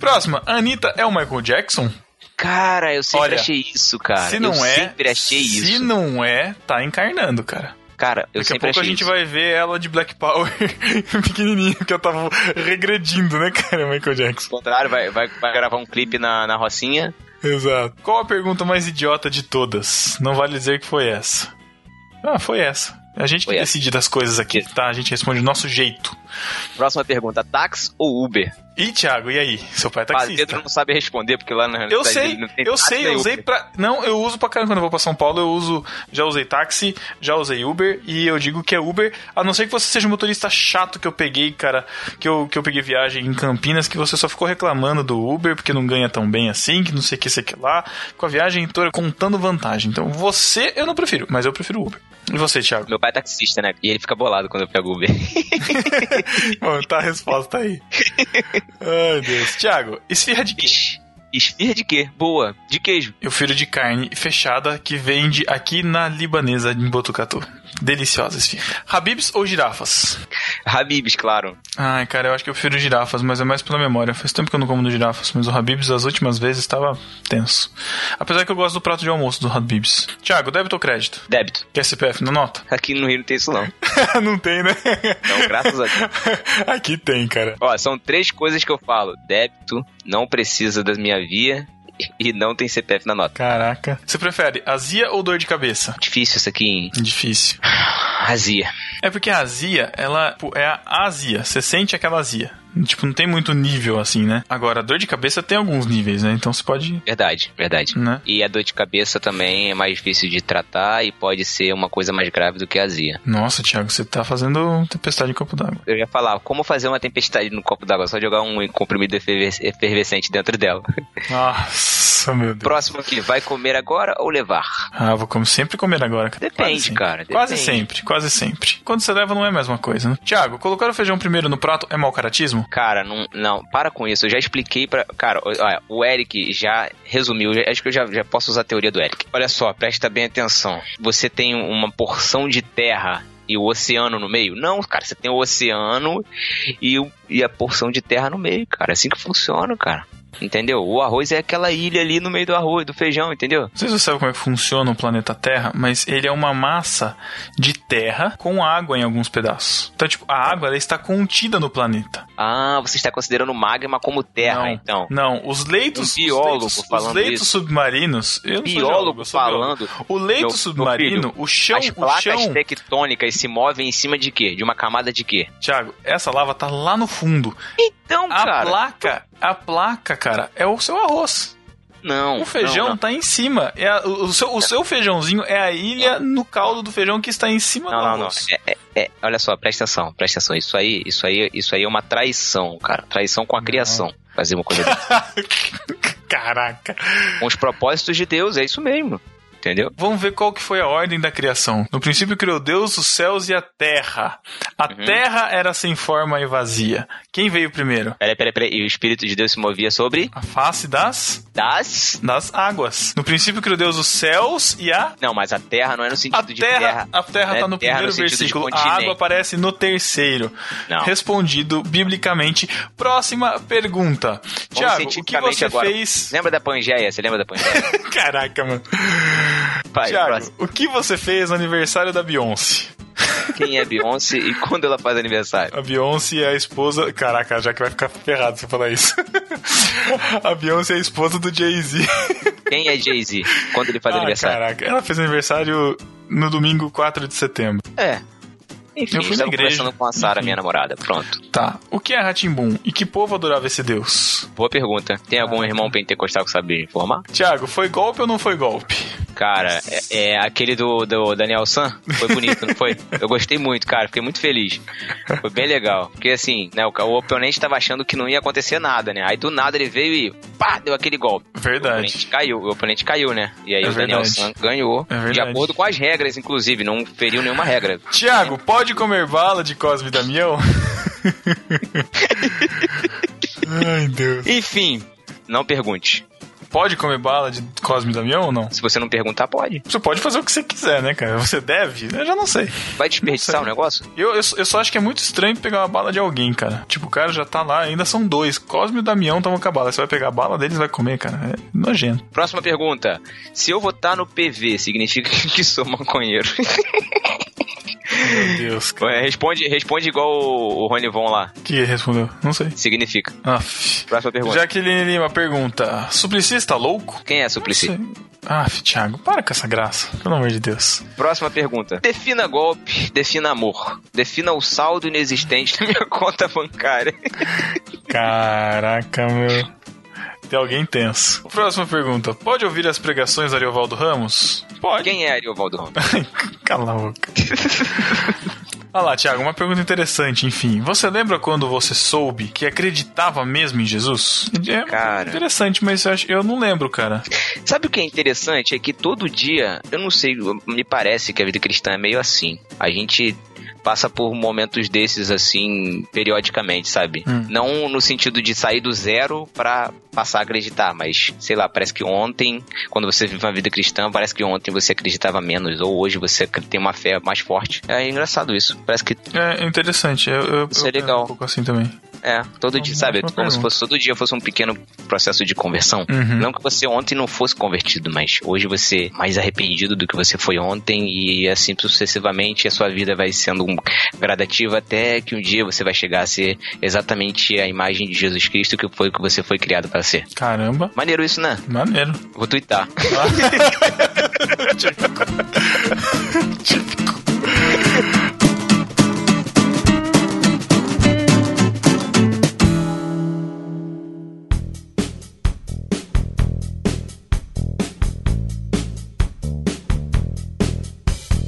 S1: Próxima: Anitta é o Michael Jackson?
S2: Cara, eu sempre
S1: Olha,
S2: achei isso, cara.
S1: se não
S2: eu
S1: é.
S2: sempre achei
S1: se
S2: isso.
S1: não é, tá encarnando, cara.
S2: Cara,
S1: Daqui
S2: eu
S1: a
S2: sempre
S1: pouco a
S2: achei
S1: gente
S2: isso.
S1: vai ver ela de Black Power pequenininha, que eu tava regredindo, né, cara, Michael Jackson?
S2: Ao contrário, vai, vai, vai gravar um clipe na, na Rocinha.
S1: Exato. Qual a pergunta mais idiota de todas? Não vale dizer que foi essa. Ah, foi essa. A gente que
S2: Foi essa.
S1: decide das coisas aqui, tá? A gente responde do nosso jeito.
S2: Próxima pergunta: táxi ou Uber?
S1: E, Thiago, e aí? Seu pai é
S2: Mas
S1: taxista.
S2: Pedro não sabe responder, porque lá na
S1: Eu
S2: cidade
S1: sei,
S2: dele não tem
S1: eu
S2: táxi,
S1: sei,
S2: nem
S1: eu usei
S2: Uber.
S1: pra. Não, eu uso pra caramba quando eu vou pra São Paulo, eu uso. Já usei táxi, já usei Uber, e eu digo que é Uber, a não ser que você seja um motorista chato que eu peguei, cara, que eu, que eu peguei viagem em Campinas, que você só ficou reclamando do Uber, porque não ganha tão bem assim, que não sei o que, sei o que lá, com a viagem toda contando vantagem. Então, você eu não prefiro, mas eu prefiro Uber. E você, Thiago?
S2: Meu pai é taxista, né? E ele fica bolado quando eu pego Uber.
S1: Bom, tá a resposta aí. Ai, Deus. Thiago, esfirra de quê?
S2: Esfirra de quê? Boa. De queijo.
S1: Eu firo de carne fechada que vende aqui na libanesa em Botucatu. Deliciosa esfirra. Habibs ou girafas?
S2: Habibs, claro.
S1: Ai, cara, eu acho que eu firo girafas, mas é mais pela memória. Faz tempo que eu não como no girafas, mas o Habibs as últimas vezes estava tenso. Apesar que eu gosto do prato de almoço do Habibs. Thiago, débito ou crédito?
S2: Débito.
S1: Quer CPF na nota?
S2: Aqui no Rio não tem isso, não.
S1: não tem, né?
S2: Então, graças a Deus.
S1: aqui tem, cara.
S2: Ó, são três coisas que eu falo. Débito, não precisa da minha via e não tem CPF na nota.
S1: Caraca. Você prefere azia ou dor de cabeça?
S2: Difícil isso aqui, hein?
S1: Difícil.
S2: Azia.
S1: É porque a azia, ela pô, é a azia. Você sente aquela azia. Tipo, não tem muito nível assim, né? Agora, a dor de cabeça tem alguns níveis, né? Então você pode.
S2: Verdade, verdade.
S1: Né?
S2: E a dor de cabeça também é mais difícil de tratar e pode ser uma coisa mais grave do que a azia.
S1: Nossa, Thiago, você tá fazendo tempestade em copo d'água.
S2: Eu ia falar, como fazer uma tempestade no copo d'água? Só jogar um comprimido eferves- efervescente dentro dela.
S1: Nossa, meu Deus.
S2: Próximo aqui, vai comer agora ou levar?
S1: Ah, vou como sempre comer agora, cara.
S2: Depende,
S1: Quase sempre.
S2: cara,
S1: Quase
S2: depende.
S1: sempre, quase sempre. Quando você leva, não é a mesma coisa, né? Tiago, colocar o feijão primeiro no prato é mau caratismo?
S2: Cara, não, não, para com isso. Eu já expliquei pra. Cara, olha, o Eric já resumiu. já- acho que eu já, já posso usar a teoria do Eric. Olha só, presta bem atenção. Você tem uma porção de terra e o oceano no meio? Não, cara, você tem o oceano e, o- e a porção de terra no meio, cara. É assim que funciona, cara. Entendeu? O arroz é aquela ilha ali no meio do arroz, do feijão, entendeu?
S1: Não sei se você sabe como é que funciona o planeta Terra, mas ele é uma massa de terra com água em alguns pedaços. Então, tipo, a água ela está contida no planeta.
S2: Ah, você está considerando o magma como terra,
S1: não,
S2: então.
S1: Não, os leitos.
S2: Um biólogo
S1: os leitos,
S2: falando
S1: os leitos
S2: isso.
S1: submarinos. Eu não sou biólogo,
S2: Biólogo
S1: eu sou biólogo.
S2: falando.
S1: O leito
S2: Meu- meu
S1: submarino,
S2: filho,
S1: o chão.
S2: As
S1: O
S2: placas
S1: chão.
S2: tectônicas se movem em cima de quê? De uma camada de quê?
S1: Thiago, essa lava tá lá no fundo.
S2: Então,
S1: A
S2: cara.
S1: placa, a placa, cara, é o seu arroz.
S2: Não.
S1: O feijão
S2: Não,
S1: tá em cima. É a- o, o seu, o seu feijãozinho é a ilha no caldo do feijão que está em cima
S2: não,
S1: do
S2: não. não, não.
S1: arroz.
S2: É, é, é, olha só, presta atenção, presta atenção. Isso aí, isso aí, isso aí é uma traição, cara. Traição com a criação. Fazer uma coisa dessa.
S1: Caraca.
S2: com os propósitos de Deus, é isso mesmo. Entendeu?
S1: Vamos ver qual que foi a ordem da criação. No princípio criou Deus os céus e a terra. A
S2: Uhum.
S1: terra era sem forma e vazia. Quem veio primeiro?
S2: Peraí, peraí, peraí. E o Espírito de Deus se movia sobre
S1: A face das
S2: das.
S1: das águas. No princípio criou Deus os céus e a
S2: Não, mas a terra não é no
S1: a
S2: sentido de
S1: terra, Ah,
S2: terra.
S1: a terra
S2: né?
S1: está no
S2: Terra
S1: primeiro
S2: sentido de
S1: versículo, a
S2: continente.
S1: água aparece no terceiro.
S2: Não.
S1: Respondido biblicamente. Próxima pergunta. Tiago, o que
S2: cientificamente
S1: você
S2: agora.
S1: fez?
S2: Lembra da Pangeia? Você lembra da Pangeia?
S1: Caraca, mano.
S2: Vai,
S1: Tiago,
S2: próximo.
S1: o que você fez no aniversário da Beyoncé?
S2: Quem é Beyoncé e quando ela faz aniversário?
S1: A Beyoncé é a esposa. Caraca, já que vai ficar ferrado se eu falar isso. a Beyoncé é a esposa do Jay-Z.
S2: Quem é Jay-Z? Quando ele faz
S1: Ah,
S2: aniversário?
S1: caraca, ela fez aniversário no domingo 4 de setembro.
S2: É. Enfim,
S1: Eu fui na
S2: estava
S1: igreja.
S2: conversando com a Sara, minha namorada. Pronto.
S1: Tá. O que é Ratimbum? E que povo adorava esse deus?
S2: Boa pergunta. Tem algum
S1: Ah, tá.
S2: irmão pentecostal que sabe informar?
S1: Tiago, foi golpe ou não foi golpe?
S2: Cara, é, é aquele do, do Daniel San foi bonito, não foi? Eu gostei muito, cara. Fiquei muito feliz. Foi bem legal. Porque assim, né, o, ca- o oponente tava achando que não ia acontecer nada, né? Aí do nada ele veio e pá, deu aquele golpe. O
S1: Verdade.
S2: oponente caiu, o oponente caiu, né? E aí
S1: É
S2: o Daniel
S1: verdade.
S2: San ganhou,
S1: É
S2: de
S1: verdade.
S2: acordo com as regras, inclusive, não feriu nenhuma regra.
S1: Tiago, pode comer bala de Cosme e Damião? Ai, Deus.
S2: Enfim, não pergunte.
S1: Pode comer bala de Cosme e Damião ou não?
S2: Se você não perguntar, pode.
S1: Você pode fazer o que você quiser, né, cara? Você deve? Eu já não sei.
S2: Vai desperdiçar o negócio?
S1: Eu, eu, eu só acho que é muito estranho pegar uma bala de alguém, cara. Tipo, o cara já tá lá, ainda são dois. Cosme e Damião estavam com a bala. Você vai pegar a bala deles e vai comer, cara. É nojento.
S2: Próxima pergunta. Se eu votar no PV, significa que sou maconheiro?
S1: Meu Deus, cara.
S2: É, responde, responde igual o, o Rony Von lá.
S1: é que respondeu? Não sei.
S2: Significa.
S1: Aff.
S2: Próxima pergunta.
S1: Jaqueline Lima pergunta: Suplicista louco?
S2: Quem é Suplicy?
S1: Sim. Ah, Thiago, para com essa graça, pelo amor de Deus.
S2: Próxima pergunta. Defina golpe, defina amor. Defina o saldo inexistente na minha conta bancária.
S1: Caraca, meu. Tem alguém tenso. Próxima pergunta. Pode ouvir as pregações do Ariovaldo Ramos? Pode.
S2: Quem é Ariovaldo Ramos?
S1: Cala a boca. Olha lá, Thiago, uma pergunta interessante, enfim. Você lembra quando você soube que acreditava mesmo em Jesus? É
S2: Cara.
S1: interessante, mas eu acho- eu não lembro, cara.
S2: Sabe o que é interessante? É que todo dia, eu não sei, me parece que a vida cristã é meio assim. A gente passa por momentos desses assim periodicamente, sabe?
S1: Hum.
S2: Não no sentido de sair do zero pra passar a acreditar, mas sei lá, parece que ontem, quando você vive uma vida cristã, parece que ontem você acreditava menos ou hoje você acre- tem uma fé mais forte. É engraçado isso. Parece que
S1: É interessante. Eu, eu,
S2: Isso é
S1: eu penso
S2: legal.
S1: Um pouco assim também.
S2: é, todo dia, sabe?
S1: ótima
S2: Como se
S1: pergunta.
S2: fosse todo dia fosse um pequeno processo de conversão.
S1: Uhum.
S2: Não que você ontem não fosse convertido, mas hoje você é mais arrependido do que você foi ontem e assim sucessivamente a sua vida vai sendo um- gradativa até que um dia você vai chegar a ser exatamente a imagem de Jesus Cristo que foi que você foi criado para ser.
S1: Caramba,
S2: Maneiro isso, né?
S1: maneiro.
S2: Vou twittar.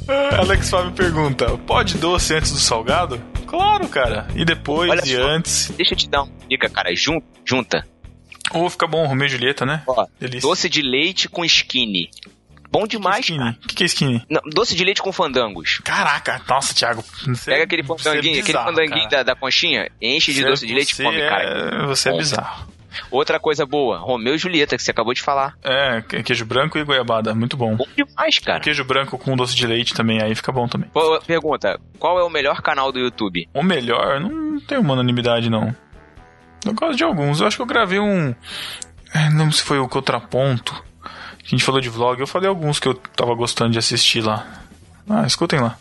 S1: Ah, Alex Fábio pergunta: pode doce antes do salgado? Claro, cara. E depois,
S2: Olha
S1: e
S2: só.
S1: antes.
S2: Deixa eu te dar uma dica, cara. Jun- junta.
S1: Ou fica bom, Romeu e Julieta, né?
S2: Ó,
S1: Delícia.
S2: doce de leite com skinny. Bom demais,
S1: skinny.
S2: cara.
S1: O que, que é skinny?
S2: Não, doce de leite com fandangos.
S1: Caraca, nossa, Thiago. você-
S2: Pega aquele
S1: você é
S2: pandanguinho, aquele
S1: bizarro,
S2: pandanguinho
S1: cara.
S2: da, da conchinha, enche de
S1: Você-
S2: doce de leite e
S1: você
S2: come, cara.
S1: é- Você é
S2: Bom.
S1: bizarro.
S2: Outra coisa boa, Romeu e Julieta, que você acabou de falar.
S1: É, que- queijo branco e goiabada, muito bom.
S2: Bom demais, cara.
S1: Queijo branco com doce de leite também, aí fica bom também.
S2: Pô, Pergunta, qual é o melhor canal do YouTube?
S1: O melhor, não tem uma unanimidade, não. Eu gosto de alguns. Eu acho que eu gravei um. eh, Não sei se foi o Contraponto. Que a gente falou de vlog. Eu falei alguns que eu tava gostando de assistir lá. Ah, escutem lá.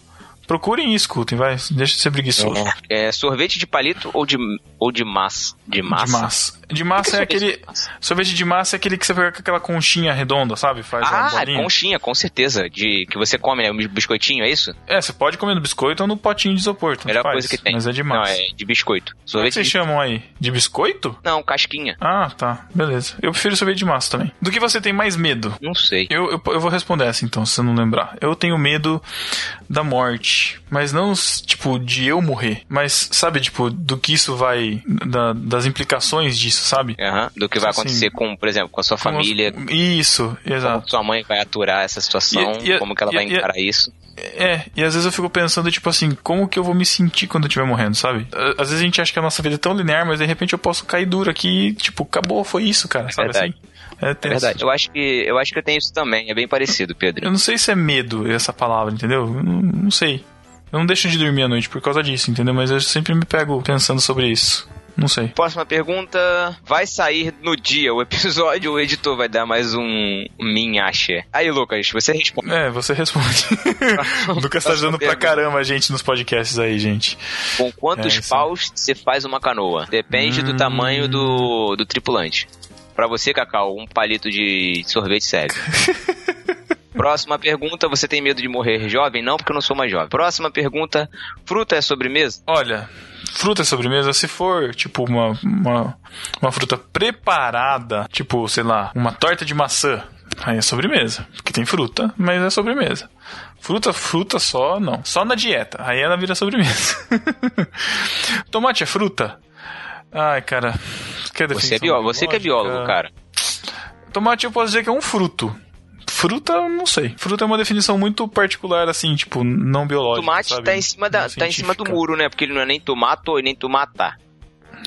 S1: Procurem e escutem, vai. Deixa de ser preguiçoso.
S2: É sorvete de palito ou de, ou de massa? De massa?
S1: De massa. De
S2: Por que
S1: massa é
S2: sorvete
S1: aquele.
S2: de massa?
S1: Sorvete de massa é aquele que você pega com aquela conchinha redonda, sabe? Faz uma
S2: Ah,
S1: é bolinha.
S2: conchinha, com certeza. De que você come, né? Um biscoitinho, é isso?
S1: É, você pode comer no biscoito ou no potinho de isopor. tanto
S2: Melhor
S1: faz,
S2: coisa que tem.
S1: Mas é de
S2: Não,
S1: massa.
S2: é de biscoito.
S1: Como é que
S2: Sorvete
S1: vocês
S2: de...
S1: chamam aí? De biscoito?
S2: Não, casquinha.
S1: Ah, tá. Beleza. Eu prefiro sorvete de massa também. Do que você tem mais medo?
S2: Não sei.
S1: Eu, eu, eu vou responder essa então, se você não lembrar. Eu tenho medo da morte. Mas não, s- tipo, de eu morrer. Mas, sabe, tipo, do que isso vai. da- das implicações disso, sabe?
S2: Aham, Do que vai
S1: Assim,
S2: acontecer com, por exemplo, com a sua É, família,
S1: Como- Isso, exato.
S2: como sua mãe vai aturar essa situação,
S1: E- e-
S2: como que ela
S1: e-
S2: vai
S1: e-
S2: encarar isso.
S1: É, e às vezes eu fico pensando, tipo assim, como que eu vou me sentir quando eu estiver morrendo, sabe? Á- Às vezes a gente acha que a nossa vida é tão linear, mas de repente eu posso cair duro aqui e, tipo, acabou, foi isso, cara, sabe
S2: verdade.
S1: assim? É,
S2: É
S1: tenso.
S2: verdade. Eu acho que eu acho que eu tenho isso também. É bem parecido, Pedro.
S1: Eu não sei se é medo essa palavra, entendeu? Eu Não, não sei. Eu não deixo de dormir à noite por causa disso, entendeu? Mas eu sempre me pego pensando sobre isso. Não sei.
S2: Próxima pergunta. Vai sair no dia o episódio, o editor vai dar mais um minhache. Aí, Lucas, você responde.
S1: É, você responde. o Lucas tá ajudando pra caramba a gente nos podcasts aí, gente.
S2: Com
S1: É,
S2: quantos
S1: isso. Hum.
S2: paus você faz uma canoa? Depende do tamanho do, do tripulante. Pra você, Cacau, um palito de sorvete serve. Próxima pergunta, você tem medo de morrer jovem? Não, porque eu não sou mais jovem. Próxima pergunta, fruta é sobremesa?
S1: Olha, fruta é sobremesa, se for, tipo, uma, uma, uma fruta preparada, tipo, sei lá, uma torta de maçã, aí é sobremesa. Porque tem fruta, mas é sobremesa. Fruta, fruta só, não. Só na dieta, aí ela vira sobremesa. Tomate é fruta? Ai, cara. Quer
S2: Você
S1: definição
S2: é biólogo, você que é
S1: biológica?
S2: biólogo, cara.
S1: Tomate eu posso dizer que é um fruto. Fruta, eu não sei. Fruta é uma definição muito particular, assim, tipo, não biológica.
S2: tomate
S1: sabe?
S2: tá em cima da,
S1: Não
S2: tá em cima do
S1: científica.
S2: muro, né? Porque ele não é nem tomato e nem tomatá.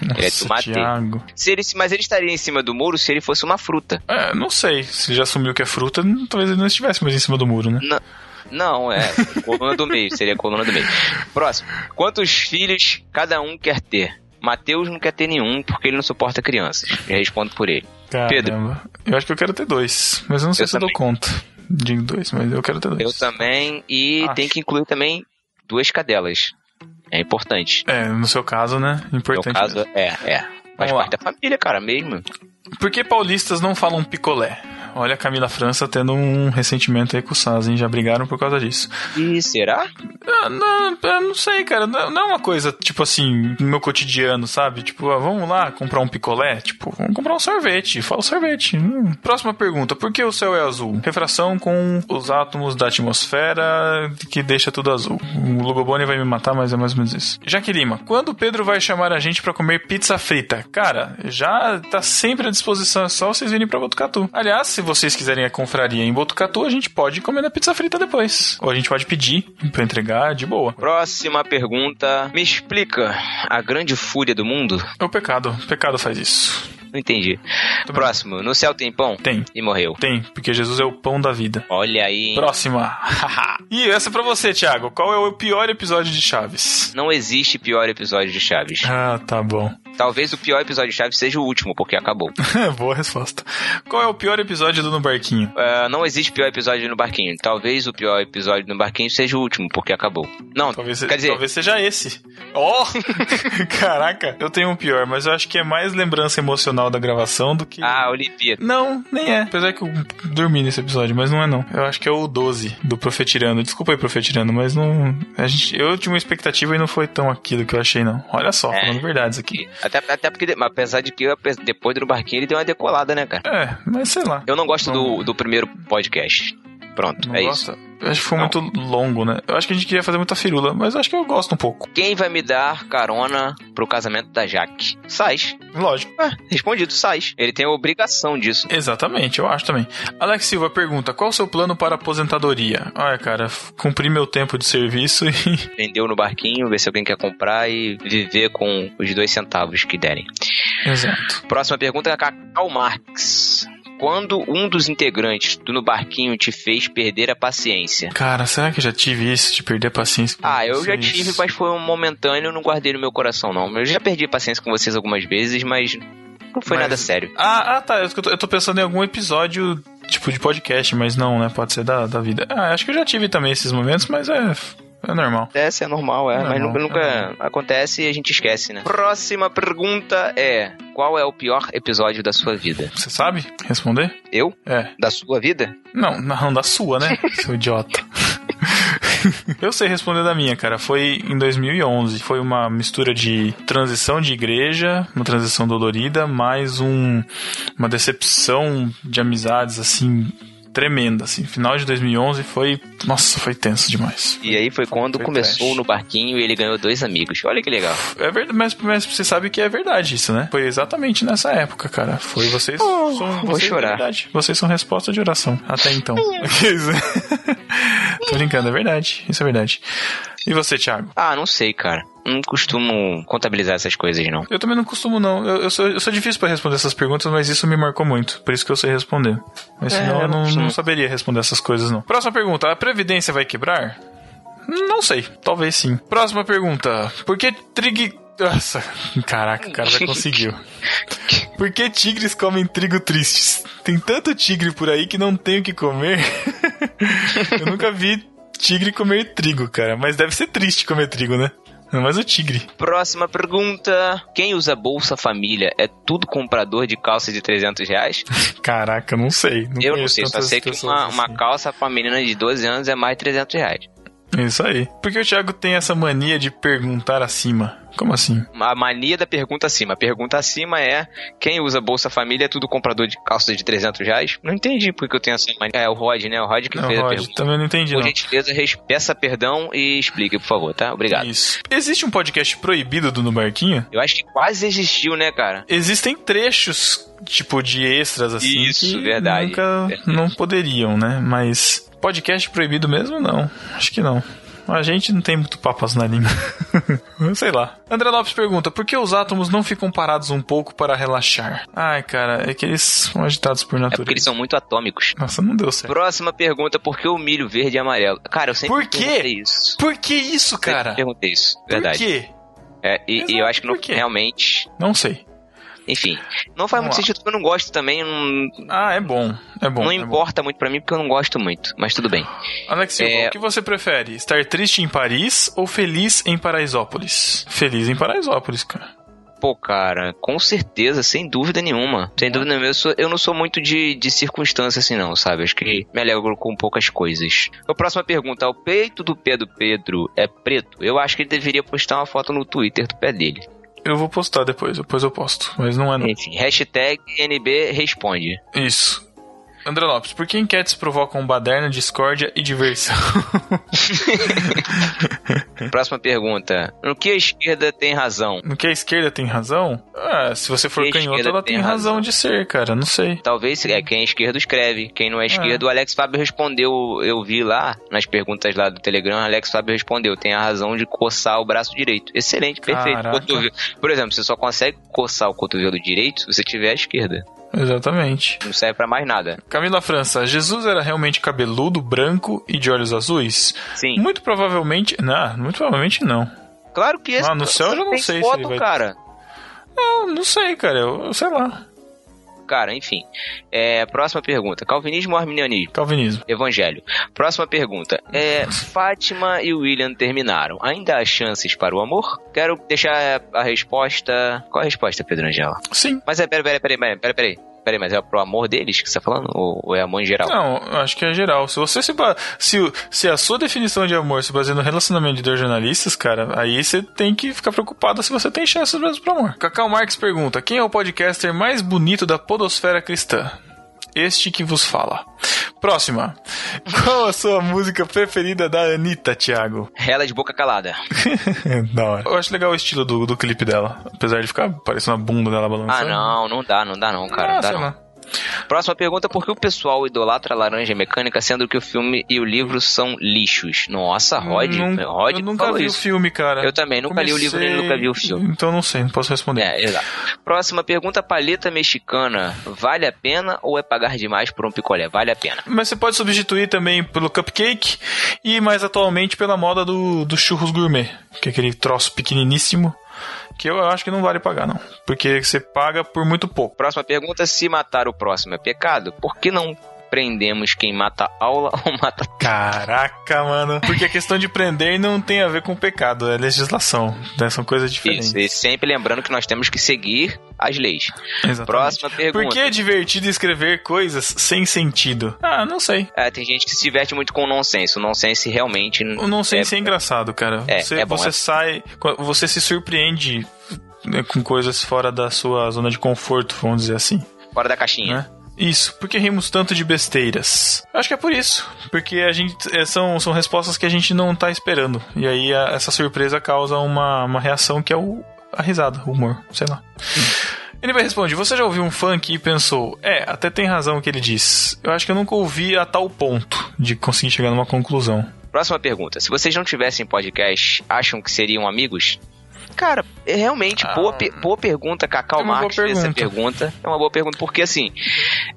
S2: Ele é
S1: Nossa,
S2: tomate.
S1: Thiago.
S2: Se ele, se- mas ele estaria em cima do muro se ele fosse uma fruta.
S1: É, não sei. Se ele já assumiu que é fruta, não- talvez ele não estivesse mais em cima do muro, né?
S2: Não, não é coluna do meio, seria coluna do meio. Próximo. Quantos filhos cada um quer ter? Mateus não quer ter nenhum porque ele não suporta crianças. Eu respondo por ele. Pedro.
S1: Caramba. Eu acho que eu quero ter dois, mas eu não sei
S2: Eu
S1: se eu dou conta. Digo dois, mas eu quero ter dois.
S2: Eu também e
S1: Acho.
S2: tem que incluir também duas cadelas. É importante.
S1: É, no seu caso, né?
S2: No
S1: Importante.
S2: meu caso
S1: mesmo.
S2: é, é. Faz
S1: Vamos lá.
S2: parte da família, cara, mesmo.
S1: Por que paulistas não falam picolé? olha a Camila França tendo um ressentimento aí com o Saz, hein? Já brigaram por causa disso.
S2: E será?
S1: Ah, Não, eu não sei, cara. Não não é uma coisa, tipo assim, no meu cotidiano, sabe? Tipo, ah, vamos lá comprar um picolé? Tipo, vamos comprar um sorvete. Fala sorvete. Hum. Próxima pergunta. Por que o céu é azul? Refração com os átomos da atmosfera que deixa tudo azul. O Lugoboni Um vai me matar, mas é mais ou menos isso. Jaque Lima, quando o Pedro vai chamar a gente pra comer pizza frita? Cara, já tá sempre à disposição. É só vocês virem pra Botucatu. Aliás, se vocês quiserem a confraria em Botucatu, a gente pode comer na pizza frita depois. Ou a gente pode pedir pra entregar de boa.
S2: Próxima pergunta. Me explica a grande fúria do mundo?
S1: É o pecado. O pecado faz isso.
S2: Não entendi. Próximo. No céu tem pão?
S1: Tem.
S2: E morreu.
S1: Tem, porque Jesus é o pão da vida.
S2: Olha aí. hein?
S1: Próxima. e essa é pra você, Thiago. Qual é o pior episódio de Chaves?
S2: Não existe pior episódio de Chaves.
S1: Ah, tá bom.
S2: Talvez o pior episódio de Chaves seja o último, porque acabou.
S1: Boa resposta. Qual é o pior episódio do No Barquinho?
S2: Ah, não existe pior episódio no barquinho. Talvez o pior episódio no barquinho seja o último, porque acabou. Não,
S1: Talvez, se-
S2: quer dizer,
S1: talvez seja esse. Oh! Caraca, eu tenho um pior, mas eu acho que é mais lembrança emocional da gravação do que.
S2: ah, Olimpíada.
S1: Não, nem é. Apesar que eu dormi nesse episódio, mas não é não. Eu acho que é o 12 do Profetirando. Desculpa aí, Profetirando, mas não. a gente- eu tinha uma expectativa e não foi tão aquilo que eu achei, não. Olha só,
S2: É.
S1: falando verdades aqui.
S2: Até, até porque, de- apesar de que ape- depois do barquinho ele deu uma decolada, né, cara?
S1: É, mas sei lá.
S2: Eu não gosto
S1: Não.
S2: do, do primeiro podcast. Pronto,
S1: Não
S2: é isso.
S1: gosta? Eu acho que foi
S2: Não.
S1: muito longo, né? Eu acho que a gente queria fazer muita firula, mas eu acho que eu gosto um pouco.
S2: Quem vai me dar carona pro casamento da Jaque? Sais.
S1: Lógico.
S2: Ah, respondido, Sais. Ele tem a obrigação disso.
S1: Exatamente, eu acho também. Alex Silva pergunta: qual o seu plano para a aposentadoria? Olha, cara, f- cumpri meu tempo de serviço e.
S2: Vendeu no barquinho, ver se alguém quer comprar e viver com os dois centavos que derem.
S1: Exato.
S2: Próxima pergunta é a Cacau Marx. Quando um dos integrantes do No Barquinho te fez perder a paciência?
S1: Cara, será que eu já tive isso de perder a paciência?
S2: Ah, eu já
S1: Isso.
S2: tive, mas foi um momentâneo, eu não guardei no meu coração, não. Eu já perdi a paciência com vocês algumas vezes, mas não foi
S1: Mas-
S2: nada sério.
S1: Ah, ah, tá. Eu tô, eu tô pensando em algum episódio, tipo, de podcast, mas não, né? Pode ser da, da vida. Ah, acho que eu já tive também esses momentos, mas é, é normal.
S2: Essa é normal, é,
S1: Não,
S2: mas
S1: não,
S2: nunca, nunca acontece e a gente esquece, né? Próxima pergunta é: Qual é o pior episódio da sua vida?
S1: Você sabe responder?
S2: Eu?
S1: É.
S2: Da sua vida?
S1: Não, não, da sua, né? Seu idiota. Eu sei responder da minha, cara. Foi em 2011. Foi uma mistura de transição de igreja, uma transição dolorida, mais um, uma decepção de amizades, assim, tremenda, assim. Final de 2011 foi... Nossa, foi tenso demais.
S2: E aí foi quando
S1: Foi
S2: começou
S1: trash.
S2: no barquinho e ele ganhou dois amigos. Olha que legal.
S1: É verdade, mas, mas você sabe que é verdade isso, né? Foi exatamente nessa época, cara. Foi vocês.
S2: Oh,
S1: são,
S2: vou
S1: vocês, na
S2: chorar.
S1: verdade, vocês são resposta de oração. Até então. Que isso? Tô brincando, é verdade. Isso é verdade. E você, Thiago?
S2: Ah, não sei, cara. Não costumo contabilizar essas coisas, não.
S1: Eu também não costumo, não. Eu, eu sou, eu sou difícil pra responder essas perguntas, mas isso me marcou muito. Por isso que eu sei responder. Mas
S2: É,
S1: senão eu
S2: eu não
S1: não,
S2: costumo.
S1: não saberia responder essas coisas, não. Próxima pergunta: a Previdência vai quebrar? Não sei. Talvez sim. Próxima pergunta: por que trigue. Nossa, caraca, o cara já conseguiu. Por que tigres comem trigo tristes? Tem tanto tigre por aí que não tem o que comer. Eu nunca vi tigre comer trigo, cara. Mas deve ser triste comer trigo, né? Não, Mas o tigre.
S2: Próxima pergunta. Quem usa Bolsa Família é tudo comprador de calça de 300 reais?
S1: Caraca, não sei. Não
S2: Eu não
S1: conheço
S2: sei, só
S1: tantas
S2: sei que
S1: pessoas
S2: uma,
S1: assim.
S2: uma calça pra menina de 12 anos é mais de 300 reais.
S1: assim. Isso aí. Por que o Thiago tem essa mania de perguntar acima? Como assim?
S2: A mania da pergunta acima. A pergunta acima é: quem usa Bolsa Família é tudo comprador de calça de 300 reais? Não entendi por que eu tenho essa mania. É o Rod, né? O Rod que
S1: Não,
S2: fez a
S1: Rod,
S2: pergunta.
S1: também não entendi,
S2: Por
S1: não.
S2: gentileza, res- peça perdão e explique, por favor, tá? Obrigado.
S1: Isso. Existe um podcast proibido do No Barquinho?
S2: Eu acho que quase existiu, né, cara?
S1: Existem trechos, tipo, de extras assim.
S2: Isso,
S1: que
S2: verdade.
S1: Nunca
S2: Verdade.
S1: não poderiam, né? Mas podcast proibido mesmo, não. Acho que não. A gente não tem muito papas na língua. Sei lá. André Lopes pergunta: por que os átomos não ficam parados um pouco para relaxar? Ai, cara, é que eles são agitados por
S2: É
S1: natureza. Tá.
S2: porque eles são muito atômicos.
S1: Nossa, não deu certo.
S2: Próxima pergunta, por que o milho verde e amarelo? Cara, eu sempre
S1: Por quê?
S2: perguntei isso.
S1: Por que isso, cara?
S2: Sempre perguntei isso,
S1: Por
S2: verdade.
S1: quê?
S2: É, e, e eu
S1: Exato,
S2: acho que não,
S1: por quê?
S2: realmente...
S1: Não sei.
S2: Enfim, não
S1: Vamos
S2: faz muito
S1: lá.
S2: sentido porque eu não gosto também, não,
S1: Ah, é bom. É bom.
S2: não
S1: é bom.
S2: importa muito pra mim porque eu não gosto muito, mas tudo bem.
S1: Alex Silva,
S2: É.
S1: o que você prefere? Estar triste em Paris ou feliz em Paraisópolis? Feliz em Paraisópolis, cara.
S2: Pô, cara, com certeza, sem dúvida nenhuma. Sem dúvida nenhuma. Eu, sou- eu não sou muito de, de circunstância assim, não, sabe? Acho que me alegro com poucas coisas. A próxima pergunta: o peito do pé do Pedro é preto? Eu acho que ele deveria postar uma foto no Twitter do pé dele.
S1: Eu vou postar depois, depois eu posto. Mas não é não.
S2: Enfim, hashtag NB responde.
S1: Isso. André Lopes, por que enquetes provocam um baderna, discórdia e diversão?
S2: Próxima pergunta: no que a esquerda tem razão?
S1: No que a esquerda tem razão? Ah, se você for
S2: Que a
S1: canhoto,
S2: esquerda
S1: ela
S2: tem
S1: tem razão
S2: razão.
S1: de ser, cara. Não sei.
S2: Talvez é quem é esquerdo escreve, quem não é esquerdo, o Alex Fábio respondeu, eu vi lá nas perguntas lá do Telegram, o Alex Fábio respondeu, tem a razão de coçar o braço direito. Excelente, perfeito.
S1: Caraca.
S2: Cotovelo. Por exemplo, você só consegue coçar o cotovelo direito se você tiver à esquerda.
S1: Exatamente.
S2: Não serve pra mais nada.
S1: Camila França, Jesus era realmente cabeludo, branco e de olhos azuis?
S2: Sim.
S1: Muito provavelmente. Não, muito provavelmente não.
S2: Claro que esse
S1: Ah, no céu eu já não
S2: tem
S1: sei se
S2: foto,
S1: ele vai-
S2: cara.
S1: Não, não sei, cara. Eu, eu sei lá.
S2: Cara, enfim. É, próxima pergunta. Calvinismo ou arminianismo?
S1: Calvinismo.
S2: Evangelho. Próxima pergunta. É, Fátima e William terminaram. Ainda há chances para o amor? Quero deixar a resposta. Qual a resposta, Pedro Angela?
S1: Sim.
S2: Mas é, peraí, peraí, peraí, peraí, peraí, peraí. Peraí, mas é pro amor deles que você tá falando? Ou, ou é amor em geral?
S1: Não, acho que é geral. Se você se, ba- se, o- se a sua definição de amor se baseia no relacionamento de dois jornalistas, cara, aí você tem que ficar preocupado se você tem chances mesmo pro amor. Cacau Marques pergunta: quem é o podcaster mais bonito da podosfera cristã? Este que vos fala. Próxima. Qual a sua música preferida da Anitta, Thiago?
S2: Ela é de boca calada.
S1: da hora. Eu acho legal o estilo do, do clipe dela. Apesar de ficar parecendo a bunda dela
S2: Ah,
S1: balançando.
S2: não, não dá, não dá não, cara.
S1: Ah,
S2: não dá
S1: sei
S2: não.
S1: lá.
S2: Próxima pergunta: por que o pessoal idolatra a laranja mecânica, sendo que o filme e o livro são lixos? Nossa, Rod,
S1: Nun-
S2: Rod
S1: eu nunca
S2: falou
S1: vi
S2: isso.
S1: o filme, cara.
S2: Eu também, nunca li o livro, nem nunca vi o filme.
S1: Então não sei, não posso responder.
S2: É, exato. Próxima pergunta: paleta mexicana vale a pena ou é pagar demais por um picolé? Vale a pena.
S1: Mas você pode substituir também pelo cupcake e mais atualmente pela moda do, do churros gourmet, que é aquele troço pequeniníssimo que eu acho que não vale pagar não, porque você paga por muito pouco.
S2: Próxima pergunta: se matar o próximo é pecado, por que não prendemos quem mata aula ou mata.
S1: Caraca, mano. Porque a questão de prender não tem a ver com pecado, é legislação, né? são coisas diferentes.
S2: Isso, e sempre lembrando que nós temos que seguir as leis.
S1: Exatamente.
S2: Próxima
S1: Por
S2: pergunta.
S1: que é divertido escrever coisas sem sentido? Ah, não sei.
S2: É, tem gente que se diverte muito com o nonsense. O nonsense realmente.
S1: O nonsense é,
S2: é,
S1: engraçado, cara.
S2: É,
S1: você
S2: é bom,
S1: você
S2: é.
S1: sai. Você se surpreende né, com coisas fora da sua zona de conforto, vamos dizer assim.
S2: fora da caixinha.
S1: Né? Isso, porque rimos tanto de besteiras. Eu Acho que é por isso. Porque a gente. é, são, são respostas que a gente não tá esperando. E aí a- essa surpresa causa uma, uma reação que é o, a risada, o humor, sei lá. Ele vai responder: Você já ouviu um funk e pensou, é, até tem razão o que ele diz. Eu acho que eu nunca ouvi a tal ponto de conseguir chegar numa conclusão.
S2: Próxima pergunta. Se vocês não tivessem podcast, acham que seriam amigos? Cara, é realmente,
S1: Ah.
S2: boa, pe- boa pergunta, Cacau
S1: É uma boa
S2: Marques, fez essa pergunta. É uma boa pergunta, porque assim,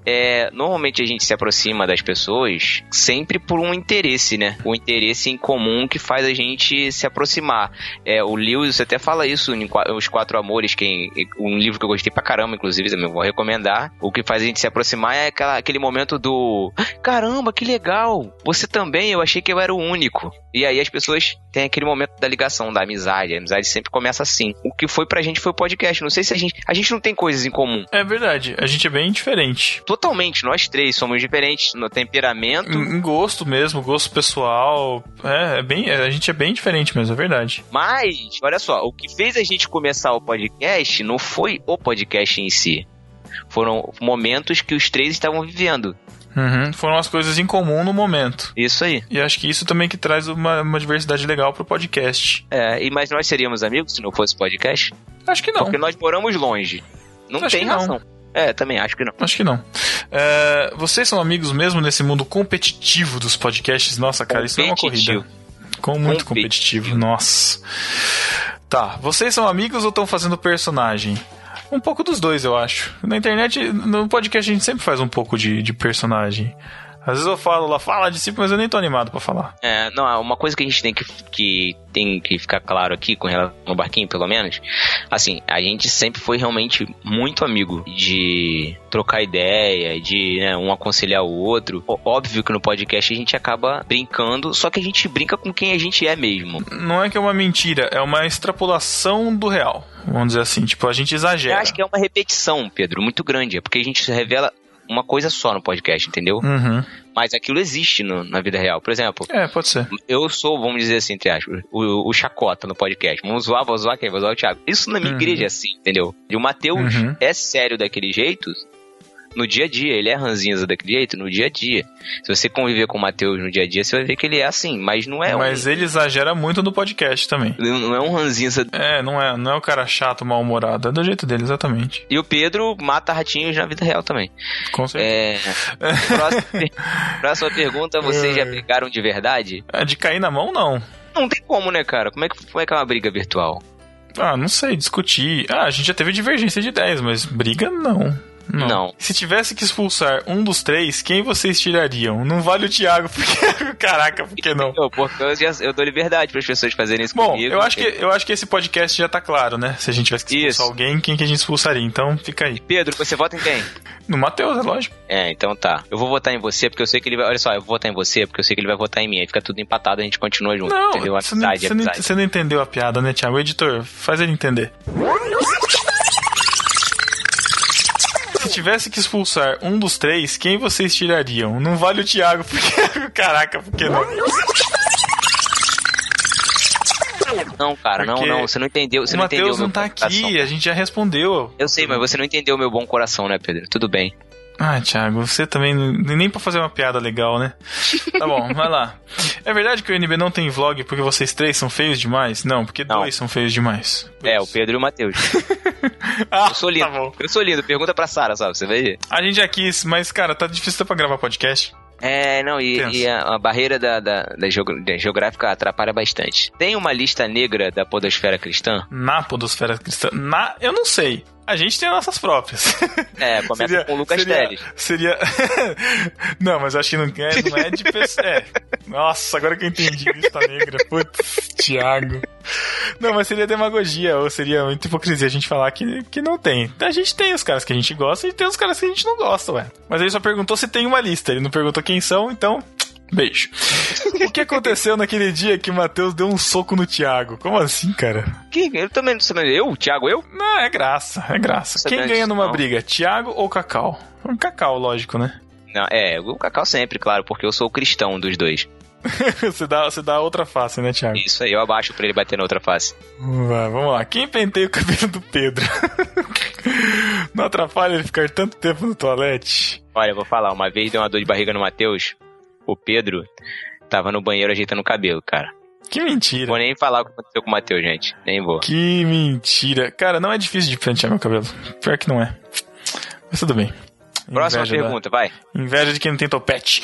S2: é, normalmente a gente se aproxima das pessoas sempre por um interesse, né? O interesse em comum que faz a gente se aproximar. É, o Lewis até fala isso em Qua- Os Quatro Amores, que é um livro que eu gostei pra caramba, inclusive, também vou recomendar. O que faz a gente se aproximar é aquela- aquele momento do caramba, que legal! Você também, eu achei que eu era o único. E aí as pessoas têm aquele momento da ligação, da amizade. A amizade sempre começa assim. O que foi pra gente foi o podcast. Não sei se a gente. A gente não tem coisas em comum.
S1: É verdade, a gente é bem diferente.
S2: Totalmente, nós três somos diferentes no temperamento,
S1: Em em gosto mesmo, gosto pessoal. É, é bem, é, a gente é bem diferente mesmo, é verdade.
S2: Mas, olha só, o que fez a gente começar o podcast não foi o podcast em si. Foram momentos que os três estavam vivendo.
S1: Uhum, Foram as coisas em comum no momento.
S2: Isso aí.
S1: E acho que isso também que traz uma, uma diversidade legal pro podcast.
S2: É, e mas nós seríamos amigos se não fosse podcast?
S1: Acho que não.
S2: Porque nós moramos longe. Não
S1: Acho
S2: tem
S1: que não.
S2: razão. É, também acho que não.
S1: Acho que não. É, vocês são amigos mesmo nesse mundo competitivo dos podcasts? Nossa, cara, isso é uma corrida.
S2: Competitivo.
S1: Com muito
S2: Competitivo.
S1: competitivo, nossa. Tá, vocês são amigos ou estão fazendo personagem? Um pouco dos dois, eu acho. Na internet, no podcast a gente sempre faz um pouco de, de personagem. Às vezes eu falo lá, fala discípulo, mas eu nem tô animado pra falar.
S2: É, não, uma coisa que a gente tem que, que, tem que ficar claro aqui, com relação ao barquinho, pelo menos, assim, a gente sempre foi realmente muito amigo de trocar ideia, de né, um aconselhar o outro. Ó- Óbvio que no podcast a gente acaba brincando, só que a gente brinca com quem a gente é mesmo.
S1: Não é que é uma mentira, é uma extrapolação do real. Vamos dizer assim, tipo, a gente
S2: Eu
S1: exagera.
S2: acho que é uma repetição, Pedro, muito grande. É porque a gente se revela uma coisa só no podcast, entendeu?
S1: Uhum.
S2: Mas aquilo existe no- na vida real. Por exemplo,
S1: É, pode ser.
S2: eu sou, vamos dizer assim, entre aspas, o, o chacota no podcast. Vamos zoar, vou zoar quem? Vou zoar o Thiago. Isso na minha
S1: Uhum.
S2: igreja é assim, entendeu? E o Matheus
S1: Uhum.
S2: é sério daquele jeito no dia a dia. Ele é ranzinza daquele jeito no dia a dia. Se você conviver com o Matheus no dia a dia, você vai ver que ele é assim. Mas não é
S1: mas
S2: um...
S1: ele exagera muito no podcast também.
S2: Não é um ranzinza.
S1: É, não é, não é o cara chato, mal-humorado, é do jeito dele, exatamente.
S2: E o Pedro mata ratinhos na vida real também.
S1: Com certeza.
S2: É... Próxima, próxima pergunta, vocês já brigaram de verdade?
S1: É, de cair na mão, não.
S2: Não tem como, né, cara? Como é que, como é, que é uma briga virtual?
S1: Ah, não sei, discutir. Ah, a gente já teve divergência de ideias, mas briga não. Não.
S2: Não.
S1: Se tivesse que expulsar um dos três, quem vocês tirariam? Não vale o Thiago, porque. Caraca, por que não?
S2: Eu, porque eu, já- eu dou liberdade para as pessoas fazerem isso
S1: Bom,
S2: comigo.
S1: eu acho, que, eu acho que esse podcast já tá claro, né? Se a gente tivesse que expulsar
S2: Isso.
S1: alguém, quem que a gente expulsaria? Então fica aí.
S2: Pedro, você vota em quem?
S1: No Matheus, é lógico.
S2: É, então tá. Eu vou votar em você porque eu sei que ele vai. Olha só, eu vou votar em você porque eu sei que ele vai votar em mim. Aí fica tudo empatado, a gente continua junto.
S1: Não,
S2: entendeu?
S1: você não,
S2: Amizade,
S1: você, não,
S2: amizade.
S1: você não entendeu a piada, né, Thiago? Editor, faz ele entender. Se tivesse que expulsar um dos três, quem vocês tirariam? Não vale o Thiago, porque. Caraca, por que não?
S2: Não, cara, não,
S1: Porque
S2: não. Você não entendeu. Você
S1: o
S2: não entendeu.
S1: Matheus
S2: meu
S1: não tá
S2: bom coração.
S1: aqui, a gente já respondeu.
S2: Eu sei, mas você não entendeu meu bom coração, né, Pedro? Tudo bem.
S1: Ah, Thiago, você também. não- Nem pra fazer uma piada legal, né? Tá bom, vai lá. É verdade que o NB não tem vlog porque vocês três são feios demais? Não, porque
S2: Não.
S1: dois são feios demais.
S2: É, o Pedro e o Matheus.
S1: Ah,
S2: Eu sou lindo.
S1: tá bom.
S2: eu sou lindo. Pergunta pra Sara, sabe? Você vai ver.
S1: A gente já quis, mas, cara, tá difícil até pra gravar podcast.
S2: É, não, e,
S1: Tenso.
S2: e a, a barreira da, da- da geogra- da geográfica atrapalha bastante. Tem uma lista negra da Podosfera Cristã?
S1: Na Podosfera Cristã. Na. Eu não sei. A gente tem nossas próprias.
S2: É, começa
S1: Seria-
S2: com o Lucas
S1: seria,
S2: Teles.
S1: Seria. não, mas eu acho que não é, não é de pessoa. É. Nossa, agora que eu entendi lista negra. Putz, Thiago. Não, mas seria demagogia, ou seria muita hipocrisia a gente falar que, que não tem. A gente tem os caras que a gente gosta e tem os caras que a gente não gosta, ué. Mas ele só perguntou se tem uma lista, ele não perguntou quem são, então. Beijo. O que aconteceu naquele dia que o Matheus deu um soco no Thiago? Como assim, cara?
S2: Quem? Eu também não sei. mas Eu? Thiago, eu?
S1: Não, é graça, é graça.
S2: Você
S1: Quem
S2: ganha
S1: ganha
S2: isso,
S1: numa
S2: não.
S1: briga, Thiago ou Cacau? Um Cacau, lógico, né?
S2: Não, é, o Cacau sempre, claro, porque eu sou o cristão dos dois.
S1: você, dá, você dá outra face, né, Thiago?
S2: Isso aí, eu abaixo pra ele bater na outra face.
S1: Vai, vamos lá. Quem penteia o cabelo do Pedro? Não atrapalha ele ficar tanto tempo no toalete.
S2: Olha, eu vou falar, uma vez deu uma dor de barriga no Matheus, o Pedro tava no banheiro ajeitando o cabelo, cara.
S1: Que
S2: Não
S1: mentira.
S2: vou nem falar o que aconteceu com o Matheus, gente. Nem vou.
S1: Que mentira. Cara, não é difícil de pentear meu cabelo. Pior que não é. Mas tudo bem.
S2: Próxima
S1: Inveja da-
S2: pergunta, vai.
S1: Inveja de quem não tem topete.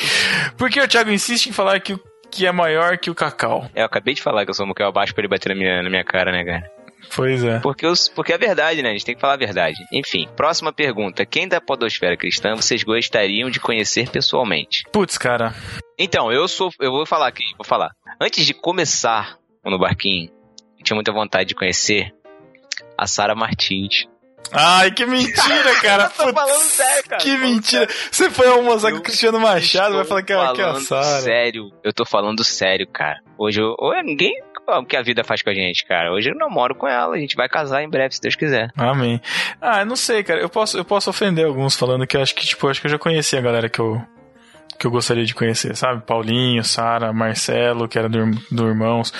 S1: Por que o Thiago insiste em falar que, o- que é maior que o Cacau?
S2: Eu acabei de falar que eu sou um eu abaixo pra ele bater na minha, na minha cara, né, cara?
S1: Pois é.
S2: Porque, os, porque é verdade, né? A gente tem que falar a verdade. Enfim, próxima pergunta. Quem da Podosfera Cristã vocês gostariam de conhecer pessoalmente?
S1: Putz, cara.
S2: Então, eu sou. Eu vou falar aqui, vou falar. Antes de começar no barquinho, eu tinha muita vontade de conhecer a Sara Martins.
S1: Ai, que mentira, cara.
S2: Eu tô
S1: Putz,
S2: falando sério, cara.
S1: Que
S2: Tô
S1: mentira. Você foi ao mosaico
S2: Eu
S1: Cristiano Machado, vai
S2: Estou
S1: falar que é, que é a
S2: falando
S1: Sara.
S2: Sério, eu tô falando sério, cara. Hoje eu. ou é ninguém. O que a vida faz com a gente, cara? Hoje eu namoro com ela, a gente vai casar em breve, se Deus quiser.
S1: Amém. Ah, eu não sei, cara. Eu posso, eu posso ofender alguns falando que eu acho que, tipo, eu acho que eu já conheci a galera que eu, que eu gostaria de conhecer, sabe? Paulinho, Sara, Marcelo, que era do, ir- do Irmãos,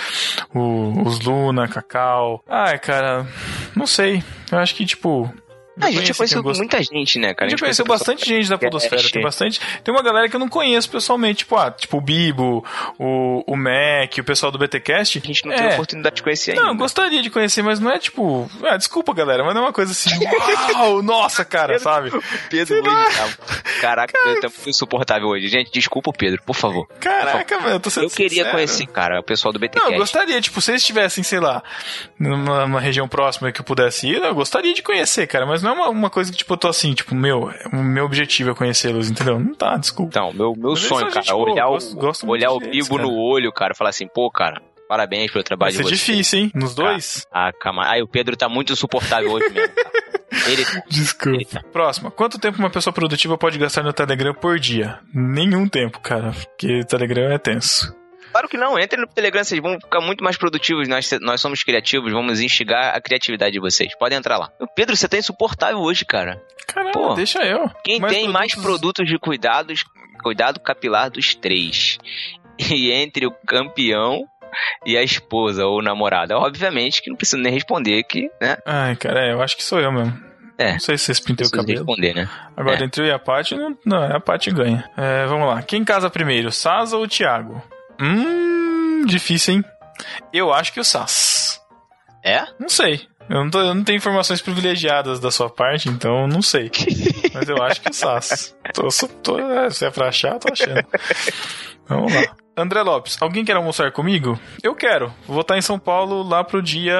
S1: o, os Luna, Cacau. Ai, cara, não sei. Eu acho que, tipo. já
S2: a gente
S1: conheci
S2: já
S1: quem
S2: conheceu
S1: eu gost-
S2: muita gente, né, cara?
S1: a gente conheceu bastante gente da
S2: podcast.
S1: Podosfera. Tem bastante. Tem uma galera que eu não conheço pessoalmente, tipo, ah, tipo o Bibo, o, o Mac, o pessoal do BTcast.
S2: A gente não
S1: é.
S2: teve oportunidade de conhecer ainda.
S1: Não, eu gostaria de conhecer, mas não é tipo. Ah, desculpa, galera, mas não é uma coisa assim. Uau, nossa, cara, sabe?
S2: Pedro
S1: Sei lá.
S2: Luiz Gustavo. Caraca, eu tô muito insuportável hoje. Gente, desculpa o Pedro, por favor.
S1: Caraca, velho, eu tô sendo
S2: Eu queria
S1: sincero.
S2: conhecer, cara, o pessoal do BTQ.
S1: Não, eu gostaria, tipo, se eles estivessem, sei lá, numa, numa região próxima que eu pudesse ir, eu gostaria de conhecer, cara, mas não é uma, uma coisa que, tipo, eu tô assim, tipo, meu, o meu objetivo é conhecê-los, entendeu? Não tá, desculpa.
S2: Então, meu, meu
S1: Mas eles
S2: sonho,
S1: são
S2: cara,
S1: gente boa,
S2: olhar,
S1: gosto-
S2: o,
S1: gosto muito
S2: olhar o
S1: deles,
S2: Bibo
S1: cara.
S2: no olho, cara, falar assim, pô, cara, parabéns pelo
S1: Vai
S2: trabalho
S1: ser
S2: de vocês.
S1: difícil, hein? Nos dois?
S2: Ah, calma. Ai, o Pedro tá muito insuportável hoje mesmo. cara. Ele tá. Ele
S1: Desculpa.
S2: tá.
S1: Próxima. Quanto tempo uma pessoa produtiva pode gastar no Telegram por dia? Nenhum tempo, cara, porque o Telegram é tenso.
S2: Claro que não, entrem no Telegram, vocês vão ficar muito mais produtivos. Nós, nós somos criativos, vamos instigar a criatividade de vocês. Podem entrar lá. O Pedro, você tá insuportável hoje, cara.
S1: Caramba,
S2: Pô,
S1: deixa eu.
S2: Quem tem mais produtos de cuidados, cuidado capilar dos três. E entre o campeão e a esposa ou namorada. Obviamente que não preciso nem responder que, né?
S1: Ai, cara, é, eu acho que sou eu mesmo.
S2: É.
S1: Não sei se vocês
S2: Não
S1: pintem o
S2: preciso
S1: cabelo.
S2: responder, né?
S1: Agora,
S2: É.
S1: entre eu e a Paty, não, não, a Paty ganha. É, vamos lá. Quem casa primeiro, Sasa ou Thiago? Hum, difícil, hein? Eu acho que o Sas.
S2: É?
S1: Não sei. Eu não, tô- eu não tenho informações privilegiadas da sua parte, então não sei. Mas eu acho que o Sas. Tô, só- tô- é, se é pra achar, eu tô achando. Vamos lá. André Lopes, alguém quer almoçar comigo? Eu quero. Vou estar em São Paulo lá pro dia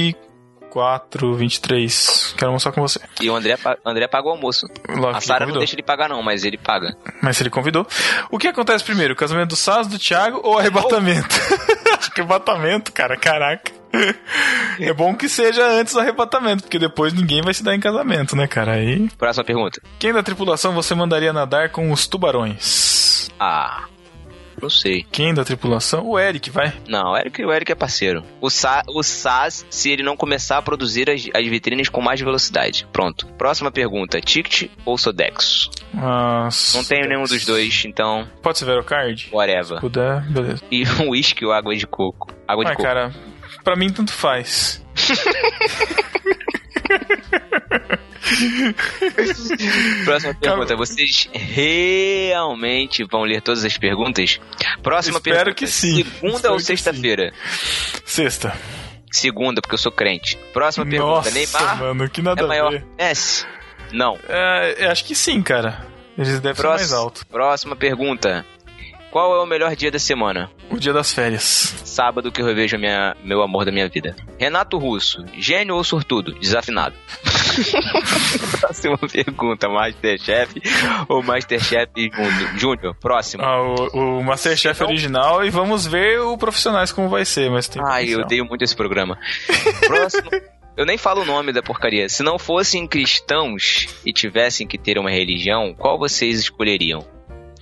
S1: 24, 23. Quero almoçar com você.
S2: E o André, pa- André paga o almoço.
S1: Logo que
S2: A
S1: ele
S2: Sara não
S1: convidou.
S2: deixa ele pagar, não, mas ele paga.
S1: Mas ele convidou. O que acontece primeiro? O casamento do Saz, do Thiago ou arrebatamento? Acho que arrebatamento, cara, caraca. É bom que seja antes do arrebatamento, porque depois ninguém vai se dar em casamento, né, cara? Aí.
S2: Próxima pergunta.
S1: Quem da tripulação você mandaria nadar com os tubarões?
S2: Ah. Não sei.
S1: Quem da tripulação? O Eric, vai.
S2: Não, o Eric, o Eric é parceiro. O, Sa, o Saz, se ele não começar a produzir as, as vitrines com mais velocidade. Pronto. Próxima pergunta. Ticket ou Sodexo?
S1: Ah,
S2: Não tenho nenhum dos dois, então,
S1: Pode ser Verocard? Se
S2: whatever.
S1: puder, beleza.
S2: E um uísque ou água de coco? Água de
S1: Ai,
S2: coco.
S1: cara, pra mim tanto faz.
S2: Próxima
S1: Calma.
S2: pergunta. Vocês realmente vão ler todas as perguntas? Próxima
S1: Espero
S2: pergunta.
S1: que sim.
S2: Segunda
S1: Espero
S2: ou
S1: que
S2: sexta-feira?
S1: Sexta.
S2: Segunda, porque eu sou crente. Próxima pergunta.
S1: Nossa,
S2: Neymar
S1: mano, que
S2: é
S1: nada a
S2: maior
S1: ver.
S2: S? Não.
S1: É, eu acho que sim, cara. Eles devem ser mais
S2: Próximo-
S1: alto.
S2: Próxima pergunta. Qual é o melhor dia da semana?
S1: O dia das férias.
S2: Sábado que eu revejo minha, meu amor da minha vida. Renato Russo, gênio ou sortudo? Desafinado. Próxima pergunta, Masterchef ou Masterchef Júnior? Júnior, próximo.
S1: Ah, o, o Masterchef
S2: Então-
S1: original e vamos ver o Profissionais como vai ser, mas tem
S2: Ai, eu
S1: potencial.
S2: odeio muito esse programa. Próximo. Eu nem falo o nome da porcaria. Se não fossem cristãos e tivessem que ter uma religião, qual vocês escolheriam?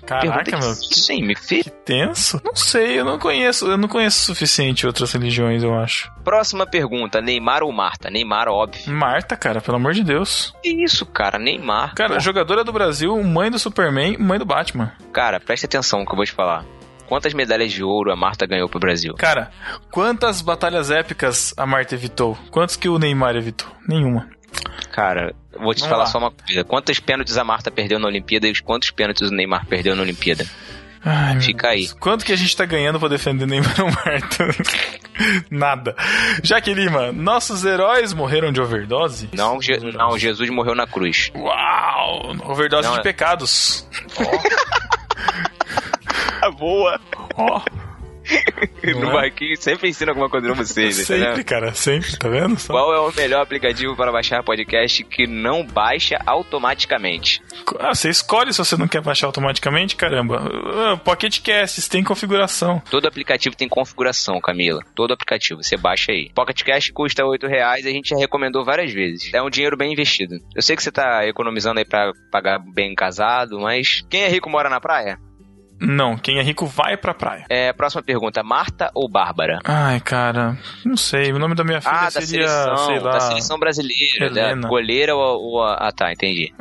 S1: Caraca,
S2: Pergunta
S1: mano,
S2: que sim, me fiz.
S1: que tenso. Não sei, eu não conheço, eu não conheço o suficiente outras religiões, eu acho.
S2: Próxima pergunta, Neymar ou Marta? Neymar, óbvio.
S1: Marta, cara, pelo amor de Deus.
S2: Que isso, cara? Neymar.
S1: Cara, jogadora do Brasil, mãe do Superman, mãe do Batman.
S2: Cara, presta atenção no que eu vou te falar. Quantas medalhas de ouro a Marta ganhou pro Brasil?
S1: Cara, quantas batalhas épicas a Marta evitou? Quantos que o Neymar evitou? Nenhuma.
S2: Cara, eu vou te
S1: Vamos
S2: falar
S1: lá.
S2: só uma coisa. Quantos pênaltis a Marta perdeu na Olimpíada e os quantos pênaltis o Neymar perdeu na Olimpíada?
S1: Ai, meu
S2: Fica aí.
S1: Quanto que a gente tá ganhando pra defender Neymar ou Marta? Nada. Jaque Lima, nossos heróis morreram de overdose?
S2: Não, Je- não, Jesus morreu na cruz.
S1: Uau! Overdose
S2: Não,
S1: de
S2: é-
S1: pecados.
S2: Tá Boa!
S1: Ó,
S2: No
S1: Não é?
S2: barquinho sempre ensina alguma coisa pra vocês,
S1: sempre,
S2: entendeu?
S1: cara, sempre, tá vendo? Só-
S2: Qual é o melhor aplicativo para baixar podcast que não baixa automaticamente?
S1: Ah, você escolhe se você não quer baixar automaticamente, caramba. Ah, Pocket Casts, tem configuração.
S2: Todo aplicativo tem configuração, Camila. Todo aplicativo, você baixa aí. Pocket Cash custa R$ 8 reais, a gente já recomendou várias vezes. É um dinheiro bem investido. Eu sei que você tá economizando aí pra pagar bem casado, mas quem é rico mora na praia?
S1: Não, quem é rico vai pra praia.
S2: É, próxima pergunta, Marta ou Bárbara?
S1: Ai, cara, não sei. O nome da minha filha
S2: Ah, da
S1: seria,
S2: seleção,
S1: sei lá.
S2: da seleção brasileira,
S1: Helena.
S2: da goleira ou, ou a... Ah, tá, entendi.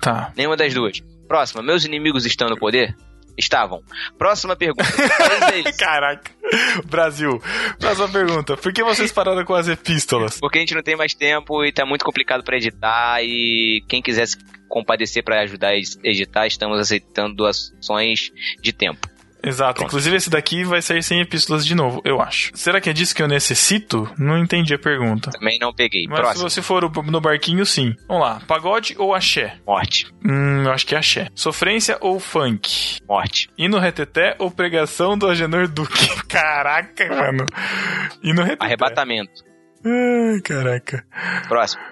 S1: Tá.
S2: Nenhuma das duas. Próxima, meus inimigos estão no poder? Estavam. Próxima pergunta. Quais deles?
S1: Caraca. Brasil. Próxima pergunta. Por que vocês pararam com as epístolas?
S2: Porque a gente não tem mais tempo e tá muito complicado pra editar e quem quiser se compadecer pra ajudar a editar, estamos aceitando doações de tempo.
S1: Exato. Inclusive esse daqui vai sair sem epístolas de novo, eu acho. Será que é disso que eu necessito? Não entendi a pergunta.
S2: Também não peguei.
S1: Mas
S2: Próximo.
S1: se você for o- no barquinho, sim. Vamos lá. Pagode ou axé?
S2: Morte.
S1: Hum, eu acho que é axé. Sofrência ou funk?
S2: Morte.
S1: Hino reteté ou pregação do Agenor Duque? Caraca, mano. Hino reteté.
S2: Arrebatamento.
S1: Ai, caraca.
S2: Próximo.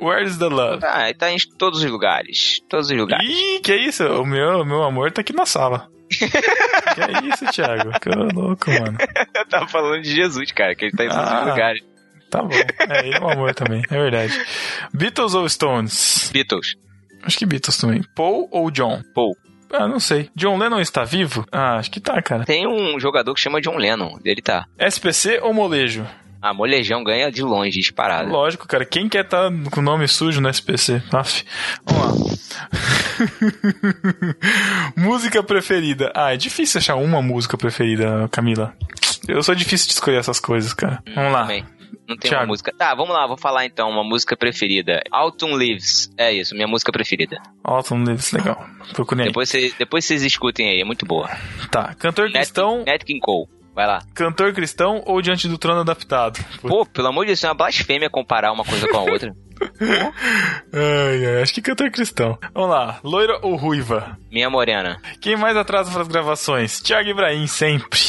S1: Where's the love?
S2: Ah, aí tá em todos os lugares. Todos os lugares.
S1: Ih, que isso? O meu, meu amor tá aqui na sala. que isso, Thiago? Que louco, mano.
S2: Eu tava tá falando de Jesus, cara, que ele tá em todos
S1: Ah.
S2: os lugares.
S1: Tá bom. É, ele é um amor também, é verdade. Beatles ou Stones?
S2: Beatles.
S1: Acho que Beatles também. Paul ou John?
S2: Paul.
S1: Ah, não sei. John Lennon está vivo? Ah, acho que tá, cara.
S2: Tem um jogador que chama John Lennon. Ele tá.
S1: SPC ou Molejo?
S2: Ah, molejão ganha de longe, disparado.
S1: Lógico, cara. Quem quer tá com o nome sujo no SPC? Aff. Vamos lá. música preferida. Ah, é difícil achar uma música preferida, Camila. Eu sou difícil de escolher essas coisas, cara. Vamos lá.
S2: Hum, Também. Não tem
S1: Thiago.
S2: uma música. Tá, vamos lá, vou falar então uma música preferida. Autumn Leaves. É isso, minha música preferida.
S1: Autumn Leaves, legal. Procurei. aí.
S2: Depois, cê, depois vocês escutem aí, é muito boa.
S1: Tá. Cantor
S2: Nat,
S1: cristão,
S2: Nat King Cole. Vai lá.
S1: cantor cristão ou Diante do Trono adaptado?
S2: Pô, pelo amor de Deus, é uma blasfêmia comparar uma coisa com a outra.
S1: Ai, ai, acho que cantor cristão. Vamos lá. Loira ou ruiva?
S2: Minha morena.
S1: Quem mais atrasa para as gravações? Thiago Ibrahim, sempre.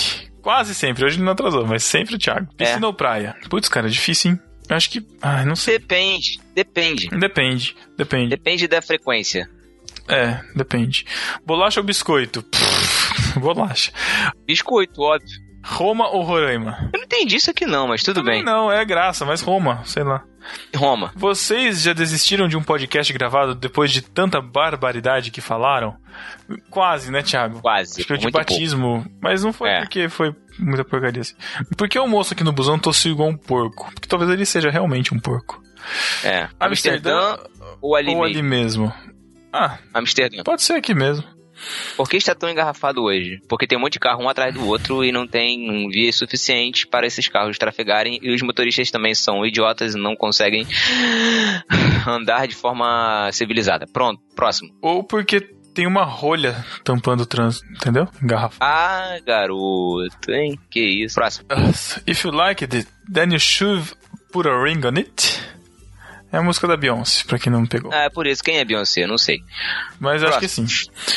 S1: Quase sempre. Hoje ele não atrasou, mas sempre o Thiago.
S2: É.
S1: Piscina ou praia? Putz, cara, é difícil, hein? Eu Acho que. Ai, não sei.
S2: Depende, depende.
S1: Depende. Depende.
S2: Depende da frequência.
S1: É, depende. Bolacha ou biscoito? Pff, bolacha.
S2: Biscoito, óbvio.
S1: Roma ou Roraima?
S2: Eu não entendi isso aqui não, mas tudo bem.
S1: Não, é graça, mas Roma, sei lá.
S2: Roma.
S1: Vocês já desistiram de um podcast gravado depois de tanta barbaridade que falaram? Quase, né, Thiago?
S2: Quase.
S1: Acho que eu de
S2: Tipo, muito pouco.
S1: batismo. Mas não foi
S2: É.
S1: porque foi muita porcaria assim. Por que o moço aqui no busão tossiu igual um porco? Porque talvez ele seja realmente um porco.
S2: É. Amsterdã, ou ali
S1: ou ali
S2: mesmo?
S1: mesmo? Ah,
S2: Amsterdã.
S1: pode ser aqui mesmo.
S2: Por que está tão engarrafado hoje? Porque tem um monte de carro um atrás do outro e não tem vias suficientes para esses carros trafegarem e os motoristas também são idiotas e não conseguem andar de forma civilizada. Pronto, próximo.
S1: Ou porque tem uma rolha tampando o trânsito, entendeu? Garrafa.
S2: Ah, garoto, hein? Que isso. Próximo.
S1: If you like it, then you should put a ring on it. É a música da Beyoncé, pra quem não pegou.
S2: Ah, é por isso. Quem é Beyoncé? Não sei.
S1: Mas acho que sim.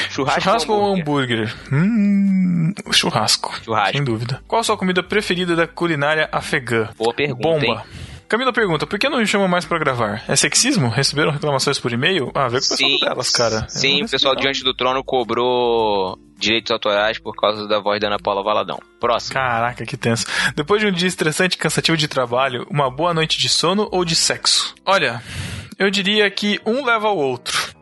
S2: Churrasco,
S1: Churrasco ou hambúrguer? Hum, churrasco.
S2: Churrasco.
S1: Sem dúvida. Qual a sua comida preferida da culinária afegã?
S2: Boa pergunta,
S1: Bomba.
S2: hein?
S1: Camila pergunta, por que não me chamam mais pra gravar? É sexismo? Receberam reclamações por e-mail? Ah, vê com o pessoal
S2: Sim,
S1: delas, cara. É Eu não
S2: sim o
S1: recebi,
S2: pessoal
S1: não.
S2: diante do trono cobrou direitos autorais por causa da voz da Ana Paula Valadão. Próximo.
S1: Caraca, que tenso. Depois de um dia estressante e cansativo de trabalho, uma boa noite de sono ou de sexo? Olha, eu diria que um leva ao outro.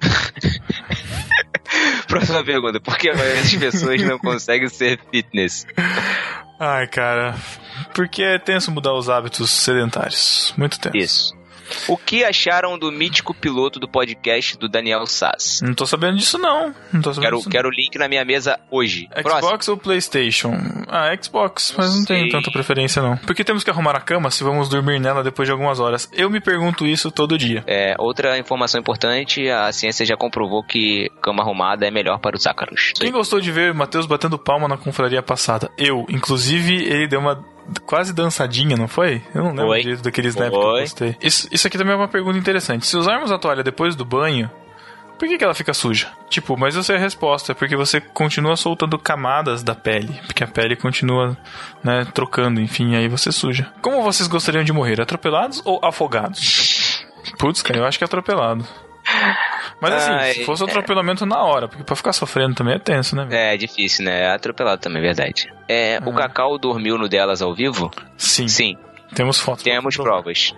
S2: Próxima pergunta. Por que a maioria das pessoas não consegue ser fitness?
S1: Ai, cara, porque é tenso mudar os hábitos sedentários. Muito tenso.
S2: Isso. O que acharam do mítico piloto do podcast do Daniel Sass?
S1: Não tô sabendo disso, não. Não tô sabendo
S2: Quero,
S1: disso, não.
S2: quero o link na minha mesa hoje. Próximo.
S1: Xbox ou PlayStation? Ah, Xbox, mas não tenho
S2: sei.
S1: tanta preferência não. Porque temos que arrumar a cama se vamos dormir nela depois de algumas horas. Eu me pergunto isso todo dia.
S2: É, outra informação importante, a ciência já comprovou que cama arrumada é melhor para os ácaros.
S1: Quem gostou de ver o Matheus batendo palma na confraria passada? Eu, inclusive, ele deu uma quase dançadinha, não foi? Eu não lembro
S2: Foi.
S1: direito daquele snap que eu
S2: Foi.
S1: postei. Isso, isso aqui também é uma pergunta interessante. Se usarmos a toalha depois do banho, por que, que ela fica suja? Tipo, mas eu sei a resposta, é porque você continua soltando camadas da pele, porque a pele continua, né, trocando, enfim, aí você suja. Como vocês gostariam de morrer, atropelados ou afogados? Putz, cara, eu acho que é atropelado. Mas assim,
S2: Ai,
S1: se fosse atropelamento na hora, porque pra ficar sofrendo também é tenso, né? velho?
S2: É, difícil, né? Atropelado também, é verdade. É, O
S1: Ah.
S2: Cacau dormiu no delas ao vivo?
S1: Sim,
S2: É, Sim,
S1: temos fotos.
S2: temos provas.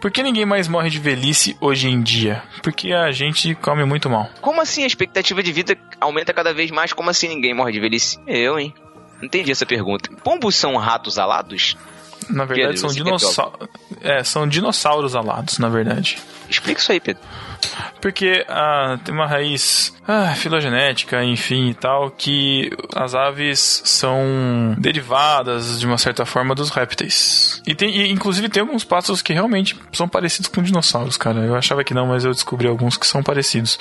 S1: Por que ninguém mais morre de velhice hoje em dia? Porque a gente come muito mal.
S2: Como assim a expectativa de vida aumenta cada vez mais? Como assim ninguém morre de velhice? Eu, hein? Não Entendi essa pergunta. Pombos são ratos alados?
S1: Na verdade,
S2: Pedro,
S1: são,
S2: você
S1: dinossau... é, são dinossauros alados, na verdade.
S2: Explica isso aí, Pedro.
S1: Porque ah, tem uma raiz ah, filogenética, enfim e tal, que as aves são derivadas, de uma certa forma, dos répteis. E, tem, e, inclusive tem alguns pássaros que realmente são parecidos com dinossauros, cara. Eu achava que não, mas eu descobri alguns que são parecidos.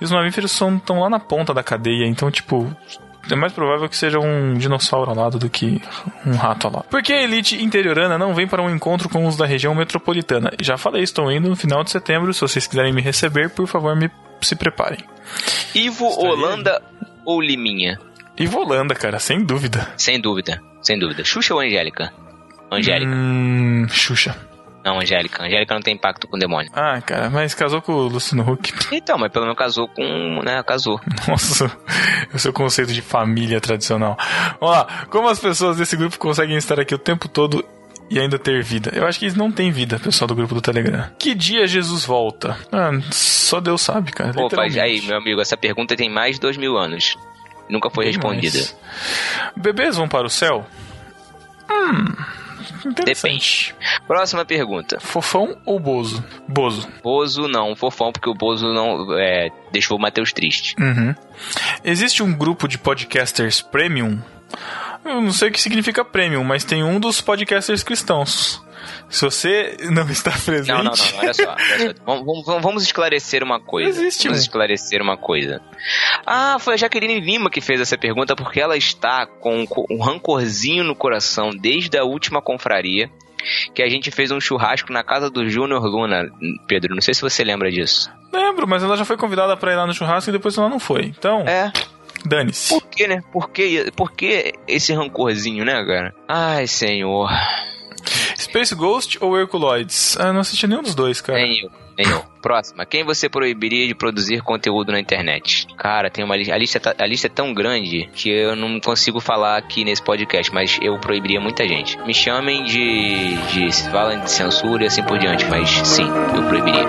S1: E os mamíferos estão lá na ponta da cadeia, então, tipo. é mais provável que seja um dinossauro alado do que um rato alado. Por que a elite interiorana não vem para um encontro com os da região metropolitana? Já falei, estou indo no final de setembro. Se vocês quiserem me receber, por favor, me se preparem.
S2: Ivo,
S1: Estarei
S2: Holanda ou Liminha?
S1: E Volanda, cara, sem dúvida.
S2: Sem dúvida, sem dúvida. Xuxa ou Angélica? Angélica.
S1: Hum, Xuxa.
S2: Não, Angélica. Angélica não tem impacto com o demônio.
S1: Ah, cara, mas casou com o Luciano Huck.
S2: Então, mas pelo menos casou com. né? Casou.
S1: Nossa, é o seu conceito de família tradicional. Vamos lá, como as pessoas desse grupo conseguem estar aqui o tempo todo e ainda ter vida? Eu acho que eles não têm vida, pessoal do grupo do Telegram. Que dia Jesus volta? Ah, só Deus sabe, cara.
S2: Pô, faz
S1: literalmente.
S2: aí, meu amigo, essa pergunta tem mais de dois mil anos. Nunca foi respondida.
S1: Mas- Bebês vão para o céu? Hum, interessante.
S2: Próxima pergunta.
S1: Fofão ou Bozo? Bozo.
S2: Bozo não, fofão, porque o Bozo não é, deixou o Matheus triste.
S1: Uhum. Existe um grupo de podcasters premium? Eu não sei o que significa premium, mas tem um dos podcasters cristãos. Se você não está presente.
S2: Não, não, não, olha só. olha só. Vamos, vamos- vamos esclarecer uma coisa.
S1: Existe
S2: vamos
S1: um.
S2: esclarecer uma coisa. Ah, foi a Jaqueline Lima que fez essa pergunta porque ela está com um co- um rancorzinho no coração desde a última confraria. Que a gente fez um churrasco na casa do Júnior Luna, Pedro. Não sei se você lembra disso.
S1: Lembro, mas ela já foi convidada para ir lá no churrasco e depois ela não foi. Então,
S2: É.
S1: dane-se.
S2: Por que, né? Por que, por que esse rancorzinho, né, cara? Ai, senhor.
S1: Space Ghost ou Herculoids? Ah, não assisti nenhum dos dois, cara.
S2: Nem eu, nem eu. Próxima. Quem você proibiria de produzir conteúdo na internet? Cara, tem uma lista. A lista, tá- a lista é tão grande que eu não consigo falar aqui nesse podcast, mas eu proibiria muita gente. Me chamem de. de se fala de censura e assim por diante, mas sim, eu proibiria.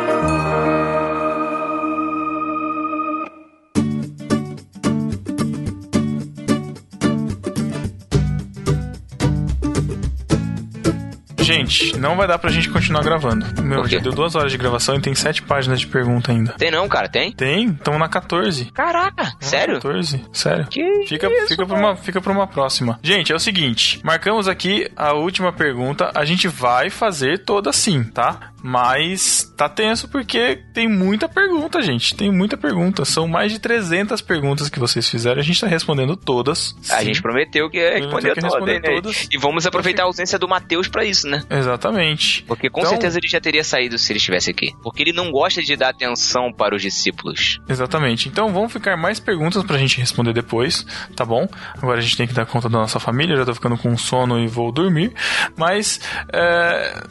S1: Gente, não vai dar pra gente continuar gravando. Meu,
S2: Por quê?
S1: já deu duas horas de gravação e tem sete páginas de pergunta ainda.
S2: Tem não, cara, tem?
S1: Tem? Estamos na 14.
S2: Caraca, sério?
S1: 14? Sério.
S2: Que
S1: Ah, Fica,
S2: isso,
S1: fica, pra uma, fica pra uma próxima. Gente, é o seguinte: marcamos aqui a última pergunta. A gente vai fazer toda sim, tá? Mas tá tenso porque tem muita pergunta, gente. Tem muita pergunta. São mais de 300 perguntas que vocês fizeram. A gente tá respondendo todas.
S2: A
S1: sim.
S2: gente prometeu que ia
S1: Prometeu
S2: responder
S1: que ia
S2: todas,
S1: responder Então
S2: né?
S1: todas.
S2: E vamos aproveitar a ausência do Matheus pra isso, né?
S1: Exatamente.
S2: Porque com
S1: Então-
S2: certeza ele já teria saído se ele estivesse aqui. Porque ele não gosta de dar atenção para os discípulos.
S1: Exatamente. Então vão ficar mais perguntas pra gente responder depois, tá bom? Agora a gente tem que dar conta da nossa família, eu já tô ficando com sono e vou dormir. Mas é,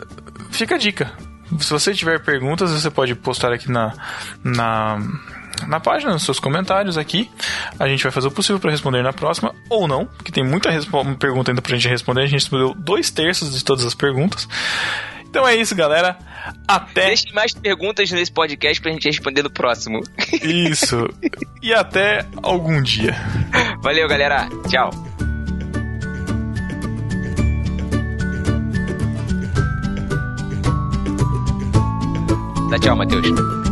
S1: fica a dica. Se você tiver perguntas, você pode postar aqui na, na, na página, nos seus comentários aqui. A gente vai fazer o possível pra responder na próxima, ou não, porque tem muita respo- pergunta ainda pra gente responder. A gente respondeu dois terços de todas as perguntas. Então é isso, galera. Até
S2: Deixe É. mais perguntas nesse podcast pra gente responder no próximo.
S1: isso. e até algum dia.
S2: Valeu, galera. Tchau. Dá tchau, Matheus.